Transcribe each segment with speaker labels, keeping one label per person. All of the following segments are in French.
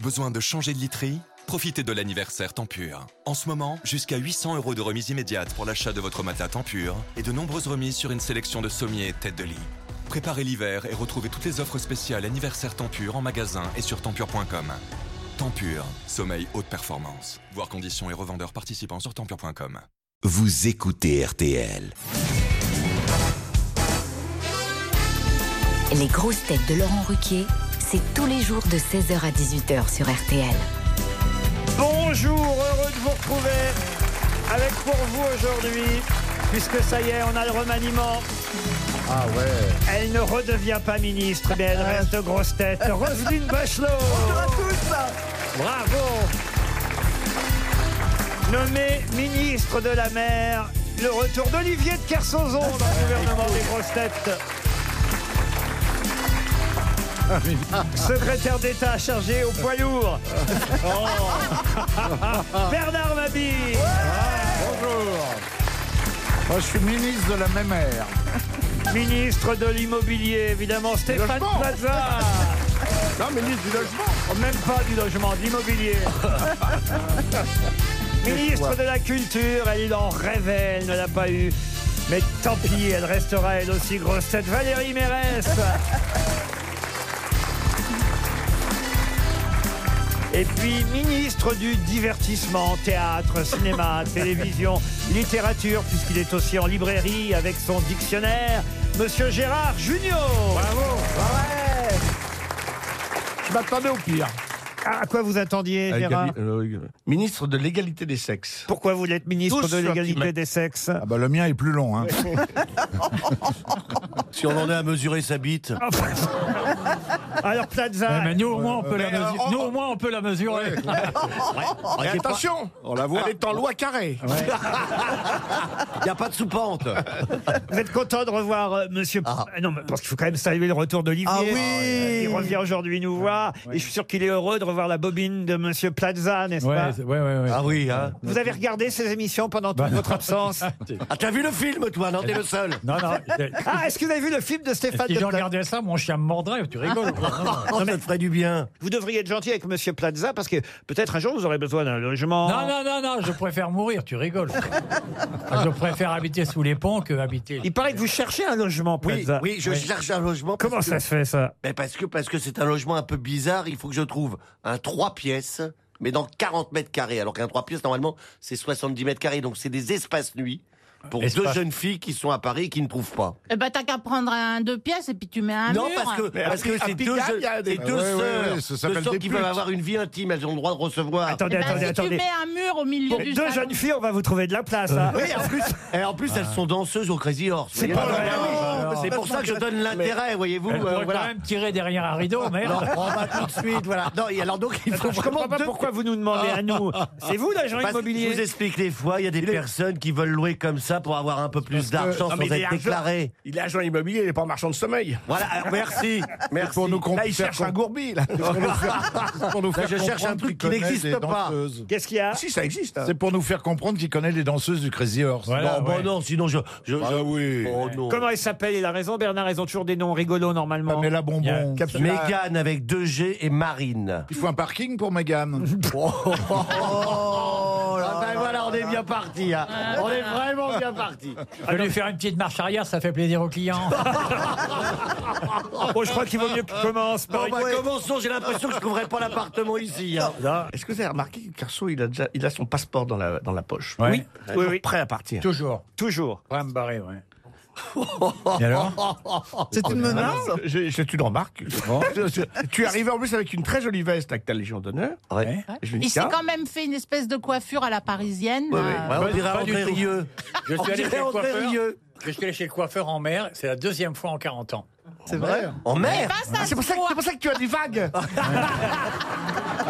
Speaker 1: Besoin de changer de literie Profitez de l'anniversaire Tempur. En ce moment, jusqu'à 800 euros de remise immédiate pour l'achat de votre matelas Tempur et de nombreuses remises sur une sélection de sommiers et têtes de lit. Préparez l'hiver et retrouvez toutes les offres spéciales anniversaire Tempur en magasin et sur tempur.com. Tempur, sommeil haute performance. Voir conditions et revendeurs participants sur tempur.com.
Speaker 2: Vous écoutez RTL.
Speaker 3: Les grosses têtes de Laurent Ruquier, c'est tous les jours de 16h à 18h sur RTL.
Speaker 4: Bonjour, heureux de vous retrouver avec pour vous aujourd'hui, puisque ça y est, on a le remaniement.
Speaker 5: Ah ouais.
Speaker 4: Elle ne redevient pas ministre, mais elle reste grosse tête. Roselyne Bachelot. Bonjour à tous. Bravo. Nommé ministre de la mer, le retour d'Olivier de Kersauzon dans le gouvernement des grosses têtes. Secrétaire d'État chargé au poids lourd. Oh. Bernard Mabille.
Speaker 5: Bonjour. Moi, je suis ministre de la même ère.
Speaker 4: Ministre de l'immobilier, évidemment, Stéphane
Speaker 5: Logement.
Speaker 4: Plaza.
Speaker 5: Non, ministre du logement.
Speaker 4: Oh, Même pas du logement, de l'immobilier. Ministre de la Culture, elle en rêvait, elle ne l'a pas eu. Mais tant pis, elle restera elle aussi grosse tête. Valérie Mérès. Et puis ministre du divertissement, théâtre, cinéma, télévision, littérature, puisqu'il est aussi en librairie avec son dictionnaire, Monsieur Gérard Ah Junior. Bravo.
Speaker 5: Je m'attendais au pire.
Speaker 4: À quoi vous attendiez, Gérard
Speaker 6: Euh,
Speaker 5: euh,
Speaker 6: ministre de l'égalité des sexes.
Speaker 4: Pourquoi vous êtes ministre
Speaker 6: Tous
Speaker 4: de l'égalité
Speaker 6: sentiments.
Speaker 4: des sexes
Speaker 5: Ah bah le mien est plus long. Hein.
Speaker 6: Si on en est à mesurer sa bite.
Speaker 4: Ah, bah. Alors Plaza,
Speaker 7: Mais nous, au moins, on peut la
Speaker 6: mais,
Speaker 7: mesurer.
Speaker 6: euh,
Speaker 7: Nous,
Speaker 6: on-
Speaker 7: au moins, on peut la mesurer.
Speaker 6: Mais
Speaker 5: attention,
Speaker 6: on la voit. Elle est en loi carré. Il n'y a pas de soupente.
Speaker 4: vous êtes content de revoir euh, Monsieur Ah Non, mais parce qu'il faut quand même saluer le retour d'Olivier. Oh,
Speaker 8: Ah oui.
Speaker 4: Il revient aujourd'hui nous voir et je suis sûr qu'il est heureux de revoir la bobine de Monsieur Plaza, n'est-ce pas
Speaker 7: Ouais, c'est- ouais, ouais, ouais.
Speaker 6: Ah oui, hein.
Speaker 4: Vous avez regardé ces émissions pendant toute
Speaker 7: Bah,
Speaker 4: votre
Speaker 7: non.
Speaker 4: absence
Speaker 6: Ah, t'as vu le film, toi Non, t'es le seul.
Speaker 7: Non, non.
Speaker 4: Ah, est-ce que vous avez vu le film de Stéphane
Speaker 7: Si
Speaker 4: de
Speaker 7: je
Speaker 4: Pla-
Speaker 7: regardais ça, mon chien me mordrait. Tu rigoles.
Speaker 6: Oh, ça te ferait du bien.
Speaker 4: Vous devriez être gentil avec Monsieur Plaza parce que peut-être un jour vous aurez besoin d'un logement.
Speaker 7: Non, non, non, non, je préfère mourir, tu rigoles. Ah, Je préfère habiter sous les ponts que habiter.
Speaker 4: Il paraît que vous cherchez un logement,
Speaker 6: Oui,
Speaker 4: Plaza.
Speaker 6: oui, je cherche un logement. parce
Speaker 4: Comment
Speaker 6: que-
Speaker 4: ça se fait ça
Speaker 6: Ben, Parce que parce que c'est un logement un peu bizarre. Il faut que je trouve un 3 pièces, mais dans 40 mètres carrés. Alors qu'un 3 pièces, normalement, c'est 70 mètres carrés. Donc, c'est des espaces nuits pour deux
Speaker 7: Espace.
Speaker 6: jeunes filles qui sont à Paris et qui ne trouvent pas.
Speaker 9: Eh ben, t'as qu'à prendre un deux pièces et puis tu mets un
Speaker 6: Non,
Speaker 9: mur. Eh
Speaker 6: parce que, parce que c'est deux, c'est deux
Speaker 5: Ouais, ouais,
Speaker 6: sœurs,
Speaker 5: ouais, ça
Speaker 6: deux
Speaker 5: s'appelle
Speaker 6: sœurs
Speaker 5: des
Speaker 6: qui
Speaker 5: putes.
Speaker 6: peuvent avoir une vie intime, elles ont le droit de recevoir.
Speaker 4: Attendez,
Speaker 9: Eh ben,
Speaker 4: attendez,
Speaker 9: si tu
Speaker 4: attendez.
Speaker 9: mets un mur au milieu
Speaker 4: Pour
Speaker 9: du
Speaker 4: deux
Speaker 9: salon-
Speaker 4: jeunes filles, on va vous trouver de la place. hein.
Speaker 6: Oui, en plus, et en plus elles sont danseuses au Crazy Horse.
Speaker 4: C'est
Speaker 6: voyez.
Speaker 4: pas vrai.
Speaker 6: Ah, C'est pour ça que je donne l'intérêt, voyez-vous.
Speaker 7: Elle
Speaker 6: euh,
Speaker 7: pourrait quand
Speaker 6: voilà.
Speaker 7: même tirer derrière un rideau,
Speaker 6: Non,
Speaker 7: merde.
Speaker 6: on va tout de suite, voilà. Non, et alors donc, il faut
Speaker 4: Attends, je comprends
Speaker 6: vraiment
Speaker 4: pas
Speaker 6: deux-
Speaker 4: pourquoi vous nous demandez à nous. C'est vous l'agent
Speaker 6: Parce que je vous
Speaker 4: immobilier
Speaker 6: explique des fois, il y a des personnes qui veulent louer comme ça pour avoir un peu
Speaker 4: Euh,
Speaker 6: plus d'argent sans être déclaré.
Speaker 10: Il est agent immobilier, il n'est pas marchand de sommeil.
Speaker 6: Voilà, alors, merci. merci.
Speaker 5: Pour nous
Speaker 10: Là, il
Speaker 5: faire
Speaker 10: cherche un
Speaker 5: comprendre-
Speaker 10: gourbi. Là.
Speaker 5: pour nous
Speaker 6: Là,
Speaker 5: faire
Speaker 6: je cherche
Speaker 5: comprendre
Speaker 6: un truc
Speaker 5: qu'il
Speaker 6: qui
Speaker 5: connaît
Speaker 6: n'existe
Speaker 5: des
Speaker 6: pas.
Speaker 5: danseuses.
Speaker 4: Qu'est-ce qu'il y a
Speaker 10: si, ça existe. hein.
Speaker 5: C'est pour nous faire comprendre qu'il connaît les danseuses du Crazy Horse.
Speaker 7: Voilà,
Speaker 6: Bon,
Speaker 7: ouais.
Speaker 6: bon, non, sinon je. je-
Speaker 5: Ah
Speaker 6: je-
Speaker 5: oui.
Speaker 6: Oh, non.
Speaker 4: Comment il s'appelle Il a raison, Bernard, ils ont toujours des noms rigolos normalement.
Speaker 5: Pamela Bonbon.
Speaker 7: Yeah.
Speaker 6: Mégane avec 2G et Marine.
Speaker 5: Il faut un parking pour Megan.
Speaker 6: Oh
Speaker 10: Ah
Speaker 6: là, ben voilà, on est bien parti. hein. On est vraiment bien parti.
Speaker 7: Je vais lui faire une petite marche arrière, ça fait plaisir aux clients. Oh,
Speaker 4: Bon, je crois qu'il vaut mieux qu'il commence par
Speaker 6: Bon,
Speaker 4: une-
Speaker 6: bah, commençons. J'ai l'impression que je trouverai pas l'appartement ici. hein.
Speaker 10: Est-ce que vous avez remarqué que Carso, il a, déjà, il a son passeport dans la, dans la poche
Speaker 7: Ouais.
Speaker 4: Oui, oui,
Speaker 10: Prêt à partir.
Speaker 7: Toujours.
Speaker 4: toujours.
Speaker 7: Pas me barrer, ouais. Et alors
Speaker 8: C'est une menace.
Speaker 10: Ah, Je- C'est une remarque. Je- je- tu es arrivé en plus avec une très jolie veste avec ta Légion d'honneur.
Speaker 6: Ouais.
Speaker 10: Et Je me dis,
Speaker 9: Il s'est
Speaker 4: hein.
Speaker 10: tiens,
Speaker 9: quand même fait une espèce de coiffure à la parisienne.
Speaker 6: Ouais,
Speaker 9: là.
Speaker 6: ouais, on dirait
Speaker 7: Ah. pas du
Speaker 6: André
Speaker 7: tout.
Speaker 6: Rieu.
Speaker 7: Je
Speaker 6: On
Speaker 7: suis allé
Speaker 6: dirait
Speaker 7: chez le
Speaker 6: André
Speaker 7: coiffeur.
Speaker 6: Rieu.
Speaker 7: Je suis allé chez le coiffeur en mer, c'est la deuxième fois en 40 ans.
Speaker 8: C'est vrai.
Speaker 6: En mer
Speaker 9: Pas
Speaker 7: Ah,
Speaker 9: ça,
Speaker 10: c'est pour, ça que- c'est pour ça que tu as des vagues.
Speaker 5: Ah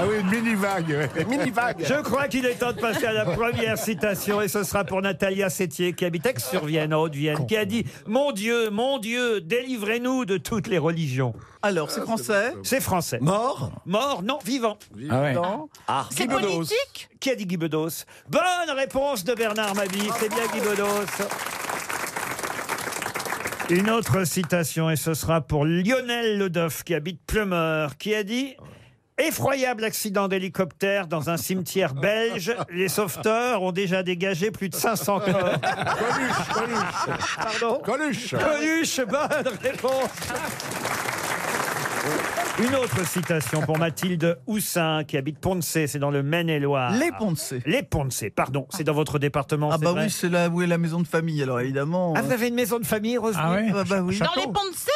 Speaker 5: oui, une mini vague.
Speaker 10: mini vagues.
Speaker 4: Je crois qu'il est temps de passer à la première citation et ce sera pour Natalia Sétier qui habite Aix-sur-Vienne, en Haute-Vienne, qui a dit Mon Dieu, mon Dieu, délivrez-nous de toutes les religions.
Speaker 8: Alors, c'est français.
Speaker 4: C'est français.
Speaker 6: Mort
Speaker 4: Mort, non, vivant.
Speaker 7: Ah ouais.
Speaker 8: Non.
Speaker 6: Ah,
Speaker 9: C'est politique
Speaker 4: Qui a dit Guy Bedos Bonne réponse de Bernard Mabie, c'est bien Guy Bedos. Une autre citation, et ce sera pour Lionel Ledoff, qui habite Plumeur, qui a dit Effroyable accident d'hélicoptère dans un cimetière belge. Les sauveteurs ont déjà dégagé plus de 500 corps.
Speaker 10: Coluche,
Speaker 4: Coluche. Pardon
Speaker 10: Coluche.
Speaker 4: Coluche, bonne réponse. Une autre citation pour Mathilde Houssin, qui habite Ponce, c'est dans le Maine-et-Loire.
Speaker 8: Les
Speaker 4: Ponce. Les Ponce, pardon, c'est dans votre département.
Speaker 8: Ah
Speaker 4: c'est
Speaker 8: bah
Speaker 4: vrai
Speaker 8: oui, c'est là où est la maison de famille, alors évidemment. hein.
Speaker 4: Ah, vous avez une maison de famille, Roselyne
Speaker 8: Ah ouais. bah oui.
Speaker 9: Dans les ponts de C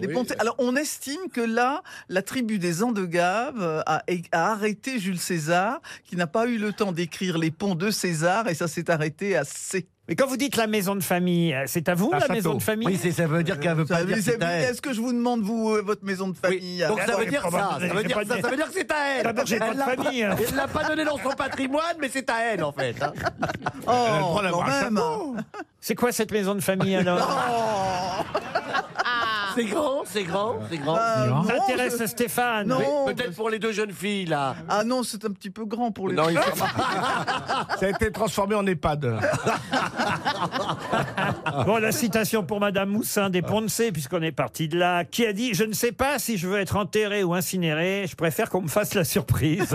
Speaker 8: Les Pontais. Alors, on estime que là, la tribu des Andegaves euh, a, a arrêté Jules César, qui n'a pas eu le temps d'écrire les ponts de César, et ça s'est arrêté à C.
Speaker 4: Mais quand vous dites la maison de famille, euh, c'est à vous
Speaker 10: Un
Speaker 4: la maison
Speaker 10: château.
Speaker 4: de famille
Speaker 11: Oui, c'est- ça veut dire qu'elle veut pas
Speaker 8: Euh, Ça-
Speaker 11: dire que
Speaker 8: mais
Speaker 11: c'est à
Speaker 8: ça-
Speaker 11: elle.
Speaker 8: Est-ce que je vous demande, vous, euh, votre maison de famille
Speaker 6: Donc ça
Speaker 4: D'abord,
Speaker 6: veut
Speaker 4: j'ai
Speaker 6: dire
Speaker 4: pas
Speaker 6: ça,
Speaker 4: demandé,
Speaker 6: ça veut
Speaker 4: j'ai
Speaker 6: dire
Speaker 4: pas
Speaker 6: ça,
Speaker 4: dit-
Speaker 6: ça veut dire que c'est à elle.
Speaker 4: D'abord, j'ai pas
Speaker 6: Elle
Speaker 4: de
Speaker 6: l'a pas-
Speaker 4: famille, hein.
Speaker 6: Elle l'a pas donné dans son patrimoine, mais c'est à elle en fait. hein.
Speaker 8: Oh,
Speaker 10: droit d'avoir
Speaker 8: quand
Speaker 10: un
Speaker 8: même
Speaker 4: C'est quoi cette maison de famille alors
Speaker 8: Oh,
Speaker 9: Ah.
Speaker 6: C'est grand, c'est grand, c'est grand.
Speaker 8: bah,
Speaker 7: Non.
Speaker 8: non,
Speaker 4: Ça intéresse
Speaker 8: je-
Speaker 4: Stéphane
Speaker 8: Non,
Speaker 6: Peut-être pour les deux jeunes filles là.
Speaker 8: Ah non, c'est un petit peu grand pour les
Speaker 6: Non, il-
Speaker 10: Ça a été transformé en EHPAD.
Speaker 4: Bon, la citation pour Madame Moussin des Ponce, puisqu'on est parti de là, qui a dit Je ne sais pas si je veux être enterré ou incinéré, je préfère qu'on me fasse la surprise.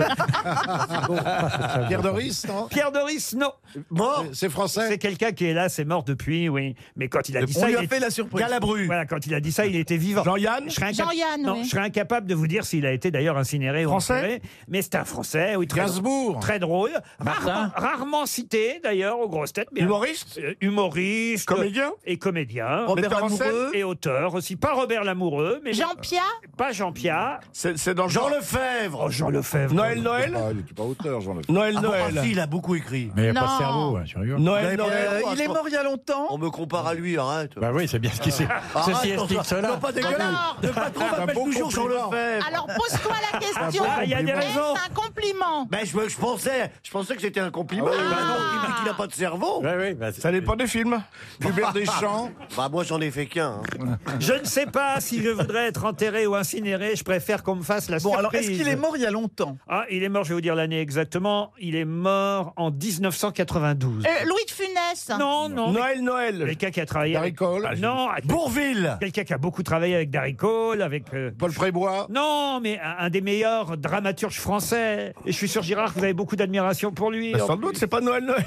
Speaker 5: Pierre Doris, non
Speaker 4: Pierre Doris, non
Speaker 6: Mort.
Speaker 5: C'est
Speaker 4: C'est
Speaker 5: français
Speaker 4: quelqu'un qui, hélas, est mort depuis, oui. Mais quand il a dit
Speaker 8: on
Speaker 4: ça,
Speaker 8: lui
Speaker 4: il
Speaker 8: a
Speaker 4: était-
Speaker 8: fait la surprise.
Speaker 6: Galabru.
Speaker 4: voilà, quand il a dit ça, il était vivant.
Speaker 10: Jean-Yann
Speaker 4: Je serais inca-
Speaker 9: Jean-Yann,
Speaker 4: non,
Speaker 9: oui.
Speaker 4: je serais incapable de vous dire s'il a été d'ailleurs incinéré
Speaker 10: Français
Speaker 4: ou enterré, mais c'est un français, oui, très,
Speaker 5: Gainsbourg.
Speaker 4: très drôle, rarement, rarement cité d'ailleurs aux grosses têtes, mais
Speaker 10: Humoriste
Speaker 4: euh, humoriste
Speaker 10: Comédien
Speaker 4: et comédien
Speaker 8: Robert
Speaker 10: Metteur en scène
Speaker 8: Amoureux.
Speaker 4: et auteur aussi, pas Robert Lamoureux, mais
Speaker 9: Jean Pierre
Speaker 4: pas Jean Pierre,
Speaker 10: C'est c'est dans le
Speaker 6: Jean
Speaker 10: genre.
Speaker 6: Lefebvre.
Speaker 4: oh, Jean Lefebvre,
Speaker 10: Noël, Noël
Speaker 5: Ah, Il n'était pas auteur, jean le
Speaker 10: Noël,
Speaker 6: Ah bon, ah, si,
Speaker 10: Noël.
Speaker 6: il a beaucoup écrit.
Speaker 7: Mais il n'y a pas
Speaker 9: Non.
Speaker 7: de cerveau, hein, tu rigoles.
Speaker 10: Noël,
Speaker 8: Euh,
Speaker 10: Noël.
Speaker 8: il est mort il y a longtemps.
Speaker 6: oh, On me compare à lui, arrête.
Speaker 11: Bah oui, c'est bien ce qui c'est. Ceci explique cela. Ah,
Speaker 6: Non, pas Ah, dégueulasse.
Speaker 9: Alors,
Speaker 6: Le patron m'appelle
Speaker 10: beau
Speaker 6: toujours Jean
Speaker 10: compliment.
Speaker 6: Lefebvre.
Speaker 9: alors pose-toi la question.
Speaker 4: Ah, il y a des
Speaker 9: Est-ce
Speaker 4: raisons.
Speaker 9: un compliment
Speaker 6: Ben, je, je pensais, je pensais que c'était un compliment.
Speaker 5: Ah oui.
Speaker 4: Ben
Speaker 6: Bah non, il m'a- qu'il n'a pas de cerveau.
Speaker 11: Ouais, ouais, bah, c'est-
Speaker 10: Ça dépend des films.
Speaker 5: Hubert Deschamps.
Speaker 6: Bah moi j'en ai fait qu'un. hein.
Speaker 4: je ne sais pas si je voudrais être enterré ou incinéré, je préfère qu'on me fasse la
Speaker 8: Bon,
Speaker 4: surprise.
Speaker 8: alors, est-ce qu'il est mort il y a longtemps
Speaker 4: Ah, il est mort, je vais vous dire l'année exactement, il est mort en 1992.
Speaker 9: Euh, Louis de Funès
Speaker 4: non, non, mais
Speaker 10: Noël, Noël.
Speaker 4: quelqu'un qui a travaillé avec...
Speaker 5: Darry Cole.
Speaker 4: Ah, Non, à-
Speaker 6: Bourville.
Speaker 4: quelqu'un qui a beaucoup travaillé avec Darry Cole, avec... euh,
Speaker 5: Paul Frébois.
Speaker 4: Non, mais un, un des meilleurs dramaturges français. Et je suis sûr, Girard, que vous avez beaucoup d'admiration pour lui.
Speaker 10: Bah, Sans doute, c'est pas Noël, Noël.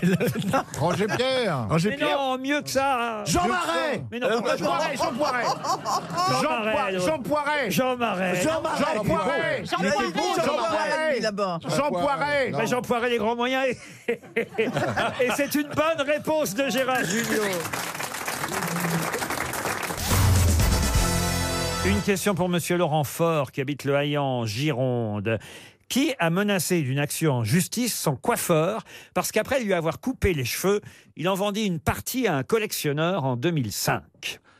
Speaker 5: Roger Pierre.
Speaker 10: Roger
Speaker 4: mais
Speaker 10: Pierre.
Speaker 4: non, mieux que ça.
Speaker 6: Jean Marais.
Speaker 4: Mais non,
Speaker 10: Jean Poiret, Jean Poiret.
Speaker 4: Jean
Speaker 10: Jean
Speaker 4: Marais,
Speaker 10: Poiret.
Speaker 4: l'autre.
Speaker 10: Jean Poiret.
Speaker 4: Jean Marais.
Speaker 6: Jean Marais.
Speaker 10: Jean Poiret.
Speaker 9: Jean
Speaker 8: Il a
Speaker 9: Poiret
Speaker 8: été beau,
Speaker 10: Jean
Speaker 8: Jean
Speaker 10: Poiret.
Speaker 8: Poiret, lui, là-bas.
Speaker 10: Jean Poiret.
Speaker 4: Bah, Jean Poiret, les grands moyens. Et, et c'est une bonne réponse de Gérard Junior. Une question pour Monsieur Laurent Faure, qui habite le Haillan, Gironde. Qui a menacé d'une action en justice son coiffeur parce qu'après lui avoir coupé les cheveux, il en vendit une partie à un collectionneur en 2005.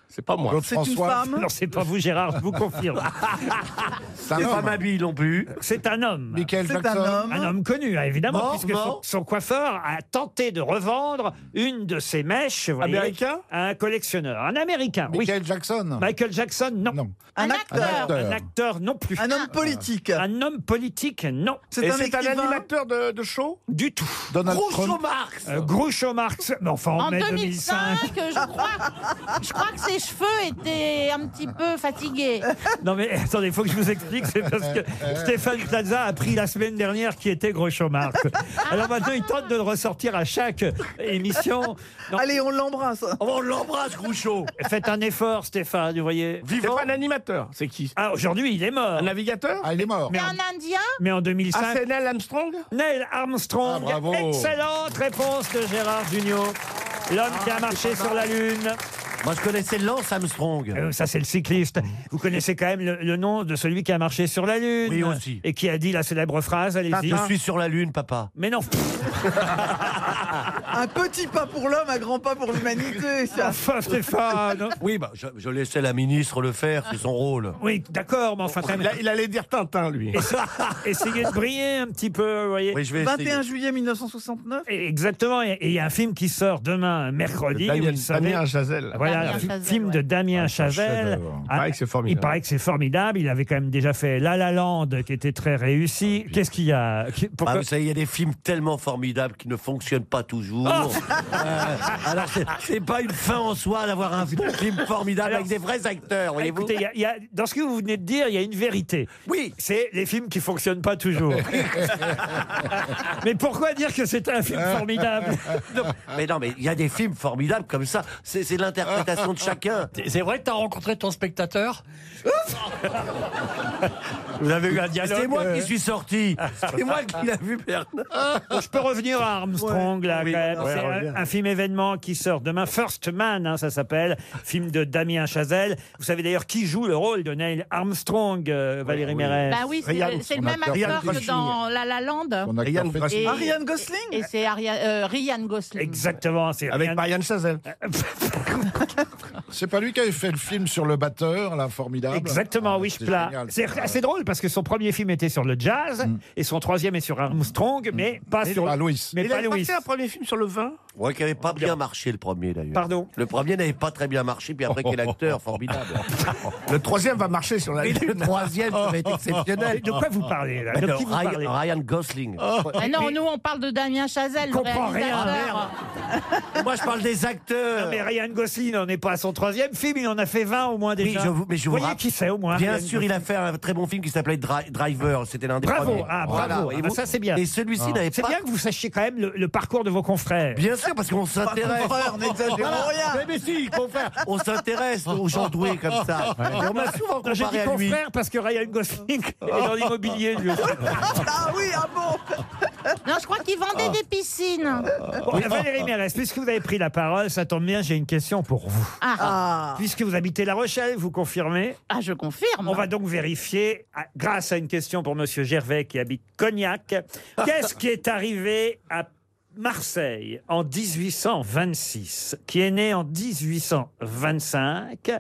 Speaker 10: C'est pas moi.
Speaker 8: C'est une femme.
Speaker 4: Non, c'est pas vous, Gérard, je vous confirme.
Speaker 5: C'est un
Speaker 6: Les femmes
Speaker 5: homme.
Speaker 6: habiles non plus.
Speaker 4: C'est un homme.
Speaker 5: Michael
Speaker 8: C'est un
Speaker 5: Jackson.
Speaker 8: homme.
Speaker 4: Un homme connu, hein, évidemment,
Speaker 6: Mort,
Speaker 4: puisque son,
Speaker 6: mort.
Speaker 4: son coiffeur a tenté de revendre une de ses mèches vous voyez,
Speaker 10: Américain
Speaker 4: à un collectionneur. Un Américain, oui.
Speaker 5: Michael Jackson.
Speaker 4: Michael Jackson, non.
Speaker 5: Non.
Speaker 9: Un
Speaker 8: Un
Speaker 5: Un
Speaker 9: acteur.
Speaker 8: acteur.
Speaker 4: Un
Speaker 5: acteur.
Speaker 4: acteur, non plus.
Speaker 8: Un homme politique.
Speaker 4: Un homme politique, non.
Speaker 8: C'est
Speaker 10: Et
Speaker 8: un
Speaker 10: c'est un
Speaker 8: écrivain.
Speaker 10: animateur de, de show
Speaker 4: Du tout.
Speaker 5: Donald
Speaker 6: Groucho
Speaker 5: Trump.
Speaker 6: Marx.
Speaker 4: Euh, Groucho Marx, mais enfin, en,
Speaker 9: En
Speaker 4: mai
Speaker 9: 2005, je crois, je crois que ses cheveux étaient un petit peu fatigués.
Speaker 4: Non mais eh, attendez, il faut que je vous explique, c'est parce que
Speaker 5: Eh,
Speaker 4: Stéphane Plaza a pris la semaine dernière qui était Groucho Marx. Alors maintenant, il tente de le ressortir à chaque émission. Non,
Speaker 8: Allez, on l'embrasse.
Speaker 6: On l'embrasse Groucho.
Speaker 4: Faites un effort, Stéphane, vous voyez.
Speaker 10: C'est pas un animateur. C'est qui
Speaker 4: Ah, aujourd'hui, il est mort.
Speaker 10: Un navigateur
Speaker 5: Ah, il est mort.
Speaker 9: C'est un Indien
Speaker 4: Mais en
Speaker 10: Ah,
Speaker 4: 2005,
Speaker 10: c'est Neil Armstrong
Speaker 4: Neil Armstrong.
Speaker 5: Ah, bravo.
Speaker 4: Excellente réponse de Gérard Junior. L'homme qui
Speaker 5: Ah,
Speaker 4: a marché sur la Lune.
Speaker 6: Moi je connaissais Lance Armstrong.
Speaker 4: Euh, ça, c'est le cycliste. Vous connaissez quand même le, le nom de celui qui a marché sur la Lune.
Speaker 6: Oui, aussi.
Speaker 4: Et qui a dit la célèbre phrase, allez-y.
Speaker 6: Je suis sur la lune, papa.
Speaker 4: Mais non,
Speaker 8: Un petit pas pour l'homme, un grand pas pour l'humanité. ça.
Speaker 4: enfin Stéphane.
Speaker 6: Oui, bah, je, je laissais la ministre le faire, c'est son rôle. Ah,
Speaker 4: Oui, d'accord, mais enfin quand
Speaker 10: il,
Speaker 4: même.
Speaker 10: a- il allait dire Tintin, lui.
Speaker 4: Essayez de briller un petit peu, vous voyez.
Speaker 6: Oui, je vais essayer.
Speaker 8: 21 juillet 1969.
Speaker 4: Et- Exactement, et et il y a un film qui sort demain, mercredi. vous
Speaker 10: Damien,
Speaker 4: le savez.
Speaker 10: Damien Chazelle. Ah,
Speaker 4: Voilà,
Speaker 9: Damien
Speaker 4: un
Speaker 9: Chazelle,
Speaker 4: film
Speaker 9: ouais.
Speaker 4: de Damien Chazelle.
Speaker 10: Il
Speaker 4: Ah,
Speaker 10: paraît que c'est formidable.
Speaker 4: Il paraît que c'est formidable. Il avait quand même déjà fait La La Land, qui était très réussi. Qu'est-ce qu'il y a Qui-
Speaker 6: Ah,
Speaker 4: pourquoi-
Speaker 6: vous savez, il y a des films tellement formidables qui ne fonctionnent pas toujours.
Speaker 4: Ah
Speaker 12: moment. Euh, alors, c'est- c'est pas une fin en soi d'avoir un bon film formidable avec des vrais acteurs, voyez-vous
Speaker 4: Écoutez, il y a- il y a- dans ce que vous venez de dire, il y a une vérité. Oui. C'est les films qui fonctionnent pas toujours. Mais pourquoi dire que c'est un film formidable
Speaker 12: Non,
Speaker 6: Mais non, mais il y a des films formidables comme ça. C'est c'est l'interprétation de chacun.
Speaker 7: C'est vrai que t'as rencontré ton spectateur
Speaker 12: Vous avez eu un
Speaker 7: dialogue,
Speaker 12: C'est moi
Speaker 7: euh,
Speaker 12: qui suis sorti. C'est moi qui l'a vu, Bernard.
Speaker 4: Bon, je peux revenir à Armstrong, là, quand même.
Speaker 12: ouais,
Speaker 4: C'est
Speaker 12: reviens.
Speaker 4: un, un film événement qui sort demain. First Man, hein, ça s'appelle. Film de Damien Chazelle. Vous savez d'ailleurs qui joue le rôle de Neil Armstrong, euh, Valérie Mérez
Speaker 9: Bah oui, c'est le- c'est le même acteur que dans La La Land.
Speaker 4: Son acteur Ryan préféré. Gosling.
Speaker 9: Et-
Speaker 4: Ryan
Speaker 9: Gosling Et c'est Aria- euh, Ryan Gosling.
Speaker 4: Exactement. Euh,
Speaker 10: Avec Marianne Chazelle.
Speaker 5: C'est pas lui qui avait fait le film sur le batteur, là, formidable
Speaker 4: Exactement,
Speaker 5: Ah,
Speaker 4: oui,
Speaker 5: c'est
Speaker 4: je plat.
Speaker 5: génial.
Speaker 4: C'est
Speaker 5: Ouais.
Speaker 4: assez drôle parce que son premier film était sur le jazz et son troisième est sur Armstrong, mais pas sur. Mais
Speaker 10: Il
Speaker 4: pas
Speaker 10: avait pas
Speaker 4: Louis.
Speaker 10: fait un premier film sur le vin
Speaker 6: Ouais, qui avait pas bien marché le premier d'ailleurs.
Speaker 4: Pardon
Speaker 6: Le premier n'avait pas très bien marché, puis après quel acteur formidable.
Speaker 10: Le troisième va marcher sur la
Speaker 6: Et le troisième, ça va être exceptionnel.
Speaker 10: De quoi vous parlez, là
Speaker 6: Mais
Speaker 10: De
Speaker 6: de
Speaker 10: qui vous
Speaker 6: Ryan,
Speaker 10: parlez
Speaker 6: Ryan Gosling.
Speaker 4: Oh,
Speaker 5: oh,
Speaker 9: Ah non, nous on parle de Damien Chazelle, le
Speaker 4: comprends
Speaker 9: réalisateur.
Speaker 4: rien, merde.
Speaker 12: Moi, je parle des acteurs.
Speaker 4: Non, mais Ryan Gosling n'en est pas à son troisième film, il en a fait 20 au moins
Speaker 6: Oui,
Speaker 4: déjà.
Speaker 6: je vous, mais je vous
Speaker 4: voyez
Speaker 6: rappelle-
Speaker 4: qui c'est au moins.
Speaker 6: Bien
Speaker 4: Ryan
Speaker 6: sûr, il a fait un très bon film qui s'appelait Dri- Driver. C'était l'un des
Speaker 4: Bravo,
Speaker 6: premiers.
Speaker 4: ah,
Speaker 6: Voilà,
Speaker 4: bravo.
Speaker 6: voyez-vous.
Speaker 4: Ah, ça c'est bien.
Speaker 6: Et celui-ci
Speaker 4: Ah.
Speaker 6: n'avait
Speaker 4: C'est
Speaker 6: pas.
Speaker 4: bien que vous sachiez quand même le, le parcours de vos confrères.
Speaker 6: Bien sûr, parce qu'on s'intéresse. Voilà. Mais, mais si, confrère, on s'intéresse aux gens doués comme ça. Et On m'a souvent
Speaker 4: Non, J'ai dit
Speaker 6: comparé à lui.
Speaker 4: confrère parce que Ryan Gosling est dans l'immobilier lui aussi.
Speaker 9: Ah oui, ah bon Non, je crois qu'il
Speaker 5: Ah.
Speaker 9: vendait des piscines.
Speaker 4: Bon, Valérie Mérès, puisque vous avez pris la parole, ça tombe bien, j'ai une question pour vous.
Speaker 9: Ah.
Speaker 4: Puisque vous habitez La Rochelle, vous confirmez
Speaker 9: Ah, je confirme.
Speaker 4: On va donc vérifier, à- grâce à une question pour Monsieur Gervais qui habite Cognac, qu'est-ce qui est arrivé à Marseille en 1826, qui est né en 1825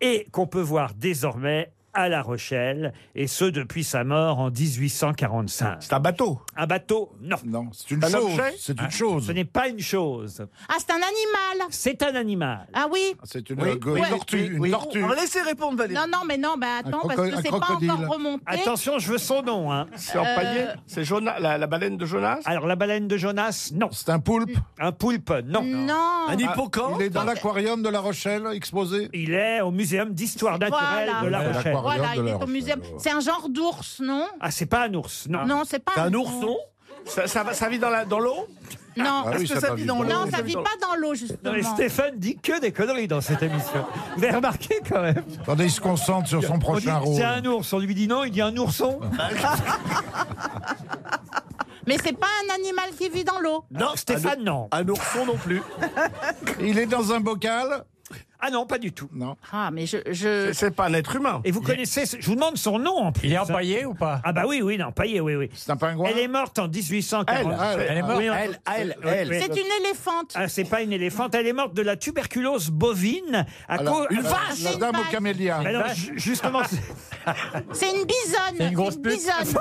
Speaker 4: et qu'on peut voir désormais à La Rochelle, et ce depuis sa mort en 1845. C'est
Speaker 10: un bateau
Speaker 4: Un bateau Non.
Speaker 5: Non, c'est une
Speaker 9: Un chose, objet
Speaker 5: c'est une
Speaker 4: chose. Ce n'est pas une chose.
Speaker 9: Ah, c'est un animal.
Speaker 4: C'est un animal.
Speaker 9: Ah oui
Speaker 5: C'est une,
Speaker 4: Oui,
Speaker 5: euh, go-
Speaker 4: oui,
Speaker 5: une tortue.
Speaker 4: oui,
Speaker 5: une
Speaker 4: oui.
Speaker 5: tortue.
Speaker 4: On va laisser-
Speaker 8: Laissez répondre, Valérie.
Speaker 9: Non, non, mais non, bah
Speaker 5: Un
Speaker 9: attends, parce
Speaker 5: croco-
Speaker 9: que
Speaker 5: un
Speaker 9: c'est pas
Speaker 5: crocodile.
Speaker 9: encore remonté.
Speaker 4: Attention, je veux son nom. hein.
Speaker 9: C'est empaillé Euh.
Speaker 10: C'est Jona- la, la baleine de Jonas
Speaker 4: Alors, la baleine de Jonas, non.
Speaker 5: C'est un poulpe
Speaker 4: Un poulpe, non.
Speaker 9: Non.
Speaker 5: Ah, Il est dans l'aquarium de La Rochelle, exposé
Speaker 4: Il est au Muséum d'histoire naturelle
Speaker 9: Voilà,
Speaker 4: de La Rochelle.
Speaker 9: Voilà, il est au musée. C'est un genre d'ours, non
Speaker 4: Ah, c'est pas un ours, non.
Speaker 9: Non, c'est pas un ours.
Speaker 10: ça, ça, va- ça vit dans la- dans l'eau
Speaker 9: Non,
Speaker 4: Ah oui, Est-ce que ça ça va vit vivre dans dans l'eau
Speaker 9: Non, ça vit pas dans l'eau,
Speaker 4: Non,
Speaker 9: justement.
Speaker 4: mais Stéphane dit que des conneries dans cette émission. Vous avez remarqué quand même
Speaker 5: Attendez, il se concentre sur son
Speaker 4: On dit
Speaker 5: prochain rôle.
Speaker 4: c'est un ours, on lui dit non, il dit un ourson.
Speaker 10: Bah,
Speaker 9: Mais c'est pas un animal qui vit dans l'eau.
Speaker 4: Non, Stéphane, non.
Speaker 6: Un ourson non plus.
Speaker 5: Il est dans un bocal
Speaker 4: Ah non, pas du tout.
Speaker 5: Non.
Speaker 9: Ah, mais je. je...
Speaker 10: C'est pas un être humain.
Speaker 4: Et vous connaissez, ce- je vous demande son nom en plus.
Speaker 7: Il est empaillé ou pas
Speaker 4: Ah bah oui, oui, non, empaillé, oui, oui.
Speaker 5: C'est un pingouin
Speaker 4: Elle est morte en 1840.
Speaker 7: Elle, elle, elle est morte.
Speaker 4: Oui, on-
Speaker 7: Elle, elle,
Speaker 4: Oui,
Speaker 7: elle.
Speaker 4: oui.
Speaker 9: C'est une éléphante.
Speaker 4: Ah, c'est pas une éléphante, elle est morte de la tuberculose bovine à
Speaker 5: Alors,
Speaker 4: cause.
Speaker 5: une
Speaker 4: à-
Speaker 5: vache, la
Speaker 9: une
Speaker 5: dame au
Speaker 9: vache.
Speaker 5: camélia.
Speaker 4: Bah non, ju- justement, c'est-
Speaker 9: C'est une bisonne. C'est une
Speaker 4: grosse pute.
Speaker 9: bisonne.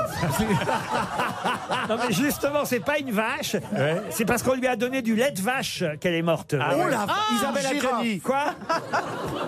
Speaker 4: non mais justement, c'est pas une vache. C'est parce qu'on lui a donné du lait de vache qu'elle est morte.
Speaker 5: Ah
Speaker 12: Oh la Isabelle Adjani.
Speaker 4: Ah,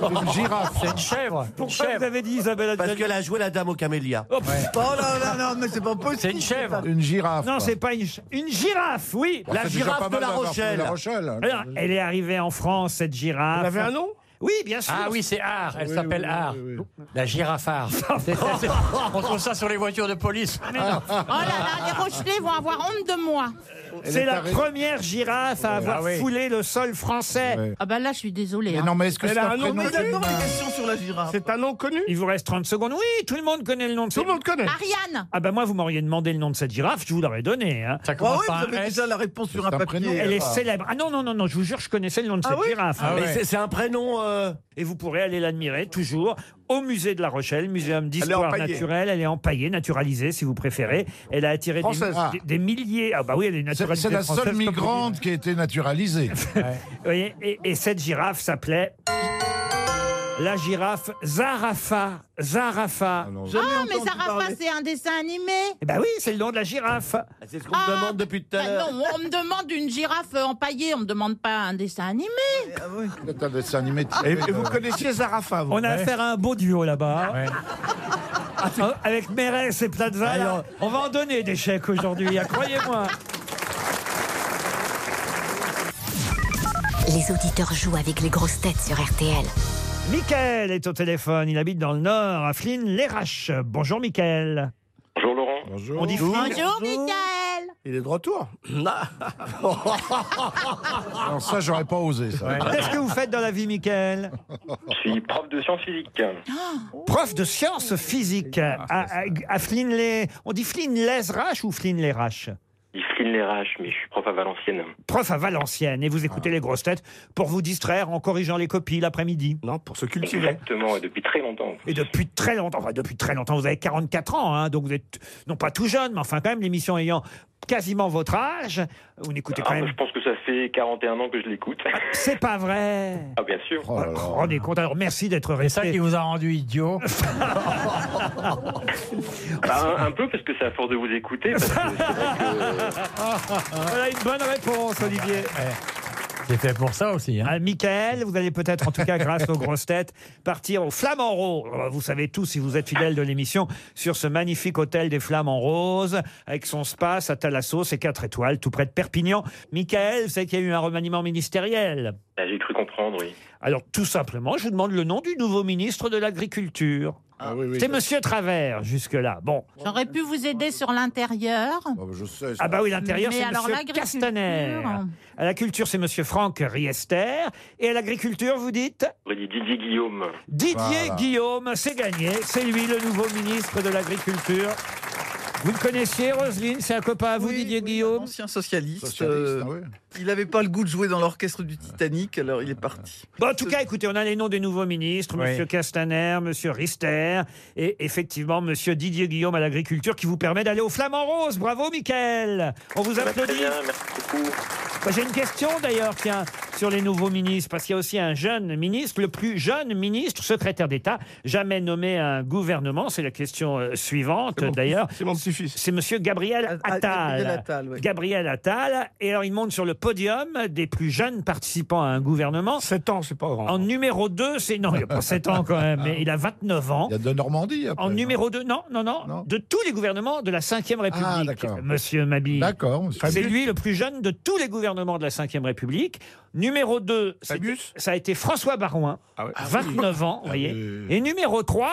Speaker 4: Quoi
Speaker 5: Une girafe.
Speaker 7: C'est une chèvre.
Speaker 4: Ah, Pourquoi vous avez dit Isabelle Adjani
Speaker 6: Parce qu'elle a joué la dame aux camélias.
Speaker 8: Oh là là, non, mais c'est pas possible.
Speaker 7: C'est une chèvre.
Speaker 5: Une girafe.
Speaker 4: Non, c'est pas une, ch- une girafe, oui.
Speaker 5: Bon,
Speaker 6: La
Speaker 5: c'est déjà
Speaker 6: girafe
Speaker 5: pas
Speaker 6: de
Speaker 5: mal
Speaker 6: La
Speaker 5: d'avoir trouvé
Speaker 6: Rochelle. hein.
Speaker 5: La Rochelle. hein.
Speaker 4: Alors, elle est arrivée en France, cette girafe.
Speaker 10: Elle avait un nom
Speaker 4: Oui, bien sûr.
Speaker 7: Ah oui, c'est Art. Elle s'appelle
Speaker 5: oui,
Speaker 7: Art.
Speaker 5: oui,
Speaker 7: La girafe Art. C'est- c'est- c'est- On trouve ça sur les voitures de police.
Speaker 9: Oh là là, les Rochelais vont avoir honte de moi.
Speaker 4: Euh, C'est
Speaker 5: est
Speaker 4: la
Speaker 5: arrêtée.
Speaker 4: première girafe à avoir
Speaker 7: Ah oui.
Speaker 4: foulé le sol français.
Speaker 5: Ouais.
Speaker 9: Ah bah là, je suis désolée.
Speaker 5: Mais
Speaker 9: hein.
Speaker 5: non, mais est-ce que
Speaker 10: Elle
Speaker 5: c'est
Speaker 10: a
Speaker 5: un
Speaker 10: un nom
Speaker 5: prénom
Speaker 10: de
Speaker 5: humain
Speaker 8: J'adore les questions sur la girafe.
Speaker 10: C'est un nom connu
Speaker 4: Il vous reste 30 secondes. Oui, tout le monde connaît le nom de
Speaker 10: Tout
Speaker 4: cette
Speaker 10: le monde connaît.
Speaker 9: Ariane.
Speaker 4: Ah ben moi, vous m'auriez demandé le nom de cette girafe, je vous l'aurais donné. hein.
Speaker 7: Ça
Speaker 8: Ah
Speaker 7: commence
Speaker 8: oui,
Speaker 7: par
Speaker 8: vous
Speaker 7: un
Speaker 8: avez
Speaker 7: S.
Speaker 8: déjà la réponse sur
Speaker 5: C'est
Speaker 8: un
Speaker 5: un
Speaker 8: papier.
Speaker 5: prénom.
Speaker 4: Elle est
Speaker 5: Ah.
Speaker 4: célèbre. Ah non, non, non, non, je vous jure, je connaissais le nom de
Speaker 8: Ah
Speaker 4: cette
Speaker 8: oui
Speaker 4: girafe.
Speaker 7: Ah
Speaker 4: hein.
Speaker 7: ouais.
Speaker 6: Mais c'est- c'est un prénom. euh,
Speaker 4: Et vous pourrez aller l'admirer toujours au musée de La Rochelle, muséum d'histoire
Speaker 10: empaillée.
Speaker 4: naturelle. Elle est empaillée, naturalisée si vous préférez. Elle a attiré des,
Speaker 10: Française.
Speaker 5: Ah.
Speaker 4: des- des milliers. Ah bah oui, elle est
Speaker 5: C'est
Speaker 4: naturalisée.
Speaker 5: c'est la
Speaker 4: française,
Speaker 5: seule
Speaker 4: comme vous dites.
Speaker 5: migrante qui a été naturalisée.
Speaker 4: Vous voyez, et, et cette girafe s'appelait la girafe Zarafa. Zarafa.
Speaker 9: Ah, mais Zarafa, c'est un dessin animé.
Speaker 4: Eh ben oui, c'est le nom de la girafe.
Speaker 6: Ah, C'est ce qu'on me demande depuis tout à
Speaker 9: Bah
Speaker 6: l'heure.
Speaker 9: non, on me demande une girafe empaillée, on me demande pas un dessin animé.
Speaker 4: Eh, ah
Speaker 5: C'est un dessin animé tiré
Speaker 10: Et
Speaker 5: de-
Speaker 10: vous connaissiez Zarafa, vous
Speaker 4: On a affaire à un beau duo là-bas.
Speaker 7: Ouais.
Speaker 4: Ah, Avec Mérès et Plaza. là, on va en donner des chèques aujourd'hui, hein, croyez-moi.
Speaker 3: Les auditeurs jouent avec les grosses têtes sur RTL.
Speaker 4: Michael est au téléphone. Il habite dans le Nord, à Flynn, les Raches. Bonjour, Michael.
Speaker 13: Bonjour Laurent.
Speaker 4: On dit Flynn.
Speaker 9: Bonjour, Michael.
Speaker 10: Il est de retour.
Speaker 6: Ah.
Speaker 5: Alors ça, j'aurais pas osé, ça.
Speaker 4: Qu'est-ce que vous faites dans la vie, Michael
Speaker 13: Je suis prof de sciences physiques.
Speaker 4: Prof de sciences physiques à, à, à Flynn les. On dit Flynn les Raches ou Flynn les Raches
Speaker 13: Discipline les raches, mais je suis prof à Valenciennes.
Speaker 4: Prof à Valenciennes. Et vous écoutez
Speaker 10: Ah.
Speaker 4: les grosses têtes pour vous distraire en corrigeant les copies l'après-midi.
Speaker 10: Non, pour se
Speaker 13: Exactement, et depuis très longtemps.
Speaker 4: Et depuis très longtemps, enfin, depuis très longtemps, vous avez 44 ans, hein, donc vous êtes non pas tout jeune, mais enfin quand même l'émission ayant quasiment votre âge, vous n'écoutez quand
Speaker 13: Ah, bah,
Speaker 4: même.
Speaker 13: je pense que ça fait 41 ans que je l'écoute.
Speaker 4: C'est pas vrai.
Speaker 13: Ah, bien sûr.
Speaker 4: Vous vous rendez compte Alors merci d'être
Speaker 7: C'est ça
Speaker 4: resté.
Speaker 7: qui vous a rendu idiot.
Speaker 13: Bah, un, un peu, parce que c'est à force de vous écouter. Parce que c'est vrai que...
Speaker 4: voilà une bonne réponse, Olivier.
Speaker 7: Ah bah, C'est fait pour ça aussi. hein.
Speaker 4: Ah, Michael, vous allez peut-être, en tout cas grâce aux grosses têtes, partir au Flamand Rose. Alors, Vous savez tout, si vous êtes fidèle de l'émission, sur ce magnifique hôtel des Flamands Roses, avec son spa, sa thalasso, ses quatre étoiles, tout près de Perpignan. Michael, vous savez qu'il y a eu un remaniement ministériel.
Speaker 13: Ah, J'ai cru comprendre, oui.
Speaker 4: Alors, tout simplement, je vous demande le nom du nouveau ministre de l'Agriculture. C'est Monsieur Travers, jusque-là. Bon.
Speaker 9: J'aurais pu vous aider sur l'intérieur.
Speaker 5: Je sais.
Speaker 4: Ah bah oui, l'intérieur,
Speaker 9: Mais
Speaker 4: c'est
Speaker 9: alors
Speaker 4: Monsieur
Speaker 9: l'agriculture-
Speaker 4: Castaner. À la culture, c'est Monsieur Franck Riester. Et à l'agriculture, vous dites
Speaker 13: J'aurais dit Didier Guillaume.
Speaker 4: Didier
Speaker 13: Voilà.
Speaker 4: Guillaume, c'est gagné. C'est lui le nouveau ministre de l'Agriculture. Vous le connaissiez, Roselyne C'est un copain à vous, Didier Guillaume
Speaker 8: Ancien socialiste.
Speaker 5: ah
Speaker 8: euh, Il n'avait pas le goût de jouer dans l'orchestre du Titanic, alors il est parti.
Speaker 4: Bon, en tout cas, écoutez, on a les noms des nouveaux ministres,
Speaker 8: Oui.
Speaker 4: Monsieur Castaner, Monsieur Rister, et effectivement Monsieur Didier Guillaume à l'agriculture, qui vous permet d'aller au Flamand Rose. Bravo, Michael On vous
Speaker 13: Ça va très
Speaker 4: applaudit.
Speaker 13: bien, merci beaucoup.
Speaker 4: Bah, J'ai une question d'ailleurs, tiens, sur les nouveaux ministres, parce qu'il y a aussi un jeune ministre, le plus jeune ministre, secrétaire d'État, jamais nommé à un gouvernement. C'est la question euh, suivante
Speaker 10: C'est mon-
Speaker 4: d'ailleurs.
Speaker 10: c'est mon petit-fils.
Speaker 4: C'est monsieur Gabriel
Speaker 8: Ah,
Speaker 4: Attal.
Speaker 8: Gabriel Attal, oui.
Speaker 4: Gabriel Attal. Et alors, il monte sur le podium des plus jeunes participants à un gouvernement.
Speaker 10: 7 ans, c'est pas grand.
Speaker 4: En numéro 2, c'est. Non, il n'y a pas 7 ans quand même, mais il a 29 ans.
Speaker 5: Il y a de Normandie, après.
Speaker 4: En numéro 2, non, non, non, de tous les gouvernements de la Ve République, monsieur Mabille.
Speaker 5: Ah, D'accord.
Speaker 4: C'est lui le plus jeune de tous les gouvernements de la Ve République. Numéro 2, ça a été François Barouin, 29 ans, vous voyez. Et numéro 3,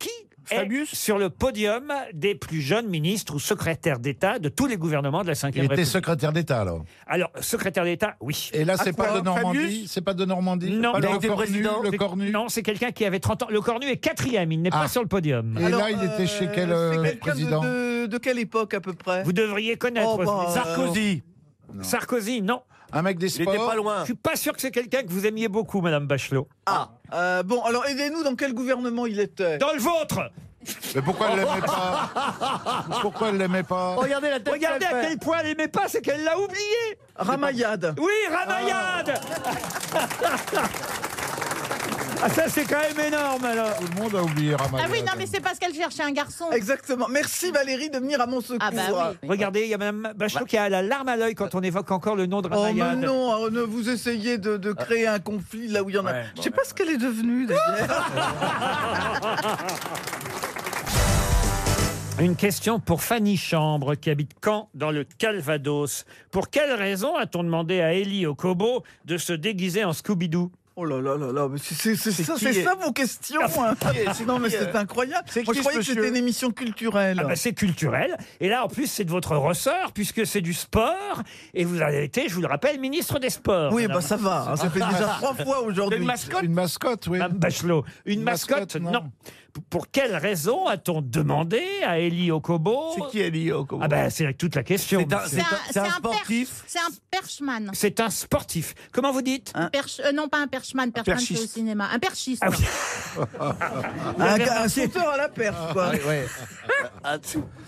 Speaker 4: qui est sur le podium des plus jeunes ministres ou secrétaires d'État de tous les gouvernements de la Ve
Speaker 5: Il était
Speaker 4: République
Speaker 5: secrétaire d'État, alors.
Speaker 4: Alors, secrétaire d'État, oui.
Speaker 5: Et là,
Speaker 4: À
Speaker 5: c'est
Speaker 4: quoi
Speaker 5: pas de Normandie.
Speaker 4: Fabius
Speaker 5: C'est pas de Normandie.
Speaker 4: non,
Speaker 5: c'est pas le Cornu, Le
Speaker 4: C'est-
Speaker 5: cornu.
Speaker 4: Non, c'est quelqu'un qui avait 30 ans. Le cornu est quatrième, il n'est
Speaker 5: Ah.
Speaker 4: pas sur le podium.
Speaker 5: Et là, il était chez quel euh,
Speaker 8: C'est quelqu'un
Speaker 5: président
Speaker 8: de, de- de quelle époque à peu près
Speaker 4: Vous devriez connaître
Speaker 8: Oh, bah,
Speaker 4: Sarkozy. Sarkozy, non.
Speaker 5: Un mec des
Speaker 8: sports était pas loin.
Speaker 4: Je suis pas sûr que c'est quelqu'un que vous aimiez beaucoup, Madame Bachelot.
Speaker 8: Ah, euh, bon, alors aidez-nous, dans quel gouvernement il était
Speaker 4: Dans le vôtre
Speaker 5: Mais pourquoi elle
Speaker 9: Ah
Speaker 5: l'aimait pas Pourquoi elle l'aimait pas
Speaker 4: la tête Regardez à quel point elle aimait pas, c'est qu'elle l'a oublié.
Speaker 8: Ramayad.
Speaker 4: Oui, Ramayad. Ah, ça, c'est quand même énorme, alors.
Speaker 5: Tout le monde a oublié Ramayad.
Speaker 9: Ah oui, non, mais c'est parce qu'elle cherchait un garçon.
Speaker 8: Exactement. Merci Valérie de venir à mon secours.
Speaker 9: Ah bah oui.
Speaker 4: Regardez, il y a Madame Bachelot qui a la larme à l'œil quand on évoque encore le nom de
Speaker 8: Oh mais
Speaker 4: Ramayad.
Speaker 8: non, hein, ne vous essayez de,
Speaker 4: Euh.
Speaker 8: de créer un conflit là où il y en a. Je sais pas ce qu'elle est devenue
Speaker 4: Ah,
Speaker 8: d'ailleurs.
Speaker 4: Une question pour Fanny Chambre, qui habite Caen, dans le Calvados. Pour quelle raison a-t-on demandé à Ellie Okobo de se déguiser en Scooby-Doo
Speaker 8: Oh là là là là, mais c'est c'est- c'est ça,
Speaker 4: qui
Speaker 8: c'est
Speaker 4: est-
Speaker 8: ça vos questions.
Speaker 4: Ah,
Speaker 8: hein. non mais c'est incroyable.
Speaker 4: euh, C'est
Speaker 8: Moi
Speaker 4: qui
Speaker 8: je
Speaker 4: ce
Speaker 8: croyais que c'était
Speaker 4: monsieur
Speaker 8: une émission culturelle.
Speaker 4: Ah bah, c'est culturel. Et là, en plus, c'est de votre ressort, puisque c'est du sport. Et vous avez été, je vous le rappelle, ministre des Sports.
Speaker 8: Oui,
Speaker 4: madame.
Speaker 8: bah ça va, hein, ça fait déjà trois fois aujourd'hui.
Speaker 5: Ah. Une mascotte, oui.
Speaker 4: Madame Bachelot. Une,
Speaker 5: Une
Speaker 4: mascotte,
Speaker 5: mascotte,
Speaker 4: non.
Speaker 5: non.
Speaker 4: P- Pour quelle raison a-t-on demandé à Elie Okobo C'est qui Elie Okobo Ah ben, c'est toute la question.
Speaker 12: C'est un-
Speaker 4: monsieur.
Speaker 9: C'est un, c'est un perche- C'est un perchman.
Speaker 4: C'est un sportif. Comment vous dites
Speaker 9: Perche- euh, non, pas un perchman. Perchman, c'est au
Speaker 4: Hein perchiste. Ah
Speaker 9: cinéma. Un perchiste.
Speaker 8: Un, gars- un sauteur à la perche,
Speaker 6: Ah,
Speaker 8: quoi.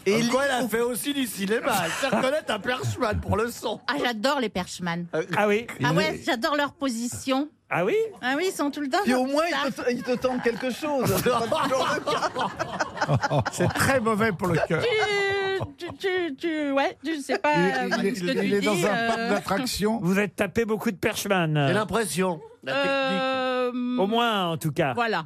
Speaker 12: Et quoi, elle a fait aussi du cinéma. Elle sait reconnaître un perchman pour le son.
Speaker 9: Ah, j'adore les perchman.
Speaker 4: Ah oui
Speaker 9: Ah ouais, j'adore leur position.
Speaker 4: Ah oui
Speaker 9: Ah oui, ils sont tout le temps.
Speaker 8: Puis au moins, il te, il te tente quelque chose. C'est pas toujours le cas.
Speaker 10: C'est très mauvais pour le cœur.
Speaker 9: Tu, tu, tu, tu- ouais, tu sais pas euh, ce que tu dis. euh,
Speaker 5: d'attractions.
Speaker 4: Vous êtes tapé beaucoup de perchman.
Speaker 12: J'ai l'impression. La technique.
Speaker 9: euh, euh,
Speaker 4: Au moins, en tout cas.
Speaker 9: Voilà.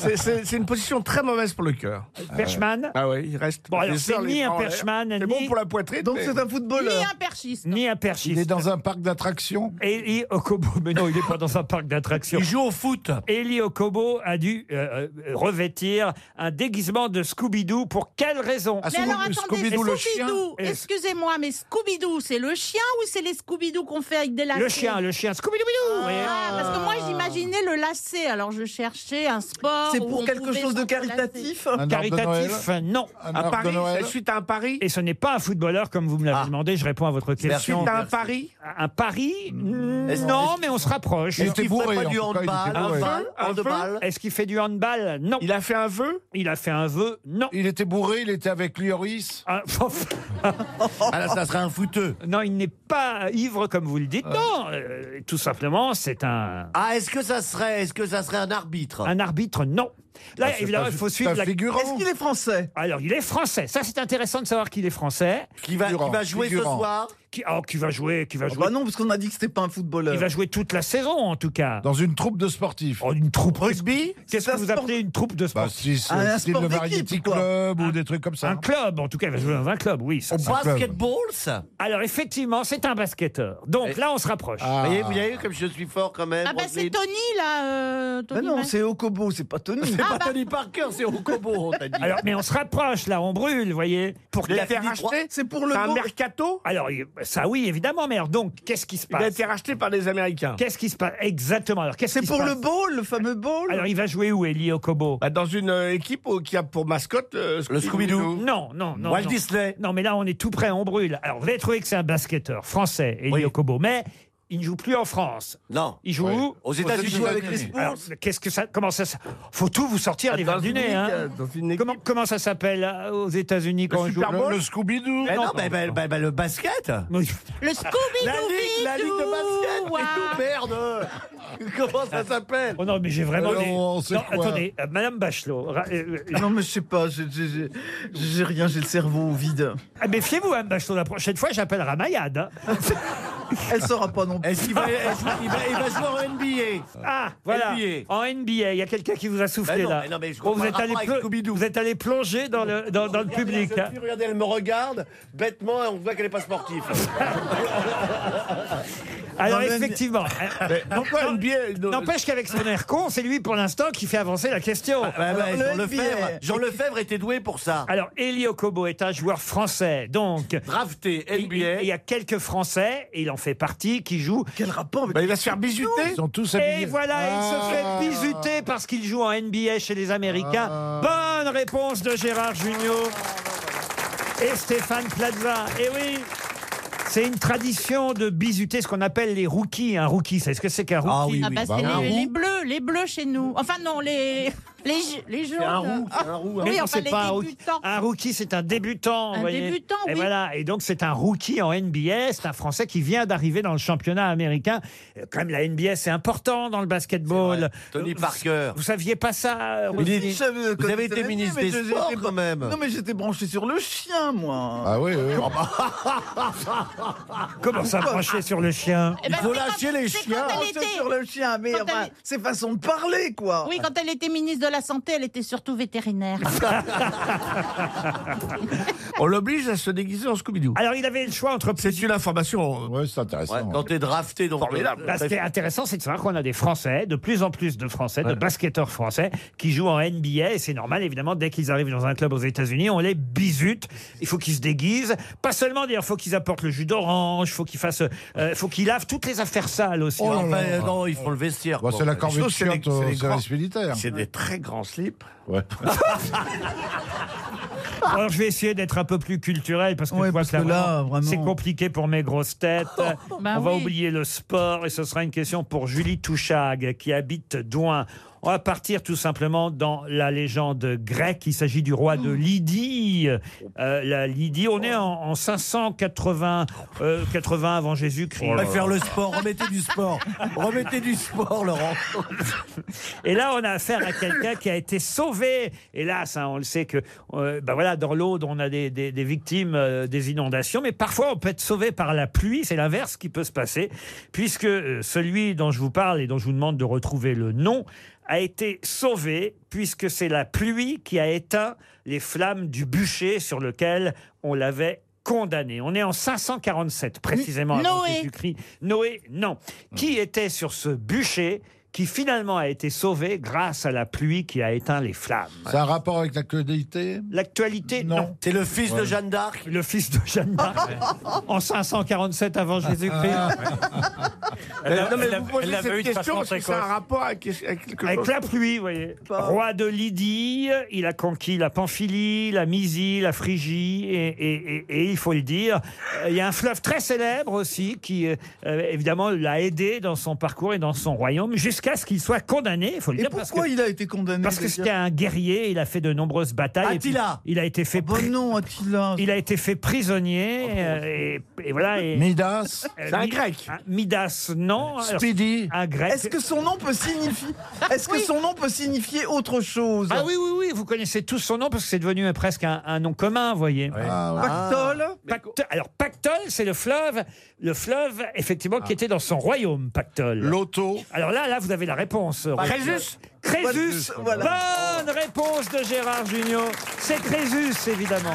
Speaker 10: C'est- C'est c'est une position très mauvaise pour le cœur.
Speaker 4: Perchman
Speaker 10: Ah ouais, il reste.
Speaker 4: Bon, alors,
Speaker 10: les
Speaker 4: c'est
Speaker 10: sœurs,
Speaker 4: ni
Speaker 10: les
Speaker 4: un
Speaker 10: bras en l'air.
Speaker 4: perchman,
Speaker 10: C'est
Speaker 4: ni-
Speaker 10: bon pour la poitrine.
Speaker 4: Donc,
Speaker 10: mais-
Speaker 4: c'est un footballeur.
Speaker 9: Ni un perchiste.
Speaker 4: Ni un perchiste.
Speaker 5: Il est dans un parc d'attractions
Speaker 4: Eli Okobo, mais non, il n'est pas dans un parc d'attractions. Il joue au foot. Eli Okobo a dû euh, euh, revêtir un déguisement de Scooby-Doo. Pour quelle raison
Speaker 5: Ah,
Speaker 9: mais alors attendez, Scooby-Doo,
Speaker 4: eh.
Speaker 9: excusez-moi, mais Scooby-Doo, c'est le chien ou c'est les Scooby-Doo qu'on fait avec des lacets
Speaker 4: Le chien, le chien, Scooby-Doo. voyez.
Speaker 9: Ah, parce que moi j'imaginais le lacet, alors je cherchais un sport.
Speaker 8: C'est
Speaker 9: où
Speaker 8: pour
Speaker 9: on
Speaker 8: quelque
Speaker 9: pouvait
Speaker 8: chose de
Speaker 9: se lacer.
Speaker 8: caritatif
Speaker 9: Ah,
Speaker 4: hein. Caritatif, non.
Speaker 10: Un arbre de pari, Noël. suite
Speaker 4: à un pari Et ce n'est pas un footballeur, comme vous me l'avez demandé, je réponds à votre question.
Speaker 10: Suite à un pari
Speaker 4: Un pari Hmm.
Speaker 10: Est-ce-
Speaker 4: Non, mais on se rapproche.
Speaker 10: Est-ce qu'il Il était ferait bourré, pas du en tout cas, il handball, était bourré. un vœu,
Speaker 4: Un
Speaker 10: handball
Speaker 4: vœu Est-ce qu'il fait du handball Non.
Speaker 10: Il a fait un vœu
Speaker 4: Il a fait un vœu Non.
Speaker 5: Il était bourré, il était avec Lioris
Speaker 4: Ah là, ça serait un fouteux. Non, il n'est pas ivre comme vous le dites. Non, euh, tout simplement, c'est un
Speaker 6: Ah, est-ce que ça serait, est-ce que ça serait un arbitre
Speaker 4: un arbitre. Non. Là,
Speaker 6: Ah, c'est
Speaker 4: évidemment,
Speaker 6: pas
Speaker 4: il faut
Speaker 6: juste
Speaker 4: suivre
Speaker 6: un
Speaker 4: la
Speaker 6: figurant. Est-ce
Speaker 4: qu'il est français Alors, il est français. Ça, c'est intéressant de savoir qu'il est français.
Speaker 6: Qui va- qui Figurant, va jouer ce figurant. soir
Speaker 4: Qui, oh, qui va jouer Qui va jouer
Speaker 8: Bah non, parce qu'on a dit que c'était pas un footballeur.
Speaker 4: Il va jouer toute la saison, en tout cas. Oh,
Speaker 5: dans une troupe de sportifs.
Speaker 4: une troupe
Speaker 5: rugby
Speaker 4: Qu'est-ce que vous appelez une troupe de
Speaker 5: bah,
Speaker 4: sportifs
Speaker 5: si, c'est
Speaker 8: Ah,
Speaker 5: style le Variety Club ou des trucs comme ça.
Speaker 4: Un club, en tout cas, il va jouer dans un club, oui. ça,
Speaker 5: Au
Speaker 4: ça.
Speaker 5: basketball,
Speaker 4: ça Alors, effectivement, c'est un basketteur. Donc là, on se rapproche.
Speaker 6: Vous voyez, vous voyez comme je suis fort quand même.
Speaker 9: Ah bah c'est
Speaker 6: Roselyne.
Speaker 9: Tony là. euh, Tony
Speaker 8: Bah non,
Speaker 9: Mac-
Speaker 8: c'est Okobo, c'est pas Tony.
Speaker 6: C'est pas Tony Parker, c'est Okobo, on t'a dit.
Speaker 4: Alors, mais on se rapproche, là, on brûle, vous voyez. Pour
Speaker 10: Il a
Speaker 4: la-
Speaker 10: été racheté
Speaker 8: C'est pour le
Speaker 10: un
Speaker 8: dos.
Speaker 10: mercato
Speaker 4: Alors, il- ça oui, évidemment, mais alors, donc, qu'est-ce qui se
Speaker 10: Il a
Speaker 4: passe
Speaker 10: été racheté par les Américains.
Speaker 4: Qu'est-ce qui se passe Exactement. Alors, qu'est-ce
Speaker 8: C'est
Speaker 4: qui se
Speaker 8: pour le
Speaker 4: passe
Speaker 8: ball, le fameux ball.
Speaker 4: Alors, il va jouer où, Eli Okobo
Speaker 10: Bah, dans une euh, équipe euh, qui a pour mascotte euh,
Speaker 4: Non, non, non.
Speaker 10: Walt
Speaker 4: non.
Speaker 10: Disney.
Speaker 4: Non, mais là, on est tout près, on brûle. Alors, vous allez trouver que c'est un basketteur français, Eli Okobo, mais il ne joue plus en France.
Speaker 6: Non.
Speaker 4: Il joue
Speaker 6: Oui.
Speaker 4: où
Speaker 6: Aux États-Unis. Il joue avec les Spurs.
Speaker 4: Alors, Qu'est-ce que ça Comment ça s- Faut tout vous sortir les verres du nez. hein. Comment, comment ça s'appelle euh, aux États-Unis quand on joue
Speaker 10: Scooby-Doo.
Speaker 6: Mais
Speaker 4: Non,
Speaker 6: non, bah, bah, bah, bah, le basket.
Speaker 4: Mais-
Speaker 9: Le Scooby-Doo.
Speaker 6: La ligue, la ligue de basket. C'est tout, merde. euh. Comment ça s'appelle
Speaker 4: Oh non, mais j'ai vraiment.
Speaker 5: Alors,
Speaker 4: des-
Speaker 5: on sait
Speaker 4: Non,
Speaker 5: quoi Ah
Speaker 4: attendez, euh, Madame Bachelot. ra- euh, euh,
Speaker 8: Non, mais je sais pas, j'ai- j'ai j'ai- j'ai rien, j'ai le cerveau vide.
Speaker 4: ah, Méfiez-vous, Madame Bachelot, la prochaine fois, j'appelle Ramayad. hein.
Speaker 8: Elle saura pas non plus.
Speaker 6: Est-ce qu'il va, est-ce qu'il va- il va jouer en NBA
Speaker 4: Ah, voilà.
Speaker 6: NBA.
Speaker 4: En NBA, il y a quelqu'un qui vous a soufflé
Speaker 6: Ben non,
Speaker 4: là.
Speaker 6: mais non, mais je
Speaker 4: Bon, vous,
Speaker 6: comprends
Speaker 4: êtes
Speaker 6: pas
Speaker 4: allé
Speaker 6: avec
Speaker 4: pleu- vous êtes allé plonger dans le, dans, dans le public. hein.
Speaker 6: Regardez, regardez, elle me regarde bêtement, on voit qu'elle n'est pas sportive.
Speaker 4: Ah Alors,
Speaker 8: Non, mais-
Speaker 4: effectivement. euh,
Speaker 10: Pourquoi
Speaker 4: non,
Speaker 10: NBA non,
Speaker 4: N'empêche qu'avec son air con, c'est lui pour l'instant qui fait avancer la question.
Speaker 6: Bah, bah,
Speaker 8: Alors,
Speaker 6: Jean,
Speaker 8: le NBA.
Speaker 6: Lefebvre, Jean Lefebvre était doué pour ça.
Speaker 4: Alors, Elio Kobo est un joueur français, donc.
Speaker 6: Drafté
Speaker 4: il- Il
Speaker 6: NBA.
Speaker 4: il y a quelques Français, et il en fait partie, qui jouent.
Speaker 8: Quel rapport avec
Speaker 10: Bah, il va se faire bisuter.
Speaker 5: Ils sont tous habillés.
Speaker 4: Et voilà, il se fait bisuter parce qu'il joue en NBA chez les Américains. Bonne réponse de Gérard Junior et Stéphane Plaza. Et oui c'est une tradition de bisuter ce qu'on appelle les rookies. Un rookie, c'est ce que c'est qu'un rookie
Speaker 6: Ah oui,
Speaker 9: Ah
Speaker 6: oui.
Speaker 9: bah
Speaker 5: bah
Speaker 9: c'est
Speaker 5: oui.
Speaker 9: les,
Speaker 5: Un
Speaker 9: les
Speaker 5: roux.
Speaker 9: bleus, les bleus chez nous. Enfin non, les les ju- les jaunes.
Speaker 6: C'est un roux, c'est un roux. hein.
Speaker 4: Mais
Speaker 9: Oui,
Speaker 4: non,
Speaker 9: enfin,
Speaker 4: c'est
Speaker 9: les
Speaker 4: pas un rookie.
Speaker 9: débutants.
Speaker 4: Un rookie, c'est un débutant. vous
Speaker 9: Un
Speaker 4: voyez.
Speaker 9: débutant,
Speaker 4: Et
Speaker 9: oui.
Speaker 4: voilà. Et donc, c'est un rookie en NBA. C'est un Français qui vient d'arriver dans le championnat américain. Euh, Quand même, la NBA, c'est important dans le basketball.
Speaker 6: Tony
Speaker 4: Euh,
Speaker 6: Parker.
Speaker 4: Vous saviez pas ça,
Speaker 8: Je
Speaker 4: Roselyne
Speaker 8: savais quand
Speaker 6: Vous avez
Speaker 8: il
Speaker 6: été
Speaker 8: s'est
Speaker 6: ministre
Speaker 8: mais
Speaker 6: des
Speaker 8: je-
Speaker 6: Sports,
Speaker 8: j'étais-
Speaker 6: quand même.
Speaker 8: Non, mais j'étais branché sur le chien, moi.
Speaker 5: Ah oui, oui.
Speaker 4: Comment ça brancher sur le chien
Speaker 9: Eh ben,
Speaker 6: Il faut
Speaker 9: c'est quand-
Speaker 6: lâcher les
Speaker 9: c'est
Speaker 6: chiens.
Speaker 9: Quand elle
Speaker 8: Branché
Speaker 9: était,
Speaker 8: sur le chien, mais
Speaker 9: Quand
Speaker 8: enfin,
Speaker 9: elle-
Speaker 8: c'est façon de parler, quoi.
Speaker 9: Oui, quand elle était ministre de la santé, elle était surtout vétérinaire.
Speaker 10: On l'oblige à se déguiser en Scooby-Doo.
Speaker 4: Alors, il avait le choix entre.
Speaker 10: C'est une information.
Speaker 5: Ouais, c'est intéressant.
Speaker 6: Ouais,
Speaker 5: ouais.
Speaker 6: quand t'es drafté, donc.
Speaker 10: Formidable.
Speaker 4: Là, Bah, ce qui est intéressant, c'est de savoir qu'on a des Français, de plus en plus de Français, de basketteurs français, qui jouent en NBA. Et c'est normal, évidemment, dès qu'ils arrivent dans un club aux États-Unis, on les bisute. Il faut qu'ils se déguisent. Pas seulement, d'ailleurs, faut qu'ils apportent le jus d'orange, faut qu'ils fassent, euh, faut qu'ils lavent toutes les affaires sales aussi. euh,
Speaker 6: Oh, bah, non, ils font le vestiaire.
Speaker 5: Bon,
Speaker 6: quoi.
Speaker 5: Bah, c'est la corvée de
Speaker 10: choses, c'est les-
Speaker 5: chiottes euh,
Speaker 10: c'est
Speaker 5: au
Speaker 10: les
Speaker 5: service militaire.
Speaker 10: C'est des très grands slips.
Speaker 5: Ouais.
Speaker 4: Alors, je vais essayer d'être un peu plus culturel parce que,
Speaker 8: Ouais,
Speaker 4: je vois
Speaker 8: parce
Speaker 4: que
Speaker 8: que
Speaker 4: là,
Speaker 8: là,
Speaker 4: vraiment,
Speaker 8: vraiment.
Speaker 4: c'est compliqué pour mes grosses têtes.
Speaker 9: Bah
Speaker 4: On va
Speaker 9: oui.
Speaker 4: oublier le sport et ce sera une question pour Julie Touchag qui habite Douin. On va partir tout simplement dans la légende grecque. Il s'agit du roi
Speaker 9: Oh.
Speaker 4: de Lydie. Euh, la Lydie, on est en, en 580 euh, 80 avant Jésus-Christ.
Speaker 12: On va faire le sport, remettez du sport. Remettez du sport, Laurent.
Speaker 4: Et là, on a affaire à quelqu'un qui a été sauvé. Hélas, hein, on le sait que, euh, ben voilà, dans l'Aude, on a des, des- des victimes euh, des inondations, mais parfois on peut être sauvé par la pluie. C'est l'inverse qui peut se passer, puisque euh, celui dont je vous parle et dont je vous demande de retrouver le nom a été sauvé, puisque c'est la pluie qui a éteint les flammes du bûcher sur lequel on l'avait condamné. On est en 547 précisément avant
Speaker 9: Noé.
Speaker 4: Jésus-Christ. Noé, non. Qui était sur ce bûcher qui finalement a été sauvé grâce à la pluie qui a éteint les flammes
Speaker 5: C'est un rapport avec l'actualité
Speaker 4: L'actualité, non.
Speaker 6: C'est le fils
Speaker 4: Ouais.
Speaker 6: de Jeanne d'Arc
Speaker 4: Le fils de Jeanne d'Arc. en 547 avant Jésus-Christ.
Speaker 6: Ah,
Speaker 10: non, mais vous posez cette question parce que ça a un rapport avec, avec quelque
Speaker 4: Avec
Speaker 10: chose.
Speaker 4: la pluie, vous voyez. Roi de Lydie, il a conquis la Pamphylie, la Mysie, la Phrygie, et, et- et- et il faut le dire, euh, il y a un fleuve très célèbre aussi qui, euh, euh, évidemment, l'a aidé dans son parcours et dans son royaume, jusqu'à ce qu'il soit condamné, il faut le
Speaker 8: Et
Speaker 4: dire. parce
Speaker 8: pourquoi
Speaker 4: que-
Speaker 8: il a été condamné
Speaker 4: Parce que
Speaker 8: déjà
Speaker 4: c'était un guerrier, il a fait de nombreuses batailles. et puis
Speaker 8: Attila. Ah
Speaker 4: Il a été fait. pri- Il a été fait prisonnier.
Speaker 8: Oh,
Speaker 4: euh, et, et voilà. et-
Speaker 5: Midas
Speaker 4: Euh,
Speaker 5: C'est un
Speaker 4: Mi-
Speaker 5: grec.
Speaker 4: un- Midas, non. Alors,
Speaker 5: Speedy
Speaker 4: Un grec.
Speaker 8: Est-ce que son nom peut signifier Est-ce que
Speaker 4: Oui.
Speaker 8: son nom peut signifier autre chose
Speaker 4: Ah oui, oui, oui, vous connaissez tous son nom parce que c'est devenu un- presque un, un nom commun, vous voyez.
Speaker 10: Ah
Speaker 8: Pactole
Speaker 4: Pactole- Alors, Pactole, c'est le fleuve, le fleuve, effectivement, qui était dans son royaume, Pactole. L'auto. Alors là, là, vous avez la réponse. Roger.
Speaker 10: Crésus
Speaker 4: Crésus
Speaker 10: voilà.
Speaker 4: Bonne réponse de Gérard Junior. C'est Crésus, évidemment.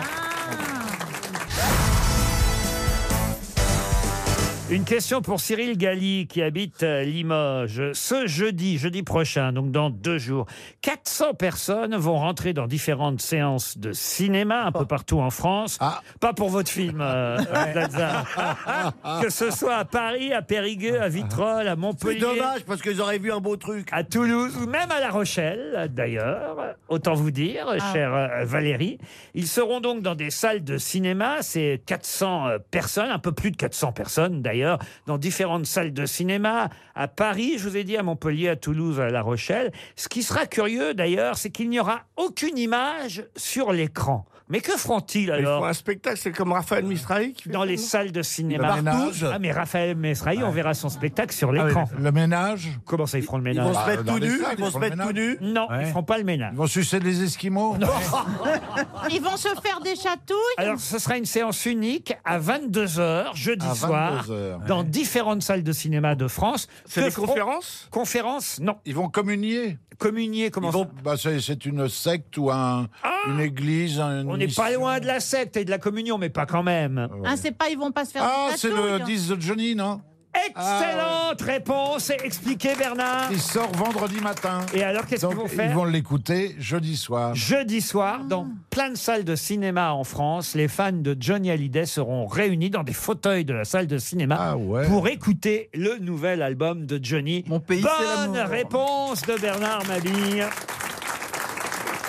Speaker 4: Une question pour Cyril Galli qui habite euh, Limoges. Ce jeudi, jeudi prochain, donc dans deux jours, 400 personnes vont rentrer dans différentes séances de cinéma un peu partout en France.
Speaker 6: Ah.
Speaker 4: Pas pour votre film, euh, Plaza. que ce soit à Paris, à Périgueux, à Vitrolles, à Montpellier.
Speaker 6: C'est dommage parce qu'ils auraient vu un beau truc.
Speaker 4: À Toulouse ou même à La Rochelle, d'ailleurs. Autant vous dire,
Speaker 6: Ah.
Speaker 4: chère euh, Valérie. Ils seront donc dans des salles de cinéma. C'est 400 euh, personnes, un peu plus de 400 personnes d'ailleurs, dans différentes salles de cinéma. À Paris, je vous ai dit, à Montpellier, à Toulouse, à La Rochelle. Ce qui sera curieux d'ailleurs, c'est qu'il n'y aura aucune image sur l'écran. Mais que feront-ils
Speaker 10: Ils
Speaker 4: alors
Speaker 10: font un spectacle, c'est comme Raphaël Misrahi qui fait
Speaker 4: dans les salles de cinéma.
Speaker 10: Le ménage.
Speaker 4: Ah, mais Raphaël Mesrahi, on verra son spectacle sur
Speaker 10: Ah oui,
Speaker 4: l'écran. le ménage Comment ça, ils feront le ménage
Speaker 10: vont se Bah, mettre dans tout les
Speaker 5: Ah,
Speaker 10: nus, salles, ils ils vont se font le mettre
Speaker 4: tout nus Non, ils feront pas le ménage.
Speaker 5: Ils vont sucer des Esquimaux
Speaker 9: Ils vont se faire des chatouilles.
Speaker 4: Alors, ce sera une séance unique à 22h, jeudi
Speaker 5: À
Speaker 4: soir,
Speaker 5: 22h,
Speaker 4: dans différentes salles de cinéma de France.
Speaker 5: C'est
Speaker 4: Que
Speaker 5: des
Speaker 4: feront-
Speaker 5: conférences
Speaker 4: Conférences, non.
Speaker 5: Ils vont communier.
Speaker 4: Communier, comment Ah
Speaker 5: ça bah, c'est, c'est une secte ou un, une église. un- Euh,
Speaker 4: On
Speaker 5: une
Speaker 4: n'est pas
Speaker 5: mission.
Speaker 4: loin de la secte et de la communion, mais pas quand même.
Speaker 9: Hein, c'est pas, ils vont pas se faire
Speaker 5: Ah,
Speaker 9: des
Speaker 5: c'est
Speaker 9: chatouilles. hein.
Speaker 5: le 10 de Johnny, non
Speaker 4: Ah. Excellente réponse, expliquez Bernard.
Speaker 5: Il sort vendredi matin.
Speaker 4: Et alors, qu'est-ce qu'ils vont faire
Speaker 5: Ils vont l'écouter jeudi soir.
Speaker 4: Jeudi
Speaker 9: Ah.
Speaker 4: soir, dans plein de salles de cinéma en France, les fans de Johnny Hallyday seront réunis dans des fauteuils de la salle de cinéma
Speaker 5: Ah
Speaker 4: pour écouter le nouvel album de Johnny. Mon pays,
Speaker 5: c'est
Speaker 4: Bonne
Speaker 5: l'amour.
Speaker 4: réponse de Bernard Mabille.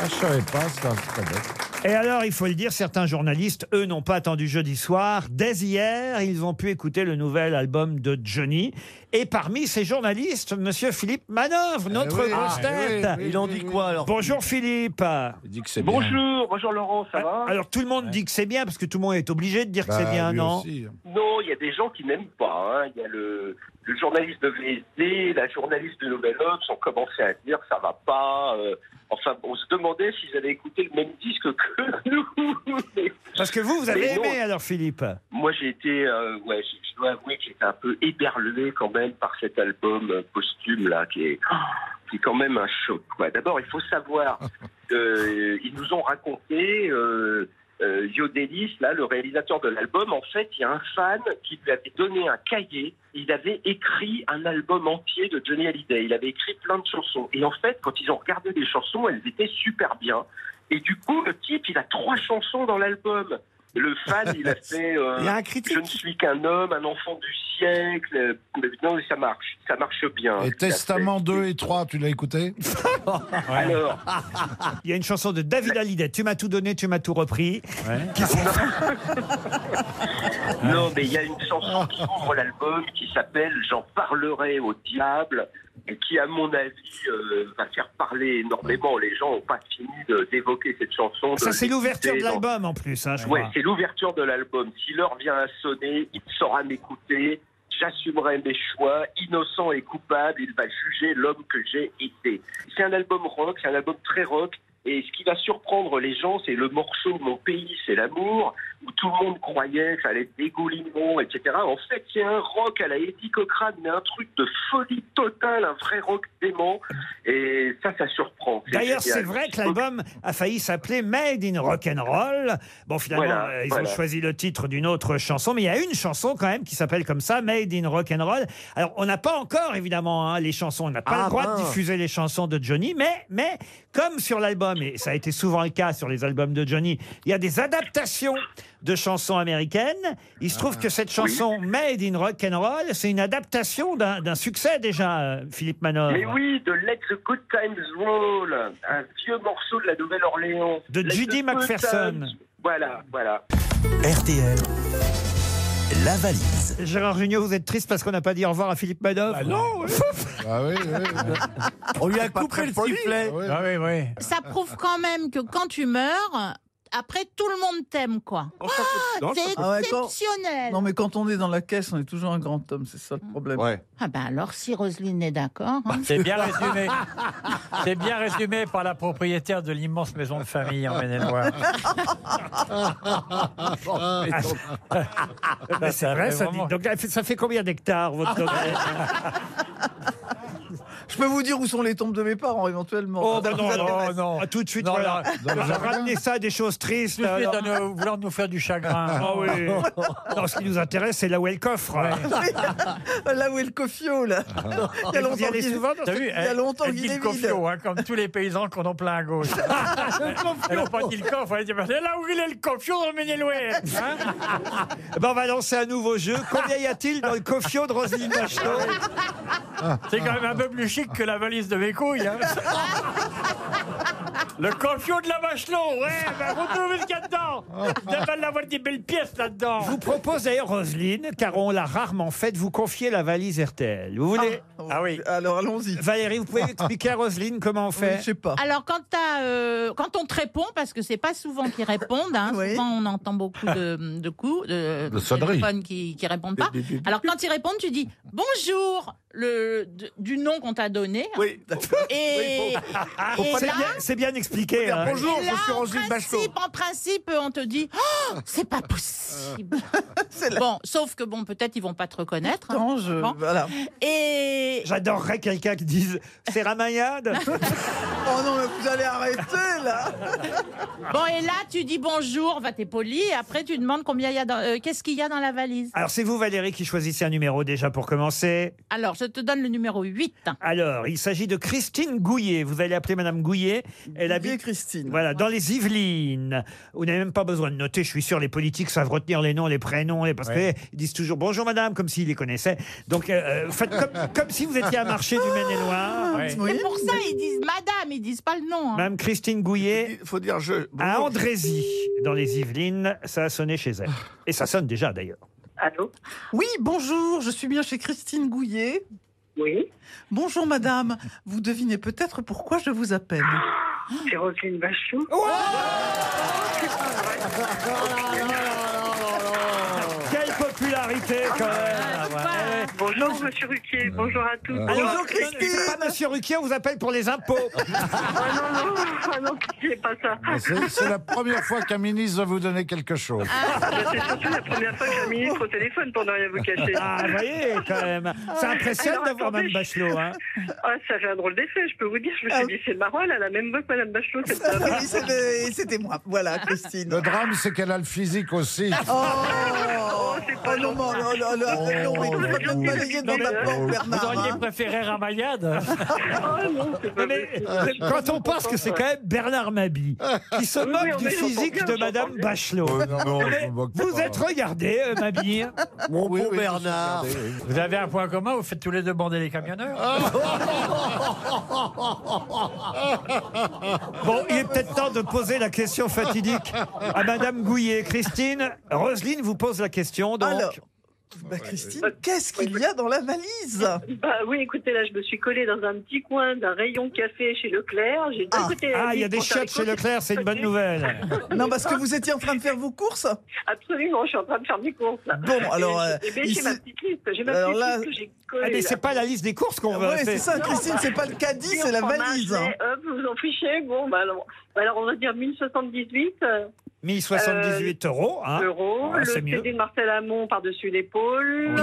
Speaker 5: Ah, je savais pas, ça, c'est pas bête.
Speaker 4: Et alors, il faut le dire, certains journalistes, eux, n'ont pas attendu jeudi soir. Dès hier, ils ont pu écouter le nouvel album de Johnny. Et parmi ces journalistes, Monsieur Philippe Manœuvre, notre
Speaker 6: oui,
Speaker 4: grosse
Speaker 6: ah,
Speaker 4: tête.
Speaker 6: oui, oui, Ils ont dit oui, quoi, oui. alors
Speaker 4: Bonjour Philippe. Ah,
Speaker 13: Bonjour, bonjour Laurent, ça va
Speaker 4: Alors tout le monde dit que c'est bien parce que tout le monde est obligé de dire
Speaker 13: Bah,
Speaker 4: que c'est bien,
Speaker 13: lui
Speaker 4: non
Speaker 13: aussi. Non, il y a des gens qui n'aiment pas. hein. Il y a le, le journaliste de VSD, la journaliste de Nouvel Obs ont commencé à dire ça va pas. euh, enfin, on se demandait s'ils avaient écouté le même disque que nous. Mais-
Speaker 4: Parce que vous, vous avez
Speaker 13: Mais non.
Speaker 4: aimé alors Philippe.
Speaker 13: Moi, j'ai été, euh, ouais, je, je dois avouer que j'étais un peu éberlué quand même par cet album euh, posthume là, qui est, qui est quand même un choc. quoi. D'abord, il faut savoir, euh, ils nous ont raconté. Euh, euh, Yodelis, là, le réalisateur de l'album, en fait, il y a un fan qui lui avait donné un cahier. Il avait écrit un album entier de Johnny Hallyday. Il avait écrit plein de chansons. Et en fait, quand ils ont regardé les chansons, elles étaient super bien. Et du coup, le type, il a trois chansons dans l'album. Le fan, il a fait euh,
Speaker 10: Il y a un
Speaker 13: Je ne suis qu'un homme, un enfant du siècle. Euh, Non, mais ça marche, ça marche bien.
Speaker 5: Et Testament 2 et 3, tu l'as écouté
Speaker 13: Alors,
Speaker 4: Il y a une chanson de David Hallyday, Tu m'as tout donné, tu m'as tout repris.
Speaker 13: Non, mais il y a une chanson qui ouvre l'album qui s'appelle J'en parlerai au diable. et qui, à mon avis, euh, va faire parler énormément. Les gens n'ont pas fini de- d'évoquer cette chanson. de
Speaker 4: Ça, c'est l'ouverture de
Speaker 13: l'écouter dans-
Speaker 4: l'album en plus, hein, je
Speaker 13: Ouais,
Speaker 4: crois.
Speaker 13: c'est l'ouverture de l'album. Si l'heure vient à sonner, il saura m'écouter. J'assumerai mes choix, innocent et coupable, il va juger l'homme que j'ai été. C'est un album rock, c'est un album très rock. Et ce qui va surprendre les gens, c'est le morceau Mon pays, c'est l'amour, où tout le monde croyait que ça allait être dégoulinant, etc. En fait, c'est un rock à la Eddie Cochrane, mais un truc de folie totale, un vrai rock dément. Et ça, ça surprend.
Speaker 4: D'ailleurs, c'est
Speaker 13: génial.
Speaker 4: vrai que l'album a failli s'appeler Made in Rock'n'Roll. Bon, finalement,
Speaker 13: Voilà,
Speaker 4: euh, ils
Speaker 13: voilà.
Speaker 4: ont choisi le titre d'une autre chanson, mais il y a une chanson quand même qui s'appelle comme ça, Made in Rock'n'Roll. Alors, on n'a pas encore, évidemment, hein, les chansons, on n'a pas
Speaker 12: Ah,
Speaker 4: le droit de
Speaker 12: mince.
Speaker 4: diffuser les chansons de Johnny, mais, mais comme sur l'album, et ça a été souvent le cas sur les albums de Johnny, il y a des adaptations de chansons américaines. Il se trouve que cette chanson Made in Rock'n'Roll, c'est une adaptation d'un d'un succès déjà, euh, Philippe Manor.
Speaker 13: Mais oui, de Let the Good Times Roll, un vieux morceau de la Nouvelle-Orléans.
Speaker 4: De
Speaker 13: Let
Speaker 4: Judy
Speaker 13: the Good
Speaker 4: Macpherson.
Speaker 13: Times- Voilà, voilà.
Speaker 2: RTL, la valise.
Speaker 4: Gérard Junior, vous êtes triste parce qu'on n'a pas dit au revoir à Philippe Madoff Bah non Bah
Speaker 12: On lui a
Speaker 4: pas
Speaker 12: coupé
Speaker 4: très
Speaker 12: le
Speaker 4: poli.
Speaker 12: sifflet.
Speaker 4: Ah oui. Ah oui,
Speaker 9: Ça prouve quand même que quand tu meurs, après tout le monde t'aime, quoi. Ah, c'est
Speaker 8: Ah ouais, quand-
Speaker 9: exceptionnel.
Speaker 8: Non, mais quand on est dans la caisse, on est toujours un grand homme, c'est ça le problème.
Speaker 9: Ah ben alors, si Roselyne est d'accord. hein.
Speaker 7: C'est bien résumé. C'est bien résumé par la propriétaire de l'immense maison de famille en Maine-et-Loire.
Speaker 4: Mais Ah, c'est vrai, ça, dit- donc, ça fait combien d'hectares, votre domaine
Speaker 8: Je peux vous dire où sont les tombes de mes parents, éventuellement.
Speaker 4: Oh,
Speaker 8: Ça
Speaker 4: bah
Speaker 8: vous
Speaker 4: non,
Speaker 8: intéresse.
Speaker 4: non, non. Ah, tout de suite,
Speaker 7: Non,
Speaker 4: voilà.
Speaker 7: là, dans le jardin.
Speaker 4: Ramener ça à des choses tristes.
Speaker 7: Tout de suite,
Speaker 4: alors.
Speaker 7: à nous- vouloir nous faire du chagrin.
Speaker 4: Ah oui. non, ce qui nous intéresse, c'est là où est le coffre.
Speaker 8: là où est le coffio, là. Il y a
Speaker 7: Ah. Vous y
Speaker 8: longtemps
Speaker 7: allez
Speaker 8: qu'il
Speaker 7: souvent dans
Speaker 8: il y a
Speaker 7: cette-
Speaker 8: longtemps
Speaker 7: elle
Speaker 8: qu'il
Speaker 7: dit
Speaker 8: est
Speaker 7: le
Speaker 8: vide.
Speaker 7: cofio, hein, comme tous les paysans qu'on en plein à gauche. Elle n'a pas dit le coffre, elle dit bah, c'est là où il est le cofio dans le Maine-et-Loire. hein.
Speaker 4: Ben, on va lancer un nouveau jeu. Combien y a-t-il dans le cofio de Roselyne Bachelot
Speaker 7: C'est quand même un peu plus chic que la valise de mes couilles. hein. Le cofio de la Bachelot, ouais, bah, retrouvez ce qu'il y a dedans. Vous avez mal avoir des belles pièces là-dedans.
Speaker 4: Je Oh. vous propose d'ailleurs, Roselyne, car on l'a rarement fait, de vous confier la valise RTL. Vous voulez Ah,
Speaker 8: oui. oh. Alors allons-y.
Speaker 4: Valérie, vous pouvez expliquer à Roselyne comment on fait
Speaker 8: pas.
Speaker 9: Alors quand, t'as, euh, quand on te répond, parce que c'est pas souvent qu'ils répondent, hein, souvent on entend beaucoup de, de coups, de,
Speaker 5: De sonneries.
Speaker 9: téléphones qui, qui répondent pas. Alors quand ils répondent, tu dis bonjour le, de- du nom qu'on t'a donné.
Speaker 4: Oui.
Speaker 9: Et,
Speaker 4: Ah,
Speaker 9: et
Speaker 4: c'est
Speaker 9: là,
Speaker 4: bien- c'est bien, expliqué.
Speaker 9: et
Speaker 4: hein.
Speaker 9: là, en principe, en principe, on te dit Oh, c'est pas possible. Bon, sauf que bon, peut-être ils vont pas te reconnaître. hein,
Speaker 8: Attends, je-
Speaker 9: bon.
Speaker 8: voilà.
Speaker 9: Et
Speaker 4: J'adorerais quelqu'un qui dise c'est Ramayad.
Speaker 8: Oh non, mais vous allez arrêter, là.
Speaker 9: Bon, et là, tu dis bonjour, va t'es poli, et après, tu demandes combien il y a dans, euh, qu'est-ce qu'il y a dans la valise.
Speaker 4: Alors, c'est vous, Valérie, qui choisissez un numéro déjà pour commencer.
Speaker 9: Alors, je te donne le numéro 8.
Speaker 4: Alors, il s'agit de Christine Gouillet. Vous allez appeler Madame Gouillet. Elle habite
Speaker 8: Christine.
Speaker 4: Voilà, dans les Yvelines. Vous n'avez même pas besoin de noter. Je suis sûr, les politiques savent retenir les noms, les prénoms, et parce
Speaker 7: Ouais.
Speaker 4: qu'ils disent toujours bonjour Madame, comme s'ils les connaissaient. Donc, euh, euh, faites comme, comme si vous étiez à marché du
Speaker 8: Ah,
Speaker 10: Ah,
Speaker 4: Maine-et-Loire.
Speaker 9: C'est pour ça, ils disent madame, ils disent pas le nom. hein.
Speaker 4: ah, Madame Christine Gouillet.
Speaker 10: Il faut dire je.
Speaker 4: À Andrézy, dans les Yvelines, ça a sonné chez elle. Et ça sonne déjà d'ailleurs.
Speaker 8: Allô Oui, bonjour, je suis bien chez Christine Gouillet.
Speaker 14: Oui.
Speaker 8: Bonjour madame, vous devinez peut-être pourquoi je vous appelle.
Speaker 14: C'est Roselyne Bachelot.
Speaker 4: Quelle popularité quand même Ah,
Speaker 14: Bonjour Monsieur Ruquier, bonjour à tous. euh,
Speaker 4: Alors, C'est pas Monsieur Ruquier, on vous appelle pour les impôts.
Speaker 14: Ah non, non, ah non, c'est pas ça.
Speaker 5: C'est c'est la première fois qu'un ministre va vous donner quelque chose.
Speaker 4: Ah,
Speaker 14: Ah, bah, C'est surtout la première fois que j'ai un ministre au téléphone pour ne rien vous cacher.
Speaker 4: Ah, vous voyez, quand même. Ça impressionne
Speaker 14: Alors,
Speaker 4: d'avoir
Speaker 14: attendez.
Speaker 4: Mme Bachelot. Hein.
Speaker 14: Ah, ça fait un drôle d'effet, je peux vous dire. Je me suis glissé le maroilles à la même voix que Madame Bachelot. cette
Speaker 5: Ah,
Speaker 14: dame.
Speaker 8: Oui, c'était- c'était moi, voilà Christine.
Speaker 5: Le drame, c'est qu'elle a le physique aussi.
Speaker 8: Oh, oh non, non, non, non, non, non, il faut pas me balayer devant ma porte,
Speaker 7: Oh, Vous
Speaker 8: Bernard.
Speaker 7: auriez
Speaker 8: hein. Ah,
Speaker 7: préféré Ramayad Ah,
Speaker 4: Mais, euh, quand on pense que c'est quand même Bernard Mabi qui se
Speaker 7: Ah, Oui, oui,
Speaker 4: moque
Speaker 7: on
Speaker 4: du
Speaker 7: est- j'entends
Speaker 4: physique
Speaker 7: bien,
Speaker 4: de
Speaker 7: j'entends
Speaker 4: Madame
Speaker 7: bien.
Speaker 4: Bachelot.
Speaker 7: Oh, non, non,
Speaker 4: Mais
Speaker 7: je me moque
Speaker 4: vous
Speaker 7: pas. hein.
Speaker 4: êtes regardé, euh, Mabi.
Speaker 12: Mon
Speaker 4: Oui,
Speaker 12: bon
Speaker 4: oui,
Speaker 12: Bernard.
Speaker 7: Vous avez un point commun, vous faites tous les deux bander les camionneurs.
Speaker 4: Bon, il est peut-être temps de poser la question fatidique à Madame Gouillet. Christine, Roselyne vous pose la question. Donc,
Speaker 8: Alors, Bah, Christine, qu'est-ce qu'il y a dans la valise
Speaker 14: Bah oui, écoutez, là, je me suis collée dans un petit coin d'un rayon café chez Leclerc. J'ai ah.
Speaker 4: Ah, il y a des chiottes chez Leclerc, c'est une bonne nouvelle.
Speaker 8: Non, parce que vous étiez en train de faire vos courses
Speaker 14: Absolument, je suis en train de faire mes courses. là.
Speaker 8: Bon,
Speaker 14: Et
Speaker 8: alors,
Speaker 14: j'ai- eh
Speaker 8: euh,
Speaker 14: ben,
Speaker 8: ici-
Speaker 14: J'ai ma petite liste. J'ai ma
Speaker 8: Alors
Speaker 14: petite
Speaker 8: là-
Speaker 14: liste que j'ai collée.
Speaker 4: Ah, mais
Speaker 14: là.
Speaker 4: c'est pas la liste des courses qu'on veut
Speaker 8: Ouais, c'est ça, Christine, c'est pas le caddie,
Speaker 14: Pire
Speaker 8: c'est la
Speaker 14: fromage,
Speaker 8: valise,
Speaker 14: mais,
Speaker 8: hein.
Speaker 14: Hop, vous en fichez. Bon, bah alors, bah, alors, on va dire 1078. euh,
Speaker 4: 1078 euros, hein.
Speaker 14: euros.
Speaker 4: Ouais,
Speaker 14: le
Speaker 4: c'est mieux.
Speaker 14: CD de Marcel Amont par-dessus l'épaule.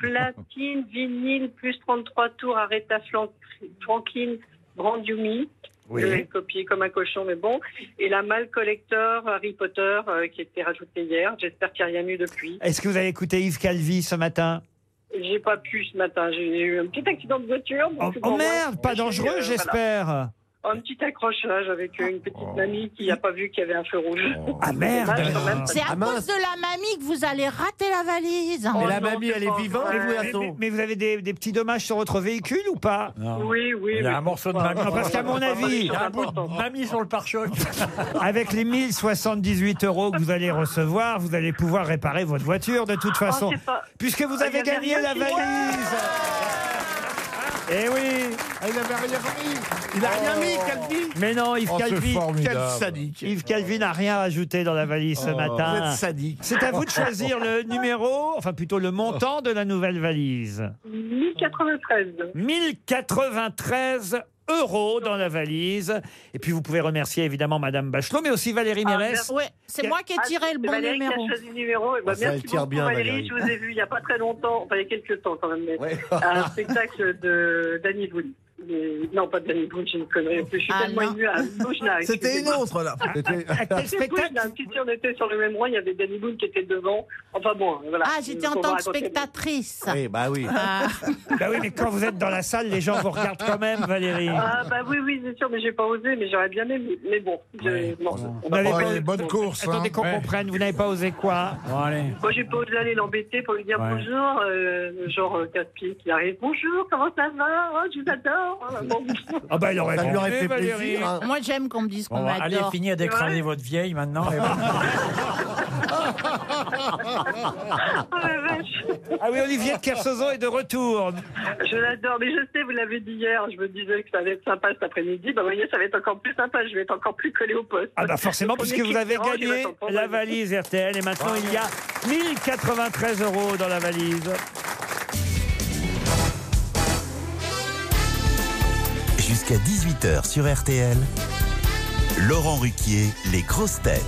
Speaker 14: Platine, vinyle, plus 33 tours, Aretha Flan- Franklin, Brandiumi.
Speaker 15: Oui.
Speaker 14: Je l'ai copié comme un cochon, mais bon. Et la Mal Collector Harry Potter euh, qui était rajoutée hier. J'espère qu'il n'y a rien eu depuis.
Speaker 4: Est-ce que vous avez écouté Yves Calvi ce matin
Speaker 14: J'ai pas pu ce matin. J'ai eu un petit accident de voiture.
Speaker 4: Oh,
Speaker 14: donc,
Speaker 4: oh
Speaker 14: bon,
Speaker 4: merde,
Speaker 14: voilà.
Speaker 4: pas
Speaker 14: J'ai, euh,
Speaker 4: dangereux,
Speaker 14: voilà.
Speaker 4: j'espère.
Speaker 14: Un petit accrochage avec une petite
Speaker 4: Oh.
Speaker 14: mamie qui n'a pas vu qu'il y avait un feu rouge.
Speaker 4: Ah merde
Speaker 9: C'est
Speaker 8: Ah,
Speaker 9: à cause de la mamie que vous allez rater la valise.
Speaker 4: Mais
Speaker 9: Oh non, c'est pas vrai.
Speaker 4: mais, mais- mais vous avez des, des petits dommages sur votre véhicule ou pas
Speaker 14: Oui, oui.
Speaker 7: Il y a
Speaker 4: mais
Speaker 7: un morceau de
Speaker 4: pourquoi
Speaker 7: mamie.
Speaker 4: Non, parce qu'à mon avis-
Speaker 7: il y a un bout de mamie sur le pare-choc.
Speaker 4: Avec les 1078 euros que vous allez recevoir, vous allez pouvoir réparer votre voiture de toute façon.
Speaker 14: c'est pas-
Speaker 4: Puisque vous
Speaker 14: Ah, y
Speaker 4: avez
Speaker 14: avait
Speaker 4: gagné
Speaker 14: rien
Speaker 4: la
Speaker 14: qui-
Speaker 4: valise Eh oui Oh.
Speaker 5: Il avait rien mis.
Speaker 10: Il a rien mis, Calvi.
Speaker 4: Mais non, Yves
Speaker 10: Oh, c'est
Speaker 4: Calvi.
Speaker 10: formidable.
Speaker 4: Quel sadique. Yves Calvi n'a rien ajouté dans la valise ce
Speaker 10: Oh,
Speaker 4: matin.
Speaker 10: vous êtes sadique.
Speaker 4: C'est à vous de choisir le numéro, enfin plutôt le montant de la nouvelle valise.
Speaker 14: 1093.
Speaker 4: 1093 euros dans la valise. Et puis vous pouvez remercier évidemment Madame Bachelot, mais aussi Valérie
Speaker 14: Ah,
Speaker 4: Mérès.
Speaker 9: Ah, Ouais, c'est moi qui ai tiré le
Speaker 14: c'est
Speaker 9: bon
Speaker 14: Valérie qui a
Speaker 9: numéro.
Speaker 14: choisi le numéro. Eh ben,
Speaker 4: Ah, ça, elle
Speaker 14: merci
Speaker 4: tire
Speaker 14: beaucoup,
Speaker 4: bien,
Speaker 14: Valérie.
Speaker 4: Valérie.
Speaker 14: Je vous ai vu il n'y a pas très longtemps, enfin il y a quelques temps quand même, mais à un spectacle de Danny Boone. Mais- non, pas de Danny Boone, j'ai une connerie. en plus. Je suis
Speaker 8: Ah,
Speaker 14: tellement
Speaker 8: non.
Speaker 14: émue à Boujna.
Speaker 8: C'était une autre, là. C'était-
Speaker 4: À quel
Speaker 14: spectacle Si on était sur le même rang, il y avait Danny Boone qui était devant. Enfin bon, voilà.
Speaker 9: Ah, j'étais en
Speaker 14: Faut
Speaker 9: tant que
Speaker 14: raconter.
Speaker 9: spectatrice.
Speaker 6: Oui, bah oui.
Speaker 9: Ah.
Speaker 4: Bah oui, mais quand vous êtes dans la salle, les gens vous regardent quand même, Valérie.
Speaker 14: Ah bah oui, oui, c'est sûr, mais j'ai pas osé, mais j'aurais bien aimé. Mais bon, je- bon.
Speaker 4: Vous n'avez
Speaker 14: Bon,
Speaker 4: pas- Attendez
Speaker 14: hein.
Speaker 4: qu'on
Speaker 14: Ouais.
Speaker 4: comprenne, vous n'avez pas osé quoi
Speaker 14: Moi, j'ai pas osé aller l'embêter pour lui dire
Speaker 4: Ouais.
Speaker 14: bonjour, euh, genre euh, casse-pied qui arrive. Bonjour, comment ça va Oh, Je vous adore. Oh, bon.
Speaker 4: Ah bah il aurait
Speaker 7: Ça lui aurait
Speaker 4: compris,
Speaker 7: fait
Speaker 4: Valérie.
Speaker 7: plaisir, hein.
Speaker 9: Moi, j'aime qu'on me dise qu'on
Speaker 7: Bon,
Speaker 9: m'adore.
Speaker 7: allez, finir d'écraser votre vieille maintenant. et voilà.
Speaker 14: Oh,
Speaker 4: Ah oui, Olivier de Kersozo est de retour.
Speaker 14: Je l'adore, mais je sais, vous l'avez dit hier, je me disais que ça allait être sympa cet après-midi. Bah, vous voyez, ça va être encore plus sympa, je vais être encore plus collé au poste.
Speaker 4: Ah bah forcément,
Speaker 14: Le
Speaker 4: puisque
Speaker 14: premier
Speaker 4: vous avez
Speaker 14: qui me dérange, il va
Speaker 4: gagné
Speaker 14: s'en prendre
Speaker 4: la
Speaker 14: un.
Speaker 4: valise RTL et maintenant il y a 1093 euros dans la valise.
Speaker 2: Jusqu'à 18h sur RTL, Laurent Ruquier, les grosses têtes.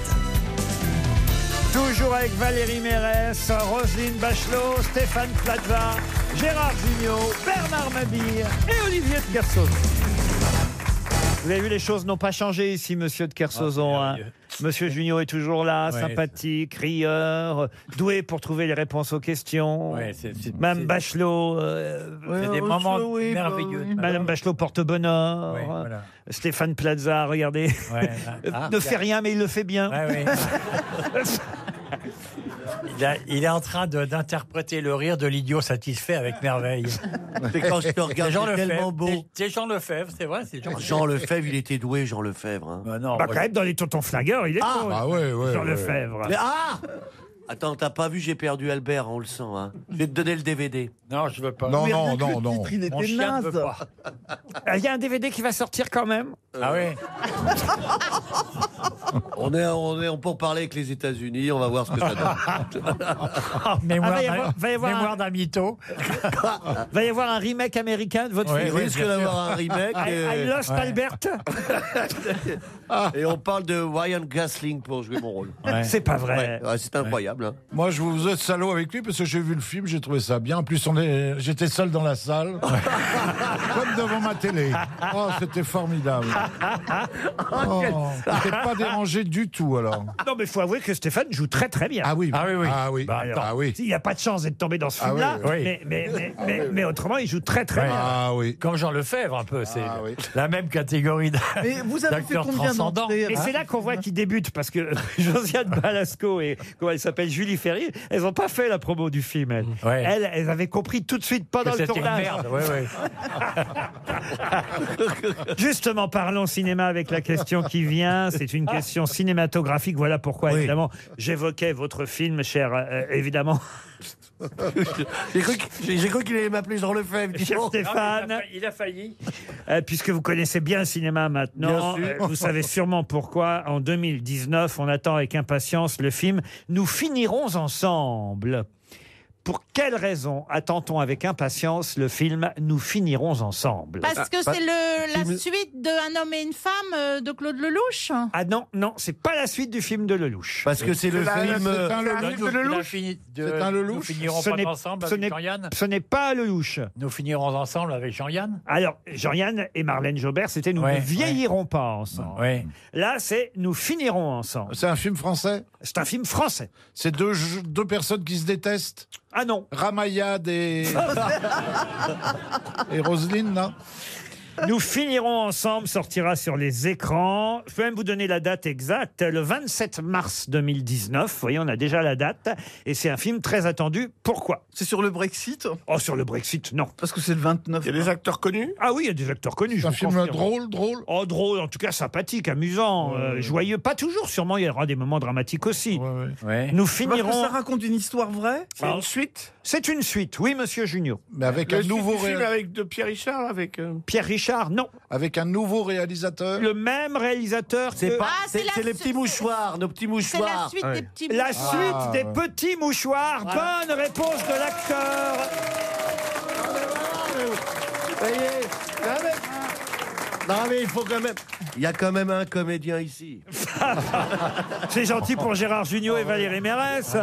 Speaker 4: Toujours avec Valérie Mérès, Roselyne Bachelot, Stéphane Plaza, Gérard Junior, Bernard Mabille et Olivier de Kersauzon. Vous avez vu, les choses n'ont pas changé ici, monsieur de Kersauzon. hein. Monsieur Junior est toujours là,
Speaker 11: Ouais,
Speaker 4: sympathique, rieur, doué pour trouver les réponses aux questions.
Speaker 11: Ouais, c'est- c'est-
Speaker 4: Madame
Speaker 11: c'est-
Speaker 4: Bachelot. euh,
Speaker 11: Ouais, C'est des Bachelot, moments oui, bah merveilleux. oui.
Speaker 4: Madame Bachelot porte bonheur.
Speaker 11: Ouais, voilà.
Speaker 4: Stéphane Plaza, regardez.
Speaker 11: Ouais, ah,
Speaker 4: ne
Speaker 11: ah.
Speaker 4: fait rien, mais il le fait bien.
Speaker 7: Il, a- il est en train de- d'interpréter le rire de l'idiot satisfait avec merveille.
Speaker 6: C'est quand je te regarde,
Speaker 7: Jean
Speaker 6: c'est
Speaker 7: Lefebvre.
Speaker 6: tellement beau.
Speaker 7: C'est- C'est Jean Lefebvre, c'est vrai. c'est Jean,
Speaker 6: Jean Lefebvre, il était doué, Jean Lefebvre. hein.
Speaker 4: Bah, quand même, dans les tontons flingueurs, il est
Speaker 6: Ah,
Speaker 4: bon,
Speaker 6: bah ouais, ouais,
Speaker 4: Jean
Speaker 6: ouais.
Speaker 4: Lefebvre.
Speaker 6: Mais- ah Attends, t'as pas vu, j'ai perdu Albert, on le sent. Hein. Je vais te donner le DVD.
Speaker 7: Non, je veux pas.
Speaker 4: Non, Mais non, rien que non, le non. titre, il était
Speaker 6: Mon chien ne
Speaker 4: naze.
Speaker 6: veut pas.
Speaker 4: Ah, Il y a un DVD qui va sortir quand même.
Speaker 7: Ah ouais
Speaker 6: On est, on est, on peut parler avec les États-Unis, on va voir ce que ça donne.
Speaker 7: Ah, mémoire
Speaker 4: Ah, va y
Speaker 7: d'un-
Speaker 4: avoir- va y avoir
Speaker 7: mémoire
Speaker 4: un-
Speaker 7: d'un mytho.
Speaker 4: Va y avoir un remake américain de votre
Speaker 6: Ouais,
Speaker 4: film.
Speaker 6: il risque d'avoir un remake.
Speaker 4: I, I
Speaker 6: euh,
Speaker 4: Ah, Lost
Speaker 6: ouais.
Speaker 4: Albert.
Speaker 6: Et on parle de Ryan Gosling pour jouer mon rôle.
Speaker 5: Ouais. C'est pas
Speaker 4: vrai.
Speaker 6: Ouais, ouais, c'est incroyable. hein.
Speaker 5: Moi, je vous êtes salaud avec lui parce que j'ai vu le film, j'ai trouvé ça bien. En plus, on est... j'étais seul dans la salle, comme devant ma télé. Oh, c'était formidable. Oh, t'es pas dérangé du tout alors.
Speaker 4: Non, mais il faut avouer que Stéphane joue très très bien.
Speaker 5: Ah oui,
Speaker 4: ah oui,
Speaker 5: ah oui, ah oui.
Speaker 4: Il n'y a pas de chance d'être tombé dans ce
Speaker 5: Ah oui,
Speaker 4: film-là,
Speaker 5: oui.
Speaker 4: mais, mais, mais,
Speaker 5: Ah
Speaker 4: mais-
Speaker 5: oui, oui.
Speaker 4: mais autrement, il joue très très
Speaker 7: Ouais.
Speaker 4: bien.
Speaker 5: oui.
Speaker 7: Comme Jean Lefebvre, un peu. C'est la même catégorie d'a-
Speaker 8: Ah Mais vous avez fait
Speaker 7: d'acteurs
Speaker 8: combien
Speaker 7: transcendants.
Speaker 8: d'entrées,
Speaker 4: Et c'est là qu'on voit qu'il débute, parce que Josiane Balasco et comment elle s'appelle Julie Ferry, elles n'ont pas fait la promo du film. Elles, elles, elles avaient compris tout de suite
Speaker 7: Que
Speaker 4: pendant le
Speaker 7: c'était une
Speaker 4: tournage.
Speaker 7: merde, ouais, ouais.
Speaker 4: Justement, parlons cinéma avec la question qui vient. C'est une question création cinématographique. Voilà pourquoi, évidemment, j'évoquais votre film, cher, euh, évidemment.
Speaker 12: J'ai cru que- j'ai- j'ai cru qu'il allait m'appeler Jean Lefebvre. dis
Speaker 4: Cher
Speaker 12: donc.
Speaker 4: Stéphane.
Speaker 7: Non, Il a failli.
Speaker 4: Euh, puisque vous connaissez bien le cinéma maintenant,
Speaker 7: Bien sûr.
Speaker 4: euh, vous savez sûrement pourquoi. En 2019, on attend avec impatience le film Nous finirons ensemble. Pour quelle raison attend-on avec impatience le film Nous finirons ensemble
Speaker 9: Parce
Speaker 8: Ah,
Speaker 9: que c'est le, la suite de Un homme et une femme euh, de Claude Lelouch.
Speaker 4: Ah non, non, c'est pas la suite du film de Lelouch.
Speaker 12: Parce que c'est le C'est la- film, c'est euh,
Speaker 7: un Lelouch de Lelouch C'est un Lelouch Nous finirons
Speaker 4: Ce
Speaker 7: pas
Speaker 4: n'est-
Speaker 7: ensemble
Speaker 4: ce
Speaker 7: avec
Speaker 4: n'est-
Speaker 7: Jean-Yann
Speaker 4: Ce n'est pas Lelouch.
Speaker 7: Nous finirons ensemble avec Jean-Yann
Speaker 4: Alors, Jean-Yann et Marlène Jobert, c'était Nous
Speaker 7: Ouais,
Speaker 4: ne vieillirons pas ensemble.
Speaker 7: Ouais.
Speaker 4: Là, c'est Nous finirons ensemble.
Speaker 5: C'est un film français
Speaker 4: C'est un film français.
Speaker 5: C'est deux, je- deux personnes qui se détestent
Speaker 4: Ah non
Speaker 5: Ramayad et. et Roselyne, non
Speaker 4: Nous finirons ensemble sortira sur les écrans. Je peux même vous donner la date exacte, le 27 mars 2019. Vous voyez, on a déjà la date. Et c'est un film très attendu. Pourquoi
Speaker 8: C'est sur le Brexit
Speaker 4: Oh, sur le Brexit, non.
Speaker 8: Parce que c'est le 29.
Speaker 4: Il y a des acteurs connus Ah oui, il y a des acteurs connus. je
Speaker 5: un
Speaker 4: vous
Speaker 5: film
Speaker 4: confirme.
Speaker 5: drôle, drôle
Speaker 4: Oh, drôle, en tout cas sympathique, amusant, euh, joyeux. Pas toujours, sûrement, il y aura des moments dramatiques aussi. Nous
Speaker 8: Parce que
Speaker 4: finirons...
Speaker 8: Ça
Speaker 4: Bah,
Speaker 8: raconte une histoire vraie
Speaker 12: Bah,
Speaker 4: C'est une suite C'est une suite, oui, monsieur Junio.
Speaker 5: Mais avec un nouveau
Speaker 10: film
Speaker 5: réal-
Speaker 10: avec de Pierre Richard avec. euh,
Speaker 4: Pierre Richard, non.
Speaker 5: Avec un nouveau réalisateur
Speaker 4: Le même réalisateur.
Speaker 12: C'est
Speaker 4: que-
Speaker 12: pas. Ah, c'est c'est les petits mouchoirs, nos petits mouchoirs.
Speaker 4: La suite
Speaker 12: Ah,
Speaker 4: des
Speaker 12: ouais.
Speaker 4: petits mouchoirs. Bonne réponse de l'acteur.
Speaker 12: Ça y est, non, mais- Non mais il faut quand même. Il y a quand même un comédien ici.
Speaker 4: C'est gentil pour Gérard Junior et Valérie Mérès.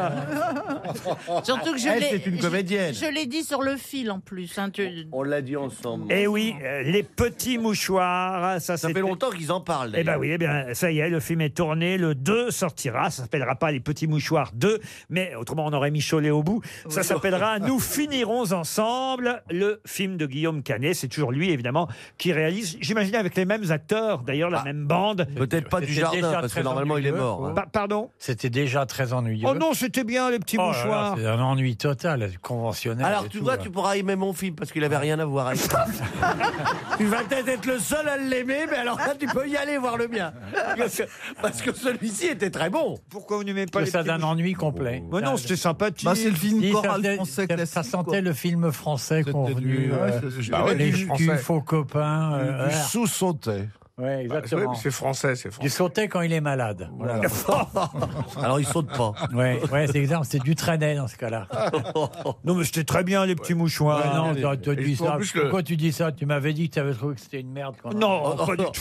Speaker 9: Surtout que
Speaker 8: Eh,
Speaker 9: je
Speaker 12: Elle,
Speaker 9: l'ai-
Speaker 12: c'est une
Speaker 9: je-
Speaker 12: comédienne.
Speaker 9: Je, l'ai dit sur le fil en plus. hein, tu-
Speaker 12: On l'a dit ensemble.
Speaker 4: Eh oui, euh, les petits mouchoirs. Ça,
Speaker 12: fait longtemps qu'ils en parlent.
Speaker 4: Eh ben
Speaker 12: d'ailleurs.
Speaker 4: oui, eh bien, ça y est, le film est tourné, le 2 sortira, ça s'appellera pas Les Petits Mouchoirs 2, mais autrement on aurait mis Cholet au bout, ça s'appellera Nous finirons ensemble, le film de Guillaume Canet, c'est toujours lui évidemment qui réalise, j'imagine avec les mêmes acteurs, d'ailleurs la même bande.
Speaker 12: Ah. Peut-être pas du jardin, parce que normalement il est mort. hein.
Speaker 4: Pa- pardon
Speaker 7: C'était déjà très ennuyeux.
Speaker 4: Oh non, c'était bien les petits
Speaker 7: Oh là là,
Speaker 4: mouchoirs.
Speaker 7: C'est un ennui total, conventionnel.
Speaker 12: Alors
Speaker 7: et
Speaker 12: tu
Speaker 7: tout,
Speaker 12: vois,
Speaker 7: là.
Speaker 12: tu pourras aimer mon film parce qu'il avait rien à voir avec ça. tu vas peut-être être le seul à l'aimer, mais alors là tu peux y aller voir le mien. Parce que, parce que celui-ci était très bon.
Speaker 4: Pourquoi vous n'aimez
Speaker 7: pas ça d'un ennui complet.
Speaker 4: Mais non, c'était sympathique.
Speaker 8: Bah, c'est le film
Speaker 7: Si, ça
Speaker 8: choral
Speaker 7: faisait-
Speaker 8: français
Speaker 7: ça- Ça
Speaker 8: classique,
Speaker 7: sentait
Speaker 8: quoi.
Speaker 7: le film français convenu.
Speaker 5: du,
Speaker 7: euh,
Speaker 5: ouais, c'est-
Speaker 7: bah
Speaker 5: du-
Speaker 7: ouais, les
Speaker 5: du
Speaker 7: culs
Speaker 5: français.
Speaker 7: faux copains.
Speaker 5: Du-
Speaker 7: euh,
Speaker 5: Du
Speaker 7: voilà.
Speaker 5: sous-sauté.
Speaker 7: Ouais, exactement.
Speaker 10: ouais, mais c'est français, c'est français.
Speaker 7: Du sauté quand il est malade. Voilà.
Speaker 12: Alors il saute pas.
Speaker 7: ouais, ouais, c'est exact. C'est du traîner dans ce cas-là.
Speaker 4: Non mais c'était très bien les petits mouchoirs.
Speaker 7: Ouais, non,
Speaker 4: Allez.
Speaker 7: t'as- t'as
Speaker 4: Et
Speaker 7: dit
Speaker 4: surtout,
Speaker 7: ça.
Speaker 4: en plus, le-
Speaker 7: Pourquoi tu dis ça Tu m'avais dit que tu avais trouvé que c'était une merde. quand-
Speaker 4: Non, pas du tout.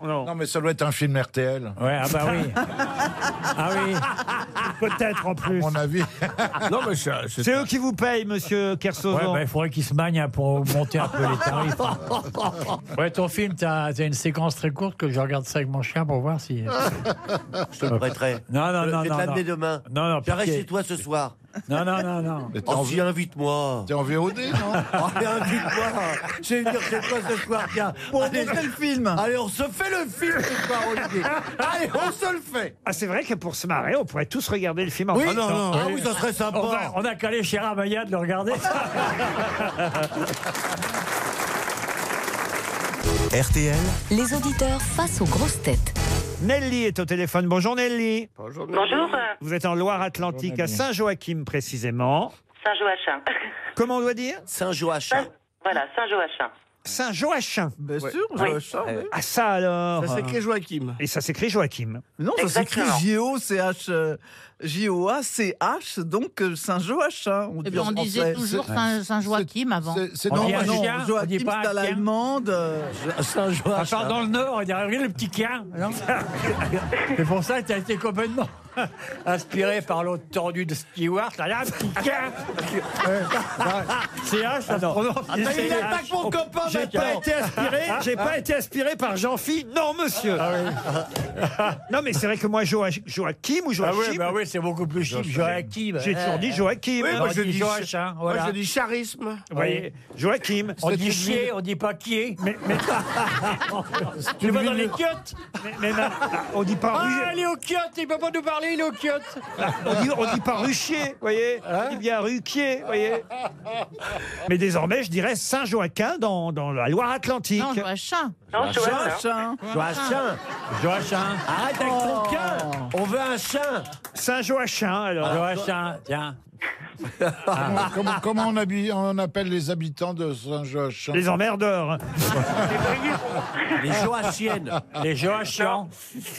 Speaker 4: Non.
Speaker 5: mais ça doit être un film RTL.
Speaker 7: Oh, Ouais, ah bah oui. Ah oui.
Speaker 4: Peut-être en plus.
Speaker 5: À mon avis.
Speaker 10: non, mais ça- c'est-
Speaker 4: C'est eux qui vous payent, monsieur
Speaker 7: Ouais,
Speaker 4: Kersauzon.
Speaker 7: bah, il faudrait qu'ils se magnent hein, pour monter un peu les tarifs. hein. Ouais, ton film, t'as t'as une séquence très courte que je regarde ça avec mon chien pour voir si.
Speaker 12: Ah. Je te le prêterai.
Speaker 7: Non, non,
Speaker 12: Je-
Speaker 7: non,
Speaker 12: Je vais
Speaker 7: non,
Speaker 12: te l'amener
Speaker 7: non.
Speaker 12: demain.
Speaker 7: Non, non,
Speaker 12: J'arrête
Speaker 7: piqué.
Speaker 12: chez toi ce soir.
Speaker 7: Non, non, non, non.
Speaker 12: Oh, si, invite-moi.
Speaker 5: T'es en VOD, non
Speaker 12: Oh, mais invite-moi. Je vais venir chez toi ce soir, tiens.
Speaker 8: Bon, on
Speaker 12: Allez,
Speaker 8: fait le film.
Speaker 12: Allez, on se fait le film ce soir, Olivier. Allez, on se le fait.
Speaker 4: Ah, c'est vrai que pour se marrer, on pourrait tous regarder le film en
Speaker 12: Oui,
Speaker 4: même temps.
Speaker 12: ah oui, ça serait
Speaker 7: On, va-
Speaker 12: sympa.
Speaker 7: on a calé Chira Maya de le regarder.
Speaker 2: RTL,
Speaker 3: Les auditeurs face aux grosses têtes.
Speaker 4: Nelly est au téléphone. Bonjour Nelly.
Speaker 15: Bonjour,
Speaker 4: Vous êtes en Loire-Atlantique, à Saint-Joachim précisément.
Speaker 15: Saint-Joachim.
Speaker 4: Comment on doit dire
Speaker 12: Saint-Joachim.
Speaker 15: Voilà, Saint-Joachim.
Speaker 4: Saint-Joachim.
Speaker 8: Bien
Speaker 15: Ouais.
Speaker 8: sûr,
Speaker 15: Oui.
Speaker 8: Joachim, oui.
Speaker 4: Ah ça alors.
Speaker 10: Ça s'écrit Joachim.
Speaker 4: Et ça s'écrit Joachim.
Speaker 8: Non, ça s'écrit
Speaker 15: Exactement.
Speaker 8: J-O-C-H. euh, J-O-A-C-H, donc euh, Saint-Joachim.
Speaker 9: Eh
Speaker 8: dit
Speaker 9: bien,
Speaker 8: en
Speaker 9: on disait
Speaker 8: français.
Speaker 9: toujours
Speaker 8: C'est-
Speaker 9: Saint- Saint-Joachim avant.
Speaker 8: C'est
Speaker 7: On
Speaker 8: non,
Speaker 7: dit un
Speaker 8: non,
Speaker 7: chien, on
Speaker 8: Joachim,
Speaker 7: dit pas un
Speaker 8: c'est à
Speaker 7: chien.
Speaker 8: l'allemande. euh,
Speaker 7: Enfin, dans le Nord, on dirait regarde le petit quin. non C'est pour ça que t'as été complètement inspiré par l'autre tordu de Stewart. Là, là, petit quin. C'est H,
Speaker 12: Ah
Speaker 7: ça se
Speaker 4: Ah,
Speaker 7: prononce.
Speaker 12: Attends, il attaque mon copain
Speaker 4: J'ai pas
Speaker 12: maintenant.
Speaker 4: été aspiré.
Speaker 7: Ah,
Speaker 4: J'ai pas été aspiré par Jean-Phi. Non monsieur. non mais c'est vrai que moi Joach- Joachim ou
Speaker 7: Ah
Speaker 4: Joachim.
Speaker 7: oui, bah oui, c'est beaucoup plus chic. Joachim.
Speaker 4: J'ai toujours dit Joachim.
Speaker 7: Oui, moi, je dis Joachim.
Speaker 10: Joachim,
Speaker 7: Voilà.
Speaker 10: Moi, je dis charisme.
Speaker 4: Vous voyez, Joachim.
Speaker 7: On
Speaker 4: C'est une
Speaker 7: dit chier,
Speaker 4: ville-
Speaker 7: on dit pas qui est.
Speaker 4: Mais, mais,
Speaker 7: Tu vas dans les kiottes
Speaker 4: mais- mais non, on dit pas
Speaker 7: Ah,
Speaker 4: rue-
Speaker 7: il est au kiotte, il peut pas nous parler, il est au kiotte.
Speaker 4: on dit, on dit pas ruchier, vous voyez
Speaker 7: Hein
Speaker 4: On dit bien ruquier, vous voyez Mais désormais, je dirais Saint-Joaquin dans, dans la Loire-Atlantique.
Speaker 9: Non, Joachim.
Speaker 15: Non, Joachim.
Speaker 8: Joachim.
Speaker 7: Joachim. Joachim.
Speaker 12: Arrête avec ton cœur On veut un chien
Speaker 4: Saint-Joachim, alors.
Speaker 5: Ah.
Speaker 7: Joachim, tiens.
Speaker 5: Comment, comment- comment on, habille- on appelle les habitants de Saint-Joachim
Speaker 4: Les emmerdeurs.
Speaker 7: Les Joachimiennes. Les Joachians.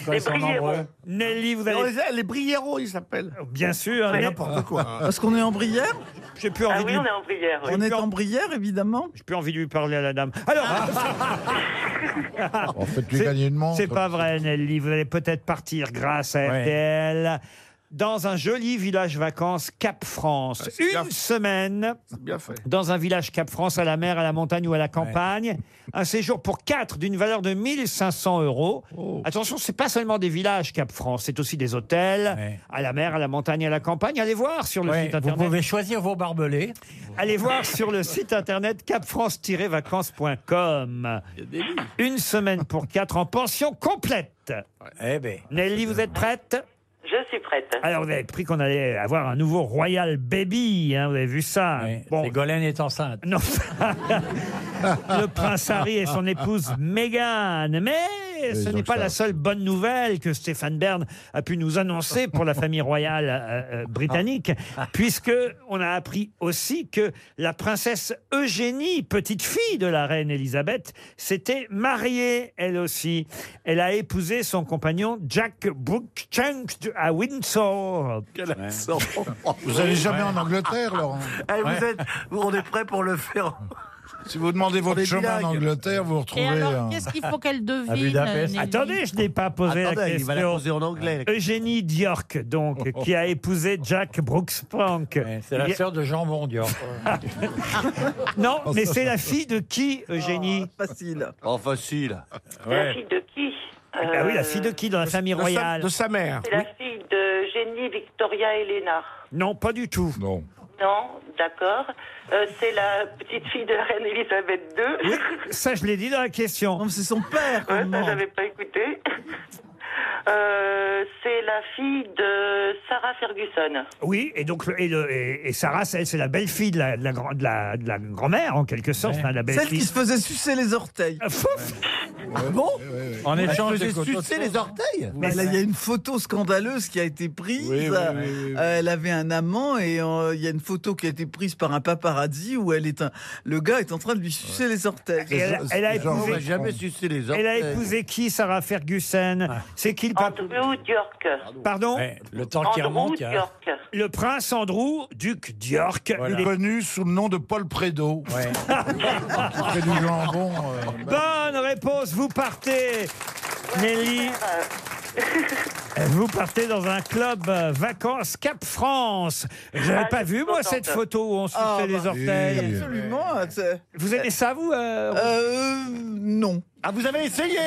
Speaker 5: Les ils sont Briéraux. nombreux.
Speaker 4: Nelly, vous allez.
Speaker 5: Eh,
Speaker 10: Les, Brieros, ils s'appellent.
Speaker 4: Bien sûr.
Speaker 10: C'est
Speaker 4: Nelly-
Speaker 10: n'importe quoi.
Speaker 4: Parce qu'on est en Brière J'ai plus envie de lui-
Speaker 15: prière.
Speaker 4: Ah On est en Brière, évidemment. J'ai plus envie de lui parler à la dame. Alors. Ah.
Speaker 5: En fait, tu
Speaker 4: C'est-
Speaker 5: gagnes une montre.
Speaker 4: C'est pas vrai, Nelly. Vous allez peut-être partir grâce à
Speaker 5: Ouais.
Speaker 4: RTL dans un joli village vacances Cap France.
Speaker 5: Ah,
Speaker 4: Une semaine dans un village Cap France, à la mer, à la montagne ou à la campagne. Un séjour pour quatre d'une valeur de 1500 euros.
Speaker 7: Oh.
Speaker 4: Attention, c'est pas seulement des villages Cap France, c'est aussi des hôtels à la mer, à la montagne, à la campagne. Allez voir sur le
Speaker 7: Ouais,
Speaker 4: site
Speaker 7: vous
Speaker 4: internet.
Speaker 7: pouvez choisir vos barbelés.
Speaker 4: Allez voir sur le site internet capfrance-vacances.com. Une semaine pour quatre en pension complète.
Speaker 7: Eh ben.
Speaker 4: Nelly, vous êtes prête
Speaker 15: Je suis prête.
Speaker 4: Alors, vous avez pris qu'on allait avoir un nouveau Royal Baby, hein, vous avez vu ça. Bon.
Speaker 7: Ségolène est enceinte.
Speaker 4: Non. le prince Harry et son épouse Meghan. Mais ce
Speaker 7: ils ont
Speaker 4: n'est
Speaker 7: le
Speaker 4: pas la
Speaker 7: charme.
Speaker 4: seule bonne nouvelle que Stéphane Bern a pu nous annoncer pour la famille royale euh, euh, britannique,
Speaker 5: Ah.
Speaker 4: puisque on a appris aussi que la princesse Eugénie, petite fille de la reine Elisabeth, s'était mariée elle aussi. Elle a épousé son compagnon Jack Brookchank à Windsor.
Speaker 5: Vous allez jamais en Angleterre, Laurent
Speaker 4: Eh, vous Ouais.
Speaker 5: êtes, On est prêt pour le faire. Si vous demandez votre
Speaker 4: est
Speaker 5: chemin
Speaker 4: bilingue.
Speaker 5: en Angleterre, vous retrouvez. hein.
Speaker 9: Et alors,
Speaker 5: un-
Speaker 9: qu'est-ce qu'il faut qu'elle devine Nelly
Speaker 4: Attendez, je n'ai pas posé la
Speaker 12: Attendez,
Speaker 4: question.
Speaker 12: il va la poser en anglais, Oh, la
Speaker 4: Eugénie Diorc, donc, qui a épousé Jack Brooks-Prank.
Speaker 7: C'est la
Speaker 4: Il y a-
Speaker 7: sœur de Jean Bondior.
Speaker 4: Non, mais c'est la fille de qui, Eugénie Facile.
Speaker 12: Oh, facile
Speaker 15: La fille de qui euh,
Speaker 4: Ah oui, la fille de qui dans la famille
Speaker 15: de sa-
Speaker 4: royale
Speaker 15: de
Speaker 10: sa mère.
Speaker 15: C'est la fille de Jenny Victoria Elena.
Speaker 4: Non, pas du tout. Non.
Speaker 15: Non, d'accord. Euh, c'est la petite fille de la reine Elisabeth II.
Speaker 4: Ça, je l'ai dit dans la question. Non,
Speaker 8: c'est son père.
Speaker 15: Ouais, ça, j'avais pas écouté. Euh, c'est la fille de Sarah Ferguson.
Speaker 4: Oui, et donc le- et, le- et- et Sarah, c'est c'est la belle-fille de la, de la grand- de la- de la grand-mère, en quelque sorte. hein, la
Speaker 8: Celle qui
Speaker 4: belle-fille. Ah,
Speaker 8: se faisait sucer les orteils. Ah
Speaker 4: bon En
Speaker 8: Elle
Speaker 4: échange
Speaker 8: se
Speaker 4: de
Speaker 8: faisait
Speaker 4: photos de
Speaker 8: sucer
Speaker 4: choses.
Speaker 8: les orteils
Speaker 4: Mais
Speaker 8: Mais là,
Speaker 4: c'est-
Speaker 8: il y a une photo scandaleuse qui a été prise.
Speaker 4: Oui, oui,
Speaker 8: Euh,
Speaker 4: oui, oui, oui.
Speaker 8: Elle avait un amant et euh, il y a une photo qui a été prise par un paparazzi où elle est un... le gars est en train de lui sucer les orteils.
Speaker 4: Et elle- elle a épousé- Elle a épousé qui, Sarah Ferguson C'est qui le pape
Speaker 15: Andrew Diorc.
Speaker 4: Pardon
Speaker 7: Le
Speaker 15: temps qui Andrew remonte, hein. Diorc.
Speaker 4: Le prince Andrew, duc d'York.
Speaker 5: Il est connu sous le nom de Paul Prédo. Qui fait du jambon. euh,
Speaker 4: Bonne réponse, vous partez, Nelly. Vous partez dans un club euh, vacances Cap France. Je
Speaker 8: Ah,
Speaker 4: n'avais
Speaker 8: je
Speaker 4: pas
Speaker 8: suis
Speaker 4: vu, moi,
Speaker 8: contente.
Speaker 4: cette photo où on se
Speaker 8: Ah,
Speaker 4: fait les
Speaker 8: bah,
Speaker 4: orteils.
Speaker 8: Absolument. c'est-
Speaker 4: Vous aimez ça, vous
Speaker 8: Euh, non.
Speaker 12: Ah, vous avez essayé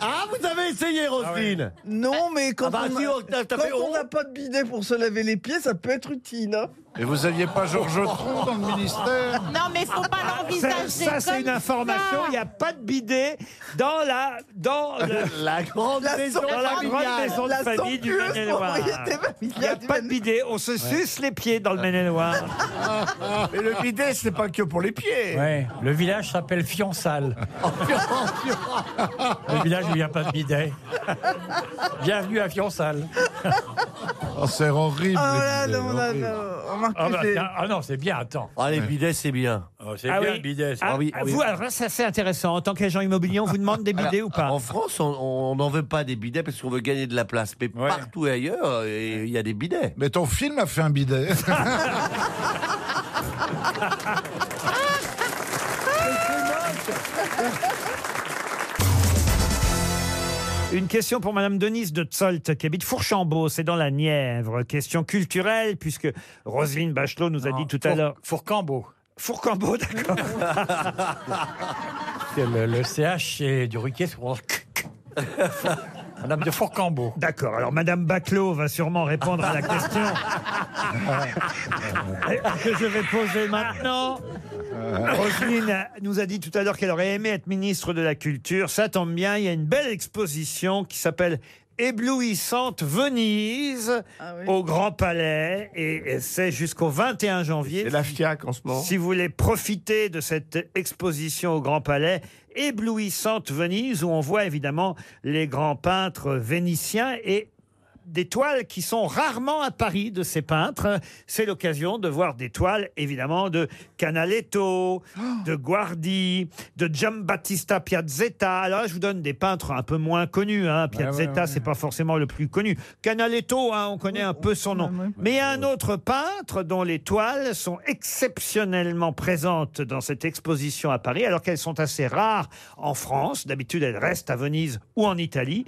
Speaker 12: Ah, vous avez essayé, Roselyne
Speaker 8: Non, mais quand
Speaker 12: Ah bah,
Speaker 8: on
Speaker 12: si,
Speaker 8: a-
Speaker 12: on t'a- t'a
Speaker 8: quand
Speaker 12: fait
Speaker 8: on
Speaker 12: honte.
Speaker 8: n'a pas de bidet pour se laver les pieds, ça peut être utile. hein.
Speaker 5: Et vous aviez pas Georges Tron dans le ministère
Speaker 9: Non, mais faut pas l'envisager.
Speaker 4: Ah, Ça, c'est
Speaker 9: comme
Speaker 4: une information. Il n'y a pas de bidet dans la, dans le-
Speaker 12: La grande
Speaker 4: dans
Speaker 12: maison
Speaker 4: la grande
Speaker 12: familiale.
Speaker 4: maison de
Speaker 12: La
Speaker 4: famille du
Speaker 12: somptueuse
Speaker 4: Maine-et-Loire.
Speaker 12: propriété
Speaker 4: Il n'y a pas de bidet. On se suce les pieds dans le Maine-et-Loire.
Speaker 7: Ah.
Speaker 10: Mais le bidet, c'est pas que pour les pieds.
Speaker 7: Ouais, le village s'appelle Fionçal. le village où il n'y a pas de bidet. Bienvenue à Fionçal.
Speaker 5: Oh, c'est horrible.
Speaker 7: Ah
Speaker 5: les bidets,
Speaker 7: là, non, là,
Speaker 5: horrible.
Speaker 7: Ah, bah, tiens, ah non, c'est bien, attends.
Speaker 12: Ah, les bidets, c'est bien.
Speaker 7: Oh, c'est
Speaker 4: Ah
Speaker 7: bien
Speaker 4: oui.
Speaker 7: le bidet.
Speaker 4: Ah, ah, vous, alors là, ça, c'est intéressant. En tant qu'agent immobilier, on vous demande des bidets
Speaker 12: Alors,
Speaker 4: ou pas
Speaker 12: En France, on- on n'en veut pas des bidets parce qu'on veut gagner de la place. Mais partout ailleurs, euh, il y a des bidets.
Speaker 5: Mais ton film a fait un bidet.
Speaker 4: Une question pour Madame Denise de Tsolt, qui habite Fourchambault, c'est dans la Nièvre. Question culturelle, puisque Roselyne Bachelot nous a dit tout à
Speaker 7: Four-
Speaker 4: l'heure.
Speaker 7: Fourcambault.
Speaker 4: Fourcambault, d'accord.
Speaker 7: C'est le, le CH c'est du ruquier sur Madame de Fourcambault.
Speaker 4: D'accord, alors Madame Bachelot va sûrement répondre à la question que je vais poser maintenant.
Speaker 10: Euh.
Speaker 4: Roselyne nous a dit tout à l'heure qu'elle aurait aimé être ministre de la Culture. Ça tombe bien, il y a une belle exposition qui s'appelle Éblouissante Venise au Grand Palais. Et et c'est jusqu'au 21 janvier.
Speaker 10: C'est la FIAC en ce moment.
Speaker 4: Si vous voulez profiter de cette exposition au Grand Palais, éblouissante Venise où on voit évidemment les grands peintres vénitiens et des toiles qui sont rarement à Paris de ces peintres. C'est l'occasion de voir des toiles, évidemment, de Canaletto, de Guardi, de Giambattista Piazzetta. Alors là, je vous donne des peintres un peu moins connus. hein. Piazzetta, c'est pas forcément le plus connu. Canaletto, hein, on connaît un peu son nom. Mais il y a un autre peintre dont les toiles sont exceptionnellement présentes dans cette exposition à Paris, alors qu'elles sont assez rares en France. D'habitude, elles restent à Venise ou en Italie.